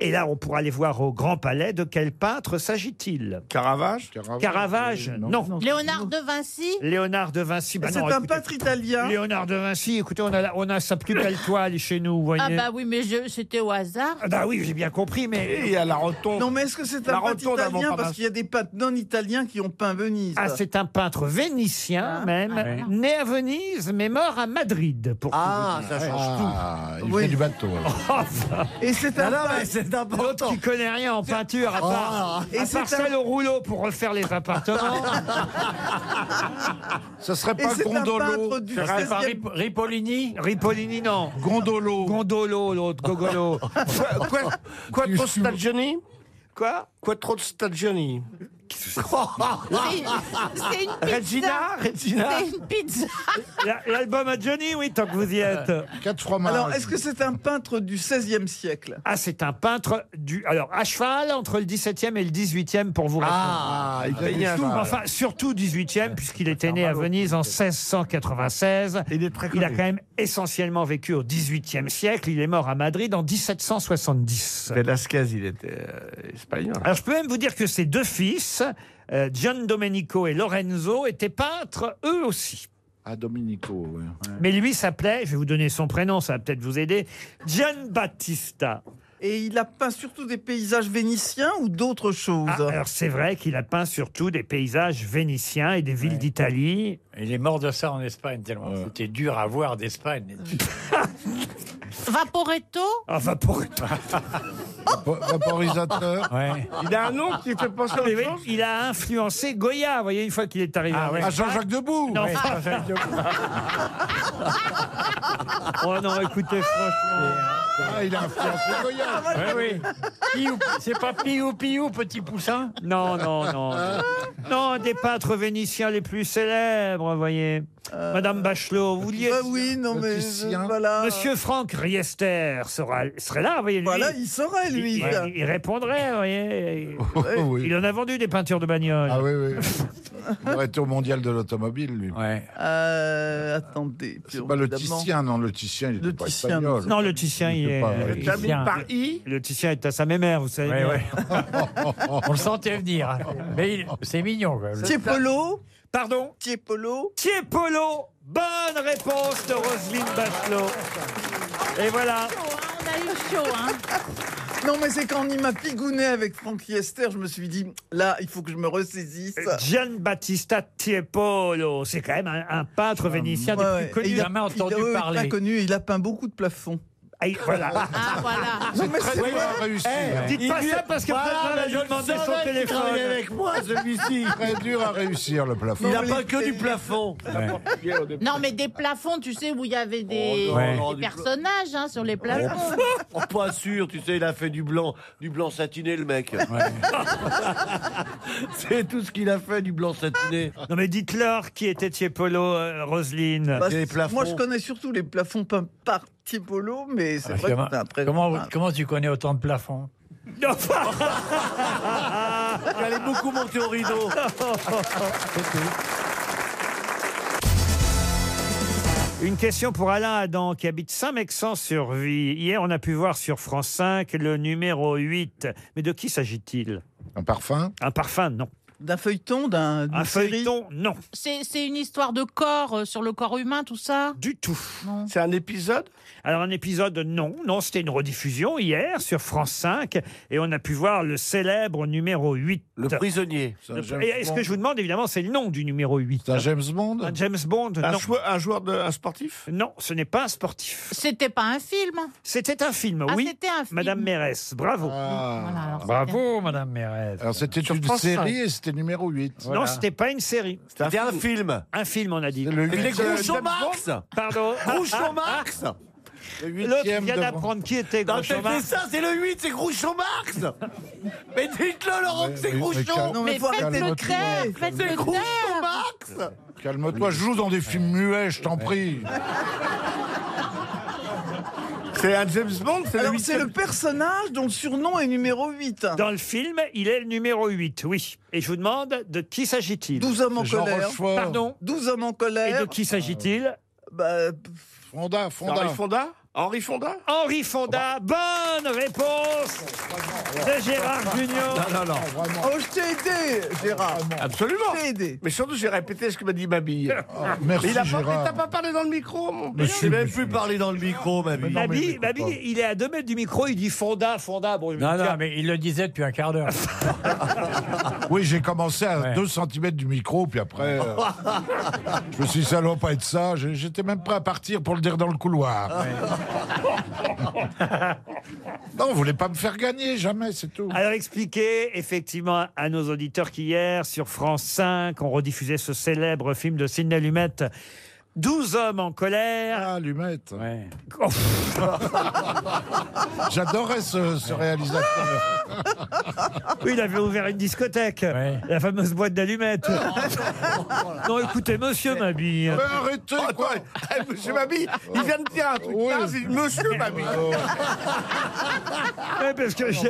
Speaker 4: Et là, on pourra aller voir au Grand Palais de quel peintre s'agit-il Caravage Caravage, non.
Speaker 9: Léonard de Vinci
Speaker 4: Léonard de Vinci, bah
Speaker 9: C'est
Speaker 4: non,
Speaker 9: un
Speaker 4: écoutez,
Speaker 9: peintre italien.
Speaker 4: Léonard de Vinci, écoutez, on a, la- on a sa plus belle toile chez nous, vous voyez.
Speaker 9: Ah bah oui, mais je- c'était au hasard.
Speaker 4: Ah bah oui, j'ai bien compris, mais
Speaker 10: il y a la rotonde.
Speaker 8: Non, mais est-ce que c'est un peintre italien Parce qu'il y a des peintres non italiens qui ont peint Venise.
Speaker 4: Ah, c'est un peintre vénitien
Speaker 8: Ah,
Speaker 4: même, né à Venise mais mort à Madrid. Pour
Speaker 8: Ah,
Speaker 4: tout vous
Speaker 8: ça
Speaker 4: dire.
Speaker 8: change
Speaker 5: Ah, il fait du bateau. alors.
Speaker 4: Oh, Et c'est
Speaker 5: un peintre.
Speaker 4: important. Qui connaît rien en peinture, à part,
Speaker 5: Et
Speaker 4: à
Speaker 5: c'est
Speaker 4: part
Speaker 5: un-
Speaker 4: celle au rouleau pour refaire les appartements.
Speaker 5: Ça serait
Speaker 4: Et
Speaker 5: pas
Speaker 4: c'est un
Speaker 5: Gondolo
Speaker 4: peintre du Ça serait pas 16e Rip-
Speaker 5: Ripolini
Speaker 4: Ripolini, non.
Speaker 5: Gondolo.
Speaker 4: Gondolo, l'autre, Gogolo.
Speaker 10: Quoi trop Stagioni
Speaker 4: Quoi
Speaker 10: Quoi trop Stagioni
Speaker 12: C'est-
Speaker 9: c'est une pizza.
Speaker 10: Regina Regina
Speaker 9: C'est une pizza.
Speaker 4: La- L'album à Johnny, oui, tant que vous y êtes. Euh, Quatre fromages.
Speaker 8: Alors, est-ce que c'est un peintre du XVIe siècle
Speaker 4: Ah, c'est un peintre du. Alors, à cheval entre le 17e et le 18e pour vous répondre.
Speaker 10: Ah, il peignait à
Speaker 4: Surtout-
Speaker 10: cheval.
Speaker 4: Enfin, surtout 18e, puisqu'il était né à Venise en 1696. Il, a quand même essentiellement vécu au 18e siècle. Il est mort à Madrid en 1770.
Speaker 10: Velasquez, il était euh, espagnol.
Speaker 4: Alors, je peux même vous dire que ses deux fils, euh, Gian Domenico et Lorenzo, étaient peintres eux aussi.
Speaker 5: Ah, Domenico, oui.
Speaker 4: Mais lui s'appelait, je vais vous donner son prénom, ça va peut-être vous aider, Gian Battista.
Speaker 8: Et il a peint surtout des paysages vénitiens ou d'autres choses
Speaker 4: Ah, alors c'est vrai qu'il a peint surtout des paysages vénitiens et des villes d'Italie.
Speaker 7: Il est mort de ça en Espagne, tellement c'était dur à voir d'Espagne.
Speaker 9: Vaporetto
Speaker 4: Ah, Vaporetto.
Speaker 5: Vaporisateur.
Speaker 7: Ouais.
Speaker 10: Il a un nom qui fait penser à
Speaker 4: Ah, mais
Speaker 10: autre
Speaker 4: oui,
Speaker 10: chose
Speaker 4: Il a influencé Goya, vous voyez, une fois qu'il est arrivé.
Speaker 10: Ah,
Speaker 4: en
Speaker 10: ouais.
Speaker 4: Espagne.
Speaker 10: Ah, Jean-Jacques Debout.
Speaker 4: Non.
Speaker 10: Ouais, Jean-Jacques
Speaker 4: oh non, écoutez, franchement.
Speaker 5: Ah, il a influencé Goya.
Speaker 7: oui, oui. Piou, c'est pas Piou Piou, petit poussin
Speaker 4: Non, non, non. Non, des peintres vénitiens les plus célèbres, vous voyez. Madame Bachelot, vous vouliez.
Speaker 8: Euh, bah oui, non, mais
Speaker 4: Lotitien.
Speaker 8: euh, voilà.
Speaker 4: Monsieur Franck Riester sera, serait là, vous voyez. lui.
Speaker 8: Voilà, il saurait, lui.
Speaker 4: Il, il- il répondrait, vous voyez.
Speaker 5: oui.
Speaker 4: Il en a vendu des peintures de bagnole.
Speaker 5: Ah oui, oui. Il aurait été au mondial de l'automobile, lui.
Speaker 8: Euh, attendez. puis
Speaker 5: C'est pas le
Speaker 8: évidemment-
Speaker 5: Titien, non, le Titien, il était pas espagnol.
Speaker 4: Non, le Titien, il,
Speaker 5: était
Speaker 4: est.
Speaker 5: pas-
Speaker 4: il- Le Titien est à sa mémère, vous savez.
Speaker 7: Ouais,
Speaker 4: bien.
Speaker 7: ouais. On le sentait venir. hein. Mais il- c'est mignon. Quand même.
Speaker 8: Tiepolo
Speaker 4: Pardon
Speaker 8: Tiepolo
Speaker 4: Tiepolo Bonne réponse de Roselyne Bachelot. Et voilà.
Speaker 9: On a eu chaud, hein
Speaker 8: Non, mais c'est quand il m'a pigouné avec Francky Esther, je me suis dit, là, il faut que je me ressaisisse.
Speaker 4: Gian Battista Tiepolo, c'est quand même un, un peintre vénitien
Speaker 8: Ouais,
Speaker 4: des
Speaker 8: ouais.
Speaker 4: plus
Speaker 8: Et
Speaker 4: connus.
Speaker 8: il a- il a- ouais, Il a connu, il a peint beaucoup de plafonds.
Speaker 4: Ah, il- voilà.
Speaker 9: Ah, voilà.
Speaker 8: Non, mais c'est vrai. Eh,
Speaker 5: hein.
Speaker 4: Eh, Dites pas ça parce que
Speaker 12: Voilà,
Speaker 4: Bernard
Speaker 12: mais je
Speaker 4: va
Speaker 12: le
Speaker 4: lui demander
Speaker 12: savais
Speaker 4: son
Speaker 12: qu'il
Speaker 4: téléphone.
Speaker 12: travaillait avec moi, celui-ci.
Speaker 5: Très dur à réussir, le plafond.
Speaker 12: Il a pas que du plafond.
Speaker 9: Non, mais des plafonds, tu sais, où il y avait des,
Speaker 12: Oh, non,
Speaker 9: des
Speaker 12: non, du
Speaker 9: personnages hein, sur les plafonds.
Speaker 12: Oh, pas sûr, tu sais, il a fait du blanc, du blanc satiné, le mec. C'est tout ce qu'il a fait, du blanc satiné.
Speaker 4: Non mais dites-leur qui était Tiepolo, euh, Roselyne.
Speaker 8: Bah, moi, je connais surtout les plafonds peints par Tiepolo, mais c'est
Speaker 7: Ah,
Speaker 8: vrai que
Speaker 7: comment,
Speaker 8: c'est un très
Speaker 7: comment, comment tu connais autant de plafonds
Speaker 12: J'allais beaucoup monter au rideau.
Speaker 4: Une question pour Alain Adam qui habite Saint-Mexan-sur-Vie. Hier, on a pu voir sur France 5 le numéro 8. Mais de qui s'agit-il
Speaker 5: Un parfum
Speaker 4: Un parfum, non.
Speaker 8: D'un feuilleton, d'un
Speaker 4: Un feuilleton, non.
Speaker 9: C'est c'est une histoire de corps, euh, sur le corps humain, tout ça
Speaker 4: Du tout.
Speaker 9: Non.
Speaker 4: C'est un épisode Alors un épisode, non. Non, c'était une rediffusion hier sur France 5 et on a pu voir le célèbre numéro 8.
Speaker 12: Le prisonnier.
Speaker 4: Le- et Est-ce que je vous demande, évidemment, c'est le nom du numéro 8
Speaker 5: Un James Bond
Speaker 4: Un James Bond,
Speaker 10: Un
Speaker 4: non.
Speaker 10: joueur, un joueur de, un sportif
Speaker 4: Non, ce n'est pas un sportif.
Speaker 9: C'était pas un film
Speaker 4: C'était un film,
Speaker 9: Ah,
Speaker 4: oui.
Speaker 9: c'était un film.
Speaker 4: Madame Mérès, bravo.
Speaker 5: Ah.
Speaker 9: Voilà, alors,
Speaker 7: Bravo, Madame Mérez.
Speaker 5: Alors, c'était
Speaker 7: Sur
Speaker 5: une
Speaker 7: France
Speaker 5: série
Speaker 7: 5.
Speaker 5: et c'était numéro 8.
Speaker 4: Non, c'était pas une série.
Speaker 12: C'était un film.
Speaker 4: Un film, on a dit.
Speaker 5: Le
Speaker 12: C'était
Speaker 5: huit, euh,
Speaker 12: Groucho
Speaker 5: James
Speaker 12: Marx
Speaker 4: Pardon.
Speaker 12: Groucho Marx
Speaker 4: L'autre vient d'apprendre qui était
Speaker 12: Non,
Speaker 4: Groucho
Speaker 12: c'est
Speaker 4: Marx.
Speaker 12: ça, c'est le 8, c'est Groucho Marx Mais dites-le, Laurent, que c'est
Speaker 5: mais- mais
Speaker 12: Grouchon
Speaker 5: calme- Non, mais Mais faut arrêter de calme-toi. taire, faites-le
Speaker 12: C'est Groucho
Speaker 9: taire.
Speaker 12: Marx
Speaker 5: Calme-toi, je joue dans des films muets, je t'en prie.
Speaker 10: C'est un James Bond, c'est
Speaker 8: Alors,
Speaker 10: le
Speaker 8: c'est le personnage dont le surnom est numéro 8.
Speaker 4: Dans le film, il est le numéro 8, oui. Et je vous demande de qui s'agit-il
Speaker 8: 12 hommes en colère.
Speaker 4: Pardon
Speaker 8: 12 hommes en
Speaker 4: Et
Speaker 8: colère.
Speaker 4: de qui s'agit-il
Speaker 8: Bah,
Speaker 5: Fonda,
Speaker 10: Fonda. Henri Fonda Henri Fonda
Speaker 4: Henri Fonda, bonne réponse de Gérard Junior.
Speaker 10: Non, non, non.
Speaker 8: Oh, je t'ai aidé, Gérard.
Speaker 10: Absolument. Mais surtout, j'ai répété ce que m'a dit Mabille.
Speaker 4: Ah.
Speaker 8: Ah.
Speaker 5: merci,
Speaker 10: Mais il a pas-
Speaker 5: Gérard.
Speaker 10: mais T'as pas parlé dans le micro, mon
Speaker 12: Je sais
Speaker 10: père.
Speaker 12: même plus parler dans le micro, ma
Speaker 4: Ah.
Speaker 12: vie.
Speaker 4: Bah, Babi, Babi, il est à 2 mètres du micro, il dit Fonda, Fonda. Bon, je me
Speaker 7: Non,
Speaker 4: dis,
Speaker 7: non,
Speaker 4: tiens,
Speaker 7: mais il le disait depuis un quart d'heure.
Speaker 5: Oui, j'ai commencé à 2 cm du micro, puis après, euh, je me suis dit, ça doit pas être ça. J'ai- J'étais même prêt à partir pour le dire dans le
Speaker 10: Ah.
Speaker 5: couloir. non, vous voulez pas me faire gagner, jamais, c'est tout.
Speaker 4: Alors expliquez effectivement à nos auditeurs qu'hier sur France 5, on rediffusait ce célèbre film de Sidney Lumet. 12 hommes en colère.
Speaker 5: Ah, Lumet.
Speaker 4: Oh,
Speaker 5: J'adorais ce, ce réalisateur.
Speaker 4: oui, il avait ouvert une discothèque. La fameuse boîte d'allumettes. non, écoutez, monsieur Mabille.
Speaker 16: Euh,
Speaker 5: Mais arrêtez,
Speaker 16: Oh,
Speaker 5: quoi
Speaker 16: Eh,
Speaker 10: Monsieur Mabille, il vient de dire un truc naze, il dit
Speaker 16: Oh.
Speaker 10: Monsieur Mabille.
Speaker 4: Ouais, parce que je-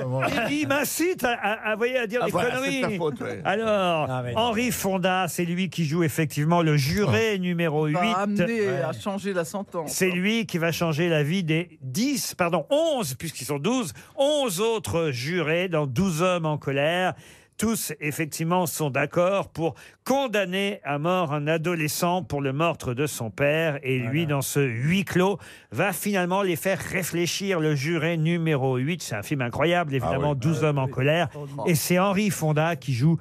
Speaker 4: il, il m'incite à, à, à, voyez, à dire
Speaker 10: Ah,
Speaker 4: des
Speaker 10: voilà,
Speaker 4: conneries.
Speaker 10: c'est de ta faute, ouais.
Speaker 4: Alors, Henri Fonda, c'est lui qui joue effectivement le
Speaker 10: Ah.
Speaker 4: juré numéro 8.
Speaker 8: va amener à changer la sentence.
Speaker 4: C'est lui qui va changer la vie des 10, pardon, 11, puisqu'ils sont 12, 11 autres jurés dans 12 hommes en colère. Tous, effectivement, sont d'accord pour condamner à mort un adolescent pour le meurtre de son père. Et lui, dans ce huis clos, va finalement les faire réfléchir. Le juré numéro 8, c'est un film incroyable, évidemment, 12 hommes en colère. Et c'est Henri Fonda qui joue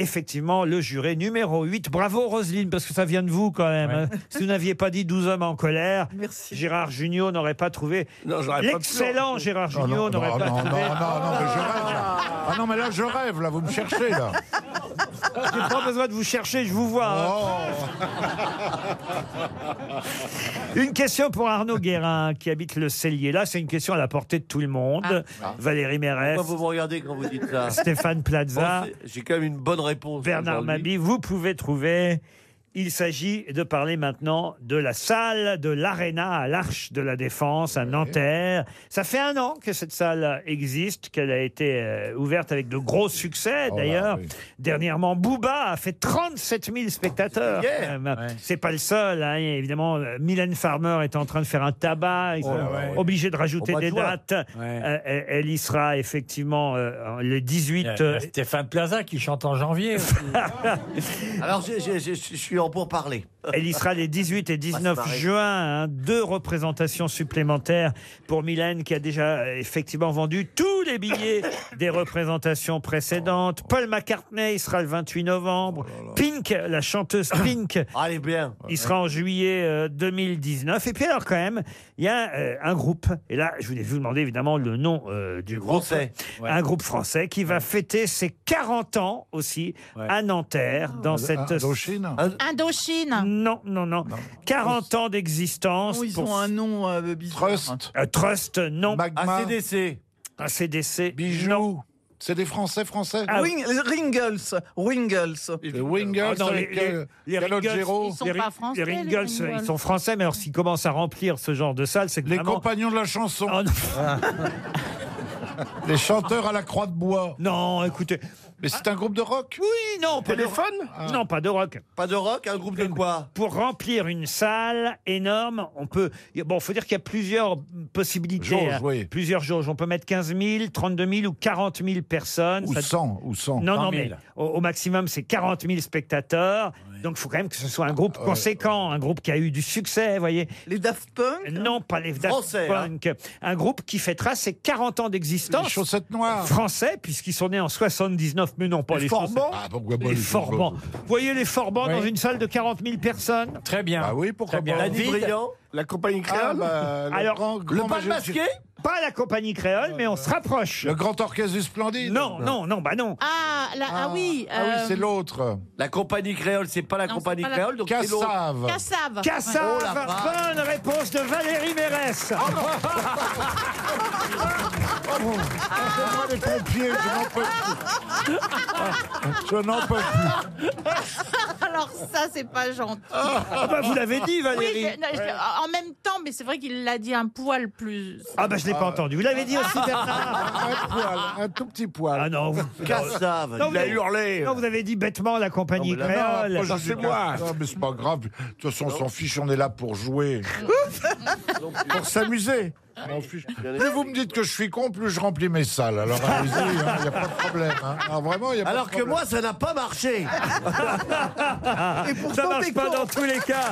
Speaker 4: Effectivement, le juré numéro 8. Bravo Roselyne, parce que ça vient de vous quand même. hein. Si vous n'aviez pas dit 12 hommes en colère, Gérard Junior n'aurait pas trouvé.
Speaker 10: Non, j'aurais pas pu.
Speaker 4: L'excellent Gérard
Speaker 5: Oh,
Speaker 4: Junior n'aurait
Speaker 5: non,
Speaker 4: pas
Speaker 5: non, non, non,
Speaker 4: trouvé.
Speaker 5: mais je rêve. là. Ah non, mais là, je rêve, là, vous me cherchez, là.
Speaker 4: J'ai pas besoin de vous chercher, je vous vois. hein.
Speaker 5: Oh.
Speaker 4: Une question pour Arnaud Guérin, qui habite le Cellier. Là, c'est une question à la portée de tout le monde. Valérie Mérès,
Speaker 12: Ah. Pourquoi vous me regardez quand vous dites ça
Speaker 4: Stéphane Plaza.
Speaker 12: Bon, c'est- J'ai quand même une bonne réponse.
Speaker 4: Bernard
Speaker 12: aujourd'hui.
Speaker 4: Mabi, vous pouvez trouver. Il s'agit de parler maintenant de la salle de l'Arena à l'Arche de la Défense à Nanterre. Ça fait un an que cette salle existe, qu'elle a été euh, ouverte avec de gros
Speaker 10: Oh
Speaker 4: succès d'ailleurs. Dernièrement, Booba a fait 37 000 spectateurs.
Speaker 10: hier.
Speaker 4: quand même. C'est pas le seul, hein. Et évidemment. euh, Mylène Farmer est en train de faire un tabac. Ils
Speaker 10: Oh
Speaker 4: sont
Speaker 10: là là, ouais.
Speaker 4: obligés de rajouter
Speaker 10: Au mois de
Speaker 4: des
Speaker 10: juin.
Speaker 4: dates. Euh, elle- elle y sera effectivement euh, le 18.
Speaker 7: Il y a Stéphane Plaza qui chante en janvier.
Speaker 12: Alors, j'ai- j'ai- j'ai- je suis en pour parler.
Speaker 4: Elle y sera les 18 et 19
Speaker 12: On va se marrer.
Speaker 4: juin. hein. deux représentations supplémentaires pour Mylène qui a déjà euh, effectivement vendu tous les billets des représentations précédentes. Paul McCartney il sera le 28 novembre.
Speaker 12: Oh
Speaker 4: Pink, la chanteuse Pink.
Speaker 12: Allez Ah, bien.
Speaker 4: Il sera en juillet euh, 2019. Et puis alors quand même, il y a euh, un groupe. Et là, je voulais vous demander évidemment le nom euh, du groupe.
Speaker 12: Français. Ouais.
Speaker 4: Un groupe français qui va fêter ses 40 ans aussi à Nanterre dans
Speaker 12: Ah,
Speaker 4: cette
Speaker 5: Indochine
Speaker 4: Indochine. Ah, Non, non, non. 40 ans d'existence.
Speaker 8: Oh, ils
Speaker 4: pour-
Speaker 8: ont un nom euh, bizarre.
Speaker 4: Euh, Trust, non.
Speaker 10: Ah,
Speaker 4: Ah,
Speaker 5: Magma.
Speaker 4: ACDC. ACDC. Bijoux.
Speaker 5: C'est des Français, Français
Speaker 8: Ah, Wing- les Ringles, Wingles.
Speaker 5: Les Wingles
Speaker 4: Ah non,
Speaker 5: avec
Speaker 4: les-
Speaker 5: euh,
Speaker 4: les- les
Speaker 5: Calogero.
Speaker 4: Ringles, les Ri- Les Ringles, euh, ils sont français, mais alors s'ils commencent à remplir ce genre de salle, c'est que
Speaker 5: Les
Speaker 4: vraiment-
Speaker 5: compagnons de la chanson.
Speaker 4: Oh, non.
Speaker 5: les chanteurs à la croix de bois.
Speaker 4: Non, écoutez.
Speaker 5: Mais c'est un groupe de rock
Speaker 4: Oui, non, pas de
Speaker 5: Téléphone
Speaker 4: rock. Non, pas de rock.
Speaker 12: Pas de rock, un groupe de quoi
Speaker 4: Pour remplir une salle énorme, on peut. Bon, faut dire qu'il y a plusieurs possibilités.
Speaker 5: Jauge,
Speaker 4: hein.
Speaker 5: oui.
Speaker 4: Plusieurs jauges. On peut mettre 15 000, 32 000 ou 40 000 personnes.
Speaker 5: Ou
Speaker 4: Ça-
Speaker 5: 100, ou 100.
Speaker 4: Non,
Speaker 5: 100
Speaker 4: non,
Speaker 5: 000.
Speaker 4: mais au, au maximum, c'est 40 000 spectateurs. Donc, il faut quand même que ce soit un groupe
Speaker 5: ouais.
Speaker 4: conséquent, un groupe qui a eu du succès, vous voyez.
Speaker 8: Les Daft Punk
Speaker 4: Non, pas les Daft
Speaker 12: Français, hein.
Speaker 4: Punk. Un groupe qui fêtera ses 40 ans d'existence.
Speaker 5: Les chaussettes noires.
Speaker 4: Français, puisqu'ils sont nés en 79, mais non pas les,
Speaker 5: Les Forbans
Speaker 4: chaussettes-
Speaker 5: Ah, pourquoi pas
Speaker 4: Les
Speaker 5: les
Speaker 4: Forbans.
Speaker 5: Forbans
Speaker 4: Vous voyez les Forbans dans une salle de 40 000 personnes
Speaker 7: Très bien.
Speaker 5: Ah oui, pourquoi
Speaker 7: Très bien.
Speaker 5: pas
Speaker 7: David
Speaker 12: Brillant.
Speaker 10: La compagnie créole
Speaker 5: Ah, bah, le
Speaker 4: Alors,
Speaker 5: grand-
Speaker 4: le
Speaker 5: grand
Speaker 12: bal
Speaker 5: majorité-
Speaker 12: masqué
Speaker 4: Pas la compagnie créole, mais on se rapproche. Le Grand Orchestre du Splendide Non, non, non, bah non.
Speaker 9: Ah, là, ah, oui. euh,
Speaker 4: l'autre.
Speaker 6: La compagnie créole, c'est pas la compagnie
Speaker 9: pas la-
Speaker 6: créole, donc c'est l'autre.
Speaker 9: Cassave.
Speaker 4: Cassave.
Speaker 6: Oh la vache.
Speaker 4: Bonne réponse de Valérie Mérès.
Speaker 5: Oh, Moi, les pompiers, je n'en peux plus. Je n'en peux plus.
Speaker 9: Alors ça, c'est pas gentil.
Speaker 4: Ah bah, vous l'avez dit, Valérie.
Speaker 9: Oui, je- non, je-
Speaker 4: Ouais.
Speaker 9: en même temps, mais c'est vrai qu'il l'a dit un poil plus.
Speaker 4: Ah bah je l'ai pas entendu. Vous l'avez dit aussi Bernard
Speaker 9: Un poil,
Speaker 4: un tout petit poil. Ah non, vous...
Speaker 5: Cassave,
Speaker 4: Non,
Speaker 5: il
Speaker 4: vous
Speaker 5: a
Speaker 4: avez-
Speaker 5: hurlé.
Speaker 4: Non, vous avez dit bêtement la compagnie créole.
Speaker 5: Non, je- Non, mais c'est pas grave. De toute façon, on s'en fiche, on est là pour jouer. pour s'amuser. On s'en fiche. Plus vous me dites que je suis con, plus je remplis mes salles. Alors
Speaker 4: Ah.
Speaker 5: allez-y, il n'y hein, a pas de problème. hein. Ah, vraiment, y a pas de
Speaker 12: Alors que
Speaker 5: problème.
Speaker 12: moi, ça n'a pas marché.
Speaker 5: Et pourtant,
Speaker 4: ça marche
Speaker 5: t'es
Speaker 4: pas
Speaker 5: con.
Speaker 4: dans tous les cas.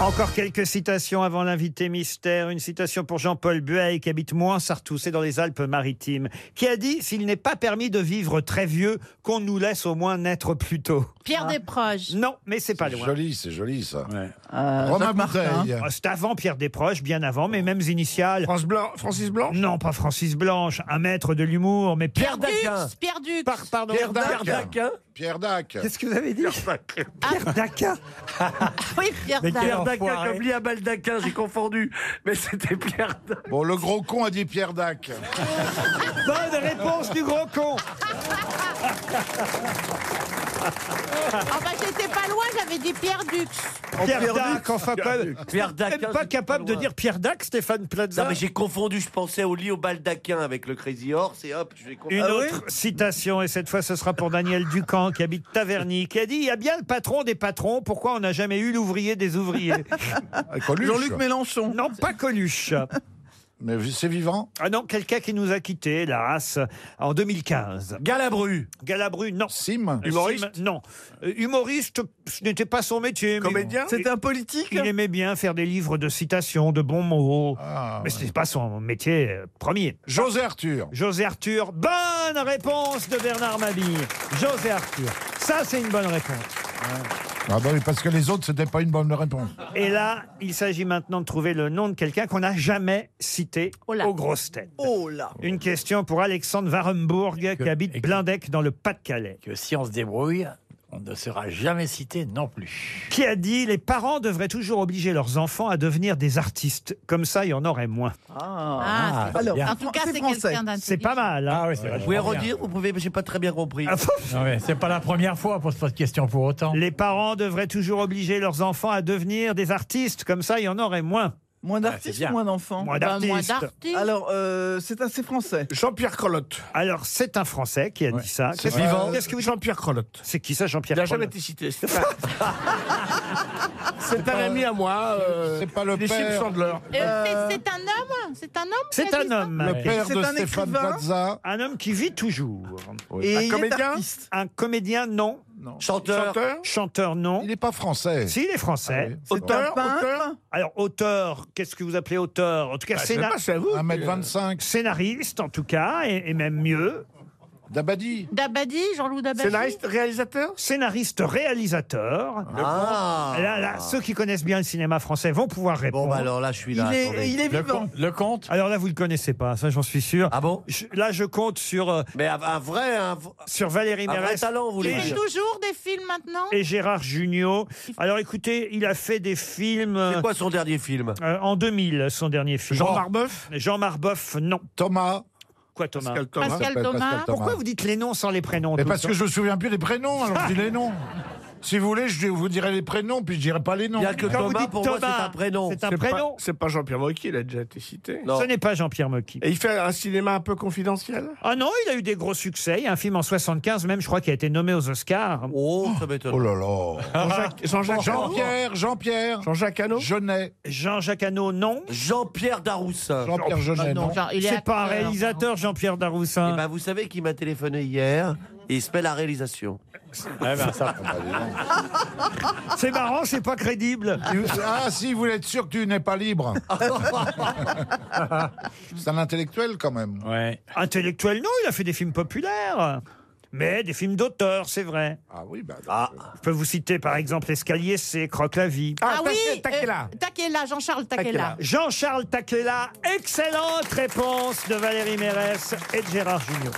Speaker 4: Encore quelques citations avant l'invité mystère. Une citation pour Jean-Paul Bueil, qui habite Moins-Sartou, c'est dans les Alpes-Maritimes, qui a dit S'il n'est pas permis de vivre très vieux, qu'on nous laisse au moins naître plus tôt.
Speaker 9: Pierre Desproges.
Speaker 4: Non, mais c'est pas loin.
Speaker 5: Joli, c'est joli ça.
Speaker 4: Romain
Speaker 5: Romain Bouteille.
Speaker 4: Ah, C'est avant Pierre Desproges, bien avant, mais mêmes initiales. Francis Blanche Non, pas Francis Blanche, un maître de l'humour, mais Pierre, Daquin.
Speaker 9: Dux, Pierre Dux.
Speaker 4: pardon.
Speaker 5: Pierre Dac. Pierre Dac.
Speaker 4: Qu'est-ce que vous avez dit Ah, Pierre Daquin.
Speaker 9: Ah Oui, Pierre
Speaker 12: Mais
Speaker 9: Dac.
Speaker 12: Pierre Daquin, comme Liabal Daquin, j'ai confondu. Mais c'était Pierre Daquin.
Speaker 5: Bon, le gros con a dit Pierre Dac.
Speaker 4: Bonne réponse du gros con.
Speaker 9: Ah bah j'étais pas loin, j'avais dit Pierre Dux.
Speaker 4: Pierre Dac, enfin pas.
Speaker 12: Pierre Dac,
Speaker 4: Même pas
Speaker 12: c'est
Speaker 4: capable
Speaker 12: pas
Speaker 4: de
Speaker 12: loin.
Speaker 4: dire Pierre Dac, Stéphane Plaza.
Speaker 12: Non, mais j'ai confondu, je pensais au lit au baldaquin avec le Crazy Horse et hop, j'ai confondu. Ah
Speaker 4: Une autre citation, et cette fois ce sera pour Daniel Ducamp qui habite Taverny, qui a dit Il y a bien le patron des patrons, pourquoi on n'a jamais eu l'ouvrier des ouvriers Ah,
Speaker 5: Coluche. Jean-Luc
Speaker 4: Mélenchon. Non, pas Coluche.
Speaker 5: Mais c'est vivant
Speaker 4: Ah non, quelqu'un qui nous a quittés, hélas, en 2015.
Speaker 12: Galabru.
Speaker 4: Galabru, non.
Speaker 5: Sim.
Speaker 4: Humoriste Non. Euh, Humoriste, ce n'était pas son métier. mais-
Speaker 12: Comédien
Speaker 4: Il-
Speaker 12: C'est un politique
Speaker 4: Il aimait bien faire des livres de citations, de bons mots. mais ce n'est pas son métier euh, premier.
Speaker 5: José Arthur.
Speaker 4: José Arthur. Bonne réponse de Bernard Mabille. José Arthur. Ça, c'est une bonne réponse.
Speaker 5: Ah bah oui, parce que les autres, c'était pas une bonne réponse.
Speaker 4: Et là, il s'agit maintenant de trouver le nom de quelqu'un qu'on n'a jamais cité aux grosses têtes.
Speaker 8: Oh là
Speaker 4: Une question pour Alexandre Warembourg qui habite Blindec dans le Pas-de-Calais.
Speaker 7: Que si on se débrouille, on ne sera jamais cité non plus.
Speaker 4: Qui a dit les parents devraient toujours obliger leurs enfants à devenir des artistes. Comme ça, il y en aurait moins.
Speaker 9: Ah, c'est-
Speaker 4: Alors,
Speaker 9: en tout cas, c'est quelqu'un d'intelligent. Ah,
Speaker 4: C'est pas mal. hein. Ah,
Speaker 12: Vous pouvez redire, vous pouvez, j'ai pas très bien compris.
Speaker 7: Non, mais c'est pas la première fois qu'on se pose question pour autant.
Speaker 4: Les parents devraient toujours obliger leurs enfants à devenir des artistes. Comme ça, il y en aurait moins.
Speaker 7: Ah,
Speaker 8: Moins d'artistes ou moins d'enfants
Speaker 4: Moins d'artistes.
Speaker 8: Alors, euh, c'est assez français.
Speaker 4: Jean-Pierre Collotte. Alors, c'est un Français qui a dit ça.
Speaker 8: C'est
Speaker 4: Qu'est-ce
Speaker 8: vivant.
Speaker 4: Qu'est-ce que vous Jean-Pierre Collotte. C'est qui ça, Jean-Pierre
Speaker 10: Il n'a jamais
Speaker 4: Collotte
Speaker 10: été cité. C'est pas- C'est un ami à moi. euh, C'est pas le
Speaker 5: père.
Speaker 9: Et Euh,
Speaker 4: Euh.
Speaker 9: c'est- C'est un homme hein, C'est un homme
Speaker 4: C'est
Speaker 9: qui a
Speaker 4: un
Speaker 9: dit ça
Speaker 4: homme.
Speaker 5: Le père C'est de un Stéphane écrivain Plaza.
Speaker 4: Un homme qui vit toujours.
Speaker 5: Et Un il est comédien
Speaker 4: Un comédien, non.
Speaker 5: Chanteur
Speaker 4: Chanteur, non. Il n'est pas français. Si, il est français.
Speaker 5: Ah oui. Auteur, C'est un peintre auteur
Speaker 4: Alors, auteur, qu'est-ce que vous appelez auteur En tout cas,
Speaker 5: Bah, je sais
Speaker 4: scénar-
Speaker 5: pas, c'est à vous. 1m25.
Speaker 4: Scénariste, en tout cas, et, et même mieux. Dabadi.
Speaker 9: Dabadi, Jean-Loup
Speaker 12: Bah,
Speaker 9: Dabadi.
Speaker 4: réalisateur Scénariste, réalisateur.
Speaker 12: Ah.
Speaker 4: Là, là, ceux qui connaissent bien le cinéma français vont pouvoir répondre.
Speaker 12: bah alors là, je suis là, Il est- attendez. il est vivant.
Speaker 4: Le comte Alors là, vous ne le connaissez pas, ça j'en suis sûr.
Speaker 12: Ah bon
Speaker 4: Là, je compte sur... euh,
Speaker 12: Mais un, un vrai. Un,
Speaker 4: sur Valérie
Speaker 12: un vrai
Speaker 4: Mérès.
Speaker 12: talent, vous voulez
Speaker 4: Et-
Speaker 9: Il fait toujours des films maintenant
Speaker 4: et Gérard Jugnot. Alors écoutez, il a fait des films.
Speaker 12: C'est quoi son dernier film
Speaker 4: euh, En 2000, son dernier film.
Speaker 12: Jean
Speaker 4: Marbeuf Jean Marbeuf, non.
Speaker 5: Thomas
Speaker 4: Quoi, Thomas
Speaker 5: Pascal Thomas. Pascal Thomas. Pascal Thomas.
Speaker 4: Pourquoi vous dites les noms sans les prénoms
Speaker 5: Mais
Speaker 4: tout Ah.
Speaker 5: parce
Speaker 4: le
Speaker 5: que je
Speaker 4: temps
Speaker 5: me souviens plus des prénoms, alors je dis les noms. Si vous voulez, je vous dirai les prénoms, puis je dirai pas les noms.
Speaker 12: Il y a que
Speaker 5: Quand vous
Speaker 12: Thomas,
Speaker 5: dites
Speaker 12: pour moi, c'est un prénom.
Speaker 4: C'est un prénom.
Speaker 10: pas- C'est pas Jean-Pierre Mocky, il a déjà été cité.
Speaker 4: Ce n'est pas Jean-Pierre Mocky.
Speaker 10: Et il fait un cinéma un peu confidentiel
Speaker 4: Ah non, il a eu des gros succès. Il y a un film en 75, même, je crois, qui a été nommé aux Oscars.
Speaker 12: Oh, ça m'étonne.
Speaker 5: Oh là là.
Speaker 6: Ah.
Speaker 10: Jean-Jacques- Jean-Jacques
Speaker 5: Jean-Pierre, Jean-Pierre.
Speaker 10: Jean-Jacques Hano
Speaker 5: Jeunet.
Speaker 4: Jean-Jacques Hano, non. Ah,
Speaker 12: Jean-Pierre Daroussin.
Speaker 5: Jean-Pierre Jeunet, non.
Speaker 4: C'est pas un réalisateur, Jean-Pierre hein. Daroussin.
Speaker 12: Eh ben, vous savez qu'il m'a téléphoné hier et il se met la réalisation.
Speaker 4: Eh ben, C'est marrant, c'est pas crédible.
Speaker 5: Ah si, vous êtes sûr que tu n'es pas libre. c'est un intellectuel quand même. Ah,
Speaker 4: Intellectuel, non, il a fait des films populaires. mais des films d'auteur, c'est vrai. Ah oui,
Speaker 5: bah,
Speaker 4: Je peux vous citer par exemple Escalier, c'est Croque la vie.
Speaker 9: Ah, oui, euh, Takela, Jean-Charles Takela.
Speaker 4: Jean-Charles Takela, excellente réponse de Valérie Mérès et de Gérard Junior.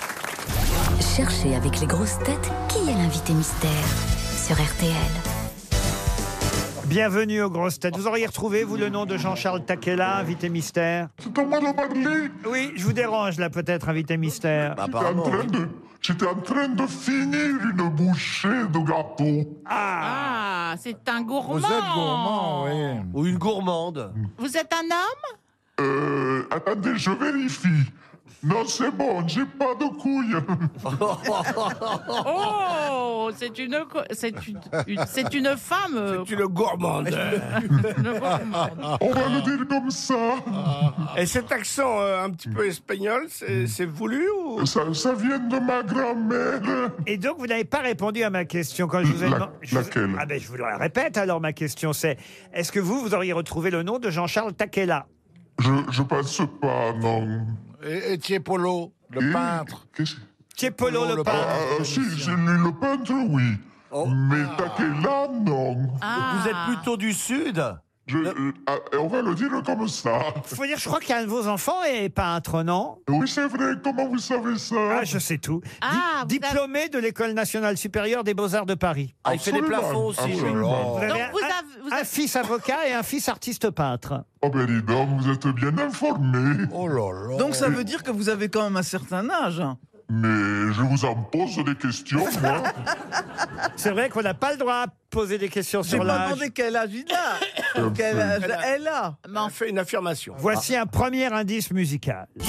Speaker 3: Cherchez avec les grosses têtes qui est l'invité mystère sur RTL.
Speaker 4: Bienvenue aux grosses têtes. Vous auriez retrouvé, vous, le nom de Jean-Charles Takela, invité mystère Oui, je vous dérange là peut-être, invité mystère.
Speaker 10: Bah,
Speaker 16: en train de- J'étais en train de finir une bouchée de gâteau.
Speaker 9: Ah, c'est un gourmand.
Speaker 16: oui.
Speaker 6: Ou une gourmande.
Speaker 9: Vous êtes un homme
Speaker 16: Euh, attendez, je vérifie. Non, c'est bon, j'ai pas de couilles.
Speaker 9: Oh, c'est une, co- c'est une, une- c'est une femme. euh,
Speaker 10: Tu le gourmande.
Speaker 16: On va le dire comme ça.
Speaker 10: Et cet accent euh, un petit peu espagnol, c'est c'est voulu ou
Speaker 16: Hmm. ça, vient de ma grand-mère.
Speaker 4: Et donc, vous n'avez pas répondu à ma question quand je vous ai
Speaker 16: La-
Speaker 4: demandé- je vous-
Speaker 16: laquelle
Speaker 4: Ah ben, je vous la répète alors, ma question c'est est-ce que vous, vous auriez retrouvé le nom de Jean-Charles Takela
Speaker 16: Je, je pense pas, non.
Speaker 5: Et, et Tiepolo, le
Speaker 16: Et-
Speaker 5: peintre.
Speaker 4: Tiepolo,
Speaker 5: le
Speaker 16: Ah, ah, si, c'est lui le peintre, oui. Mais
Speaker 9: Ah.
Speaker 16: Takela, non.
Speaker 6: Vous êtes plutôt du sud
Speaker 16: Je- euh, ah, on va le dire comme ça.
Speaker 4: Faut dire, je crois qu'un de vos enfants est peintre, non
Speaker 16: Oui, c'est vrai. Comment vous savez ça
Speaker 4: Ah, je sais tout.
Speaker 9: Ah,
Speaker 4: Di- diplômé de l'École nationale supérieure des beaux-arts de Paris.
Speaker 6: Ah, il fait des plafonds aussi, oui.
Speaker 4: Vous avez
Speaker 9: Donc
Speaker 4: un-
Speaker 9: vous avez, vous
Speaker 4: un
Speaker 9: avez-
Speaker 4: fils avocat et un fils artiste peintre.
Speaker 16: Oh, ben dis donc, vous êtes bien informé.
Speaker 5: Oh là là.
Speaker 8: Donc ça veut dire que vous avez quand même un certain âge. hein.
Speaker 16: Mais je vous en pose des questions, moi.
Speaker 4: C'est vrai qu'on n'a pas le droit de poser des questions
Speaker 8: J'ai
Speaker 4: sur
Speaker 8: pas
Speaker 4: l'âge.
Speaker 8: demandé quel âge il a. quel âge elle a.
Speaker 10: On fait une affirmation.
Speaker 4: Voici un premier indice musical.
Speaker 6: Ah.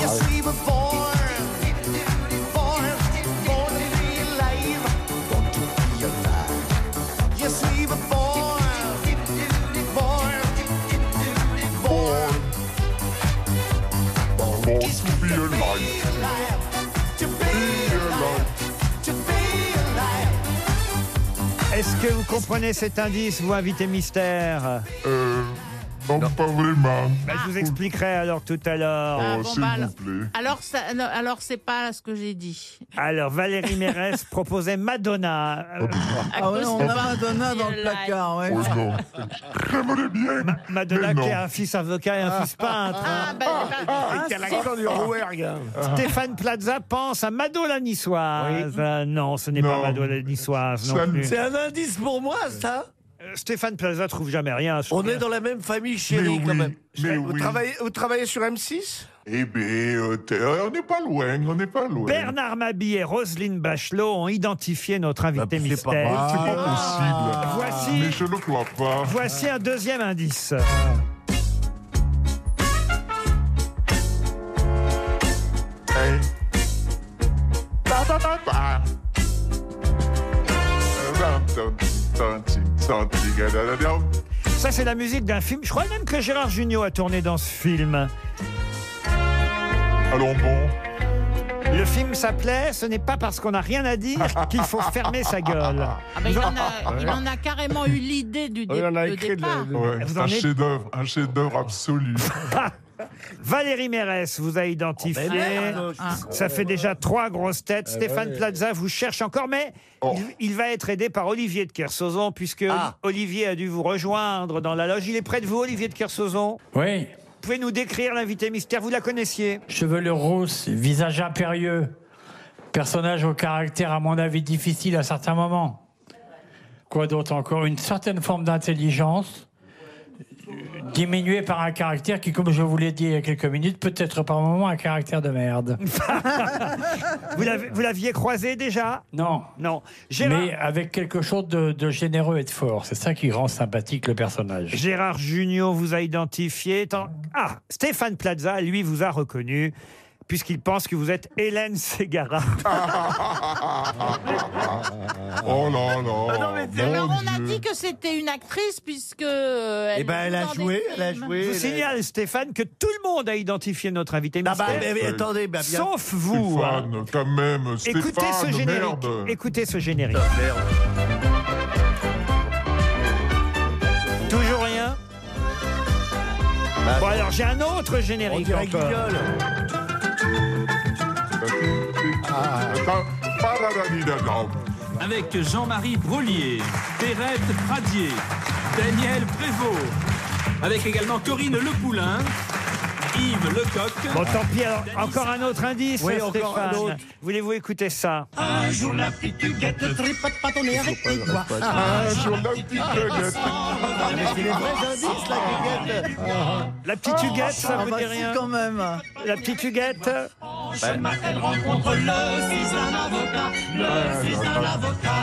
Speaker 16: Bon, to be alive. Be alive.
Speaker 4: Est-ce que vous comprenez cet indice, vous invité mystère
Speaker 16: Euh, non, pas vraiment.
Speaker 4: Bah, Je vous expliquerai alors tout à l'heure.
Speaker 9: Ah, bon, bah, alors- alors, ça- alors c'est pas ce que j'ai dit.
Speaker 4: Alors, Valérie Mérès proposait Madonna. bah,
Speaker 8: Ah ouais, on a Madonna dans le placard. Ouais. Oh,
Speaker 16: J'aimerais bien.
Speaker 4: Madonna
Speaker 8: mais non.
Speaker 4: qui a un fils avocat et un fils peintre.
Speaker 9: Ah, ben, ben,
Speaker 10: Et
Speaker 17: Ah,
Speaker 10: qui a l'accent du Rouergue. hein.
Speaker 6: Ah.
Speaker 4: Stéphane Plaza pense à Mado la Niçoise. Euh, non, ce n'est pas Mado la Niçoise non
Speaker 6: Ça-
Speaker 4: plus.
Speaker 6: C'est un indice pour moi, ça
Speaker 4: Euh, Stéphane Plaza trouve jamais rien. je
Speaker 6: On
Speaker 4: crois.
Speaker 6: est dans la même famille, chérie, quand même.
Speaker 10: Vous, travaillez, vous travaillez sur M6
Speaker 16: Eh bien, euh, t'es- on n'est pas loin, on n'est pas loin.
Speaker 4: Bernard Mabie et Roselyne Bachelot ont identifié notre invité mystère. Ah.
Speaker 16: Ah, c'est pas possible.
Speaker 4: Voici-
Speaker 16: Mais je ne crois pas.
Speaker 4: Voici un deuxième indice.
Speaker 16: Hey. Ta, ta, ta, ta. Dun, dun, dun, dun, dun, dun, dun, dun, dun.
Speaker 4: Ça, c'est la musique d'un film. Je crois même que Gérard Jugnot a tourné dans ce film.
Speaker 16: Allons bon.
Speaker 4: Le film s'appelait Ce n'est pas parce qu'on n'a rien à dire qu'il faut fermer sa gueule.
Speaker 9: ah, ben, il, en a, il en a carrément eu l'idée du dé- de départ.
Speaker 16: Ouais,
Speaker 4: Vous en
Speaker 16: un
Speaker 4: êtes-
Speaker 16: chef-d'œuvre, un chef-d'œuvre absolu.
Speaker 4: Valérie Mérès vous a identifié.
Speaker 16: Oh, ben merde.
Speaker 4: Ah. Ça fait déjà trois grosses têtes.
Speaker 16: Eh
Speaker 4: Stéphane
Speaker 16: ouais. Oh.
Speaker 4: Plaza vous cherche encore, mais il, il va être aidé par Olivier de Kersauzon, puisque
Speaker 16: Ah.
Speaker 4: Olivier a dû vous rejoindre dans la loge. Il est près de vous, Olivier de Kersauzon
Speaker 11: Oui.
Speaker 4: Pouvez nous décrire l'invité mystère Vous la connaissiez
Speaker 11: Chevelure rousse, visage impérieux. Personnage au caractère, à mon avis, difficile à certains moments. Quoi d'autre encore Une certaine forme d'intelligence, euh, diminuée par un caractère qui, comme je vous l'ai dit il y a quelques minutes, peut être par moments un caractère de merde.
Speaker 13: ah,
Speaker 4: Vous l'avez- vous l'aviez croisé déjà
Speaker 11: Non.
Speaker 4: Non. Gérard-
Speaker 11: Mais avec quelque chose de, de généreux et de fort. C'est ça qui rend sympathique le personnage.
Speaker 4: Gérard Junior vous a identifié. tant- Ah, Stéphane Plaza, lui, vous a reconnu, puisqu'il pense que vous êtes Hélène Ségara.
Speaker 16: Oh là là.
Speaker 9: Alors on a dit que c'était une actrice puisque.
Speaker 6: Eh
Speaker 9: ben, Elle
Speaker 6: ben,
Speaker 9: joue Eh dans des films.
Speaker 4: Je vous signale, Stéphane, que tout le monde a identifié notre invité
Speaker 16: Ah bah,
Speaker 4: mystère.
Speaker 6: Ah mais- mais attendez, bah, bien-
Speaker 4: Sauf vous. hein.
Speaker 16: Stéphane, quand même, Stéphane,
Speaker 4: Écoutez ce générique.
Speaker 16: merde.
Speaker 4: Écoutez ce générique. Toujours rien Bon alors j'ai un autre générique encore.
Speaker 16: Ah. Attends, par
Speaker 17: Avec Jean-Marie Brolier, Perrette Pradier, Daniel Prévost, avec également Corinne Le Poulain, Yves Lecoq.
Speaker 4: Bon, tant pis, alors, encore un autre indice,
Speaker 17: Oui,
Speaker 4: Stéphane.
Speaker 17: encore un autre.
Speaker 4: Voulez-vous écouter ça
Speaker 16: Oh
Speaker 17: Un jour, la petite
Speaker 4: tuguette
Speaker 17: tripote pas ton nez avec
Speaker 18: Ah
Speaker 17: tes doigts.
Speaker 4: Un jour, la petite
Speaker 17: tuguette.
Speaker 4: La petite huguette, ça
Speaker 8: Ah
Speaker 4: vous
Speaker 8: bah
Speaker 4: dit
Speaker 8: si,
Speaker 4: rien
Speaker 8: quand même. Bah,
Speaker 4: La petite huguette
Speaker 17: Elle rencontre le fils d'un avocat, le fils d'un avocat.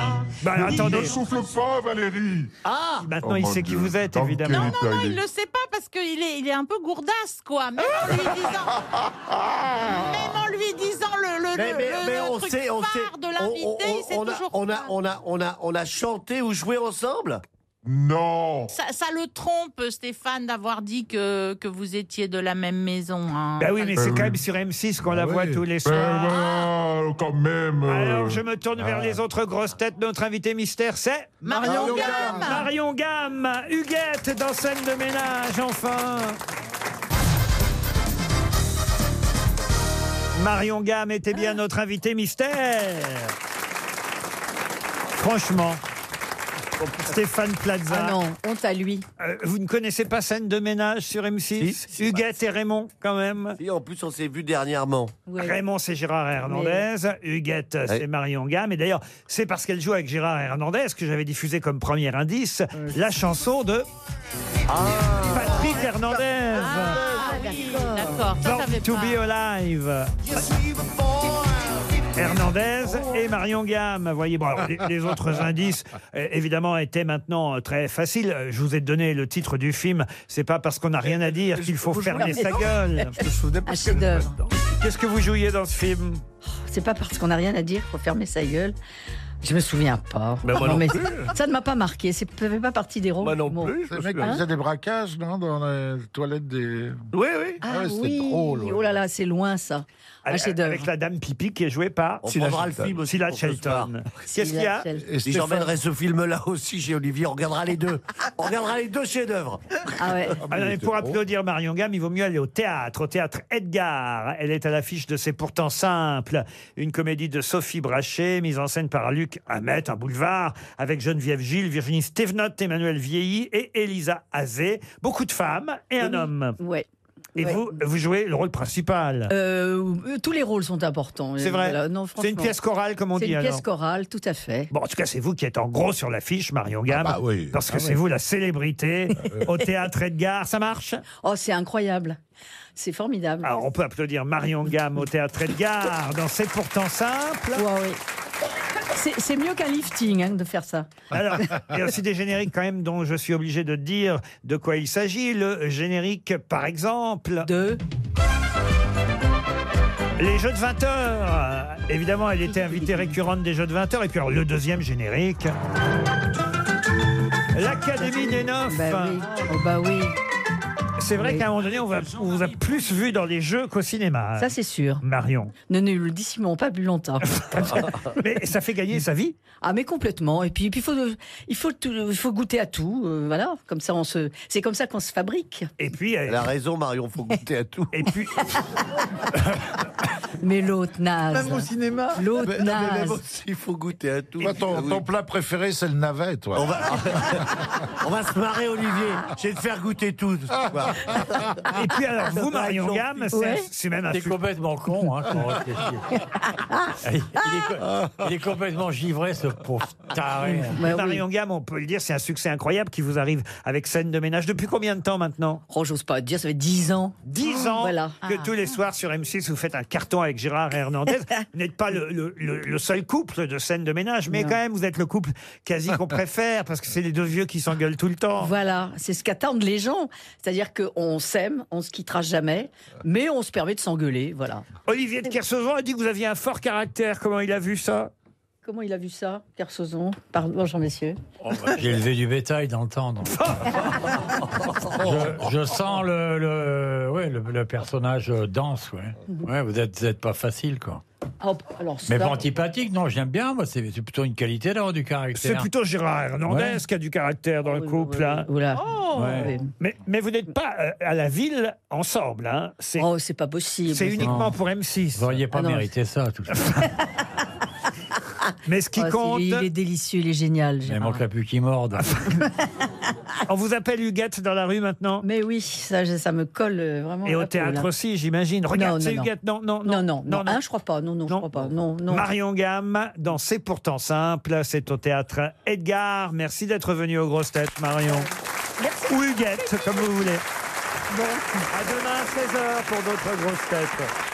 Speaker 4: Bah, alors, attendez.
Speaker 16: Ne souffle pas, Valérie.
Speaker 4: Ah Maintenant,
Speaker 16: Oh
Speaker 4: il
Speaker 16: mon
Speaker 4: sait qui
Speaker 16: Dieu.
Speaker 4: vous êtes,
Speaker 16: Dans
Speaker 4: évidemment.
Speaker 16: quel état
Speaker 9: Non, il le sait pas parce qu'il est, il est un peu gourdasse, quoi. Même en lui disant, même en lui disant le, le,
Speaker 6: Mais,
Speaker 9: le-
Speaker 6: mais-
Speaker 9: le-
Speaker 6: mais
Speaker 9: le
Speaker 6: on
Speaker 9: truc
Speaker 6: sait, on
Speaker 9: phare
Speaker 6: sait.
Speaker 9: de
Speaker 6: on,
Speaker 9: l'invité, il sait
Speaker 6: on- on a,
Speaker 9: toujours.
Speaker 6: on a, on a, on a, on a chanté ou joué ensemble
Speaker 16: Non.
Speaker 9: Ça, ça le trompe, Stéphane, d'avoir dit que, que vous étiez de la même maison. hein.
Speaker 6: Ben
Speaker 4: Bah oui, mais
Speaker 9: Ça
Speaker 16: Ben
Speaker 4: c'est
Speaker 9: le-
Speaker 4: quand même sur M6 qu'on la voit tous les soirs.
Speaker 16: quand même. euh.
Speaker 4: Alors, je me tourne vers
Speaker 16: Ah.
Speaker 4: les autres grosses têtes. Notre invité mystère, c'est
Speaker 16: Marion Marion Gamme. Gamme.
Speaker 4: Marion Gamme, Huguette dans scène de ménage, enfin. Marion Gamme était bien notre invité mystère. Franchement. Stéphane Plaza.
Speaker 18: Ah non, honte à lui.
Speaker 4: Euh, vous ne connaissez pas scène de ménage sur M6 Huguette et Raymond, quand même.
Speaker 6: Et en plus, on s'est vu dernièrement.
Speaker 4: Raymond, c'est Gérard Hernandez. Huguette, c'est Marion Gamme. Et d'ailleurs, c'est parce qu'elle joue avec Gérard Hernandez que j'avais diffusé comme premier indice la chanson de Patrick Hernandez.
Speaker 9: Ah, d'accord. D'accord, ça,
Speaker 4: Born
Speaker 9: ça fait
Speaker 4: to
Speaker 9: pas.
Speaker 4: be alive. Hernandez
Speaker 9: Oh.
Speaker 4: et Marion Gamme. Vous voyez, bon, alors, les, les autres indices, euh, évidemment, étaient maintenant euh, très faciles. Euh, Je vous ai donné le titre du film. C'est pas parce qu'on n'a rien à dire qu'il faut fermer sa
Speaker 18: Eh,
Speaker 4: gueule.
Speaker 18: Un chef-d'œuvre.
Speaker 4: Qu'est-ce que vous jouiez dans ce film
Speaker 18: C'est pas parce qu'on n'a rien à dire qu'il faut fermer sa gueule. Je me souviens pas.
Speaker 5: Ben, moi non plus.
Speaker 18: ça ne m'a pas marqué. C'est ça fait pas partie des rôles. Moi non
Speaker 5: C'est le mec qui faisait des braquages non, dans les toilettes des.
Speaker 6: Oui, oui.
Speaker 18: Ah,
Speaker 5: ouais, c'était
Speaker 18: oui.
Speaker 5: drôle. ouais.
Speaker 18: Oh là là, c'est loin ça. Un
Speaker 4: Avec,
Speaker 18: Ah, chef-d'œuvre.
Speaker 4: Ah, avec la dame pipi qui est jouée par
Speaker 6: On prendra le film aussi
Speaker 4: Sylla
Speaker 6: pour ce soir.
Speaker 4: Shelton. Qu'est-ce qu'il y a
Speaker 6: Et j'emmènerai ce film-là aussi chez Olivier. On regardera les deux. On regardera les deux chefs-d'œuvre.
Speaker 18: Ah ouais.
Speaker 4: Ah non, mais pour applaudir Marion Gamme, il vaut mieux aller au théâtre, au théâtre Edgar. Elle est à l'affiche de C'est pourtant simple, une comédie de Sophie Brachet, mise en scène par Luc Hamet, un boulevard, avec Geneviève Gilles, Virginie Stevenot, Emmanuel Vieilly et Elisa Azé. Beaucoup de femmes et un homme.
Speaker 18: Ouais.
Speaker 4: Et
Speaker 18: Ouais.
Speaker 4: vous, vous jouez le rôle principal.
Speaker 18: Euh, euh, tous les rôles sont importants.
Speaker 4: C'est vrai.
Speaker 18: Voilà. Non,
Speaker 4: C'est
Speaker 18: franchement.
Speaker 4: une pièce chorale, comme on dit,
Speaker 18: C'est une
Speaker 4: alors.
Speaker 18: pièce chorale, tout à fait.
Speaker 4: Bon, en tout cas, c'est vous qui êtes en gros sur l'affiche, Marion Gamme, parce que
Speaker 18: Ah
Speaker 4: c'est
Speaker 18: oui. Ah
Speaker 4: vous la célébrité au théâtre Edgar. Ça marche
Speaker 18: Oh, bah c'est incroyable. C'est formidable.
Speaker 4: Alors, on peut applaudir Marion Gamme au théâtre Edgar dans C'est pourtant simple.
Speaker 18: Ouais, ouais. C'est c'est mieux qu'un lifting hein, de faire ça.
Speaker 4: Alors, il y a aussi des génériques quand même dont je suis obligé de dire de quoi il s'agit. Le générique, par exemple, de les Jeux de 20 heures. Euh, Évidemment, elle était invitée récurrente des Jeux de 20 heures. Et puis alors, le deuxième générique. L'Académie des Neufs.
Speaker 18: Bah oui. Oh, bah oui.
Speaker 4: C'est vrai
Speaker 18: Oui.
Speaker 4: qu'à un moment donné, on, va- on vous a plus vu dans les jeux qu'au cinéma.
Speaker 18: Ça, c'est sûr.
Speaker 4: Marion.
Speaker 18: Ne nous le dissimulons pas plus longtemps.
Speaker 4: mais ça fait gagner sa vie
Speaker 18: Ah, mais complètement. Et puis, puis faut, il, faut tout- il faut goûter à tout. euh, voilà. Comme ça, on se, c'est comme ça qu'on se fabrique.
Speaker 4: Et puis. euh,
Speaker 6: Elle a raison, Marion. Faut goûter à tout.
Speaker 4: Et puis.
Speaker 18: Mais l'autre naze.
Speaker 6: Même au
Speaker 18: cinéma. L'autre
Speaker 6: Mais- mais même
Speaker 18: naze.
Speaker 6: aussi, il faut goûter à tout.
Speaker 5: Toi, ton, ton plat préféré, c'est le navet, toi.
Speaker 6: On va, on va se marrer, Olivier. Je vais te faire goûter tout. ce soir.
Speaker 4: Et puis alors, vous, Marion Gamme, c'est-
Speaker 11: Ouais.
Speaker 4: c'est même un
Speaker 11: T'es complètement con, hein, quand on réfléchit.
Speaker 16: Ah,
Speaker 11: il, est,
Speaker 4: Ah,
Speaker 11: co- il est complètement givré, ce pauvre taré.
Speaker 4: Marion Gamme, on peut le dire, c'est un succès incroyable qui vous arrive avec scène de ménage. Depuis combien de temps maintenant
Speaker 18: Oh, j'ose pas dire, ça fait 10 ans.
Speaker 4: 10 ans
Speaker 18: Voilà.
Speaker 4: que tous les soirs sur M6, vous faites un carton avec Gérard Hernandez. vous n'êtes pas le, le- le- le seul couple de scène de ménage, mais quand même, vous êtes le couple quasi qu'on préfère parce que c'est les deux vieux qui s'engueulent tout le temps.
Speaker 18: Voilà, c'est ce qu'attendent les gens. C'est-à-dire qu'on s'aime, on se quittera jamais, mais on se permet de s'engueuler. Voilà.
Speaker 4: Olivier de Kersauzon a dit que vous aviez un fort caractère. Comment il a vu ça
Speaker 18: Comment il a vu ça, Kersozon Pardon, Jean-Messieurs.
Speaker 11: J'ai élevé du bétail dans le temps. donc. je, je sens le, le- ouais, le, le personnage euh, dense. Ouais.
Speaker 4: Mhm.
Speaker 11: Ouais, vous n'êtes pas facile, quoi.
Speaker 18: Hop, alors
Speaker 11: Mais
Speaker 18: ça-
Speaker 11: pas antipathique, non, j'aime bien. Moi, c'est c'est plutôt une qualité d'avoir du caractère.
Speaker 4: C'est plutôt Gérard Hernandez
Speaker 11: Ouais.
Speaker 4: qui a du caractère dans le couple. hein.
Speaker 11: Oh Ouais.
Speaker 4: mais, mais vous n'êtes pas euh, à la ville ensemble. Hein.
Speaker 18: Oh, c'est pas possible. Ah
Speaker 4: C'est uniquement pour M6.
Speaker 11: Vous n'auriez pas
Speaker 4: Ah non.
Speaker 11: mérité ça, tout ça.
Speaker 4: Mais ce qui
Speaker 18: Oh, c'est-
Speaker 4: compte-
Speaker 18: Il est délicieux, il est génial.
Speaker 7: Il
Speaker 18: Gérard.
Speaker 7: manquerait plus qu'il morde.
Speaker 4: On vous appelle Huguette dans la rue maintenant
Speaker 18: Mais oui, ça, je- ça me colle euh, vraiment.
Speaker 4: Et
Speaker 18: à
Speaker 4: au
Speaker 18: la peau,
Speaker 4: théâtre
Speaker 18: là.
Speaker 4: aussi, j'imagine.
Speaker 18: Non,
Speaker 4: Regarde,
Speaker 18: non,
Speaker 4: c'est
Speaker 18: non.
Speaker 4: Huguette. Non, non,
Speaker 18: non. Non,
Speaker 4: non, non.
Speaker 18: hein, je crois pas. Non, non, je crois pas. Non, non.
Speaker 4: Marion Gamme dans C'est pourtant simple. C'est au théâtre Edgar. Merci d'être venu aux grosses têtes, Marion. Ou Huguette, comme vous voulez. À demain, 16h, pour d'autres grosses têtes.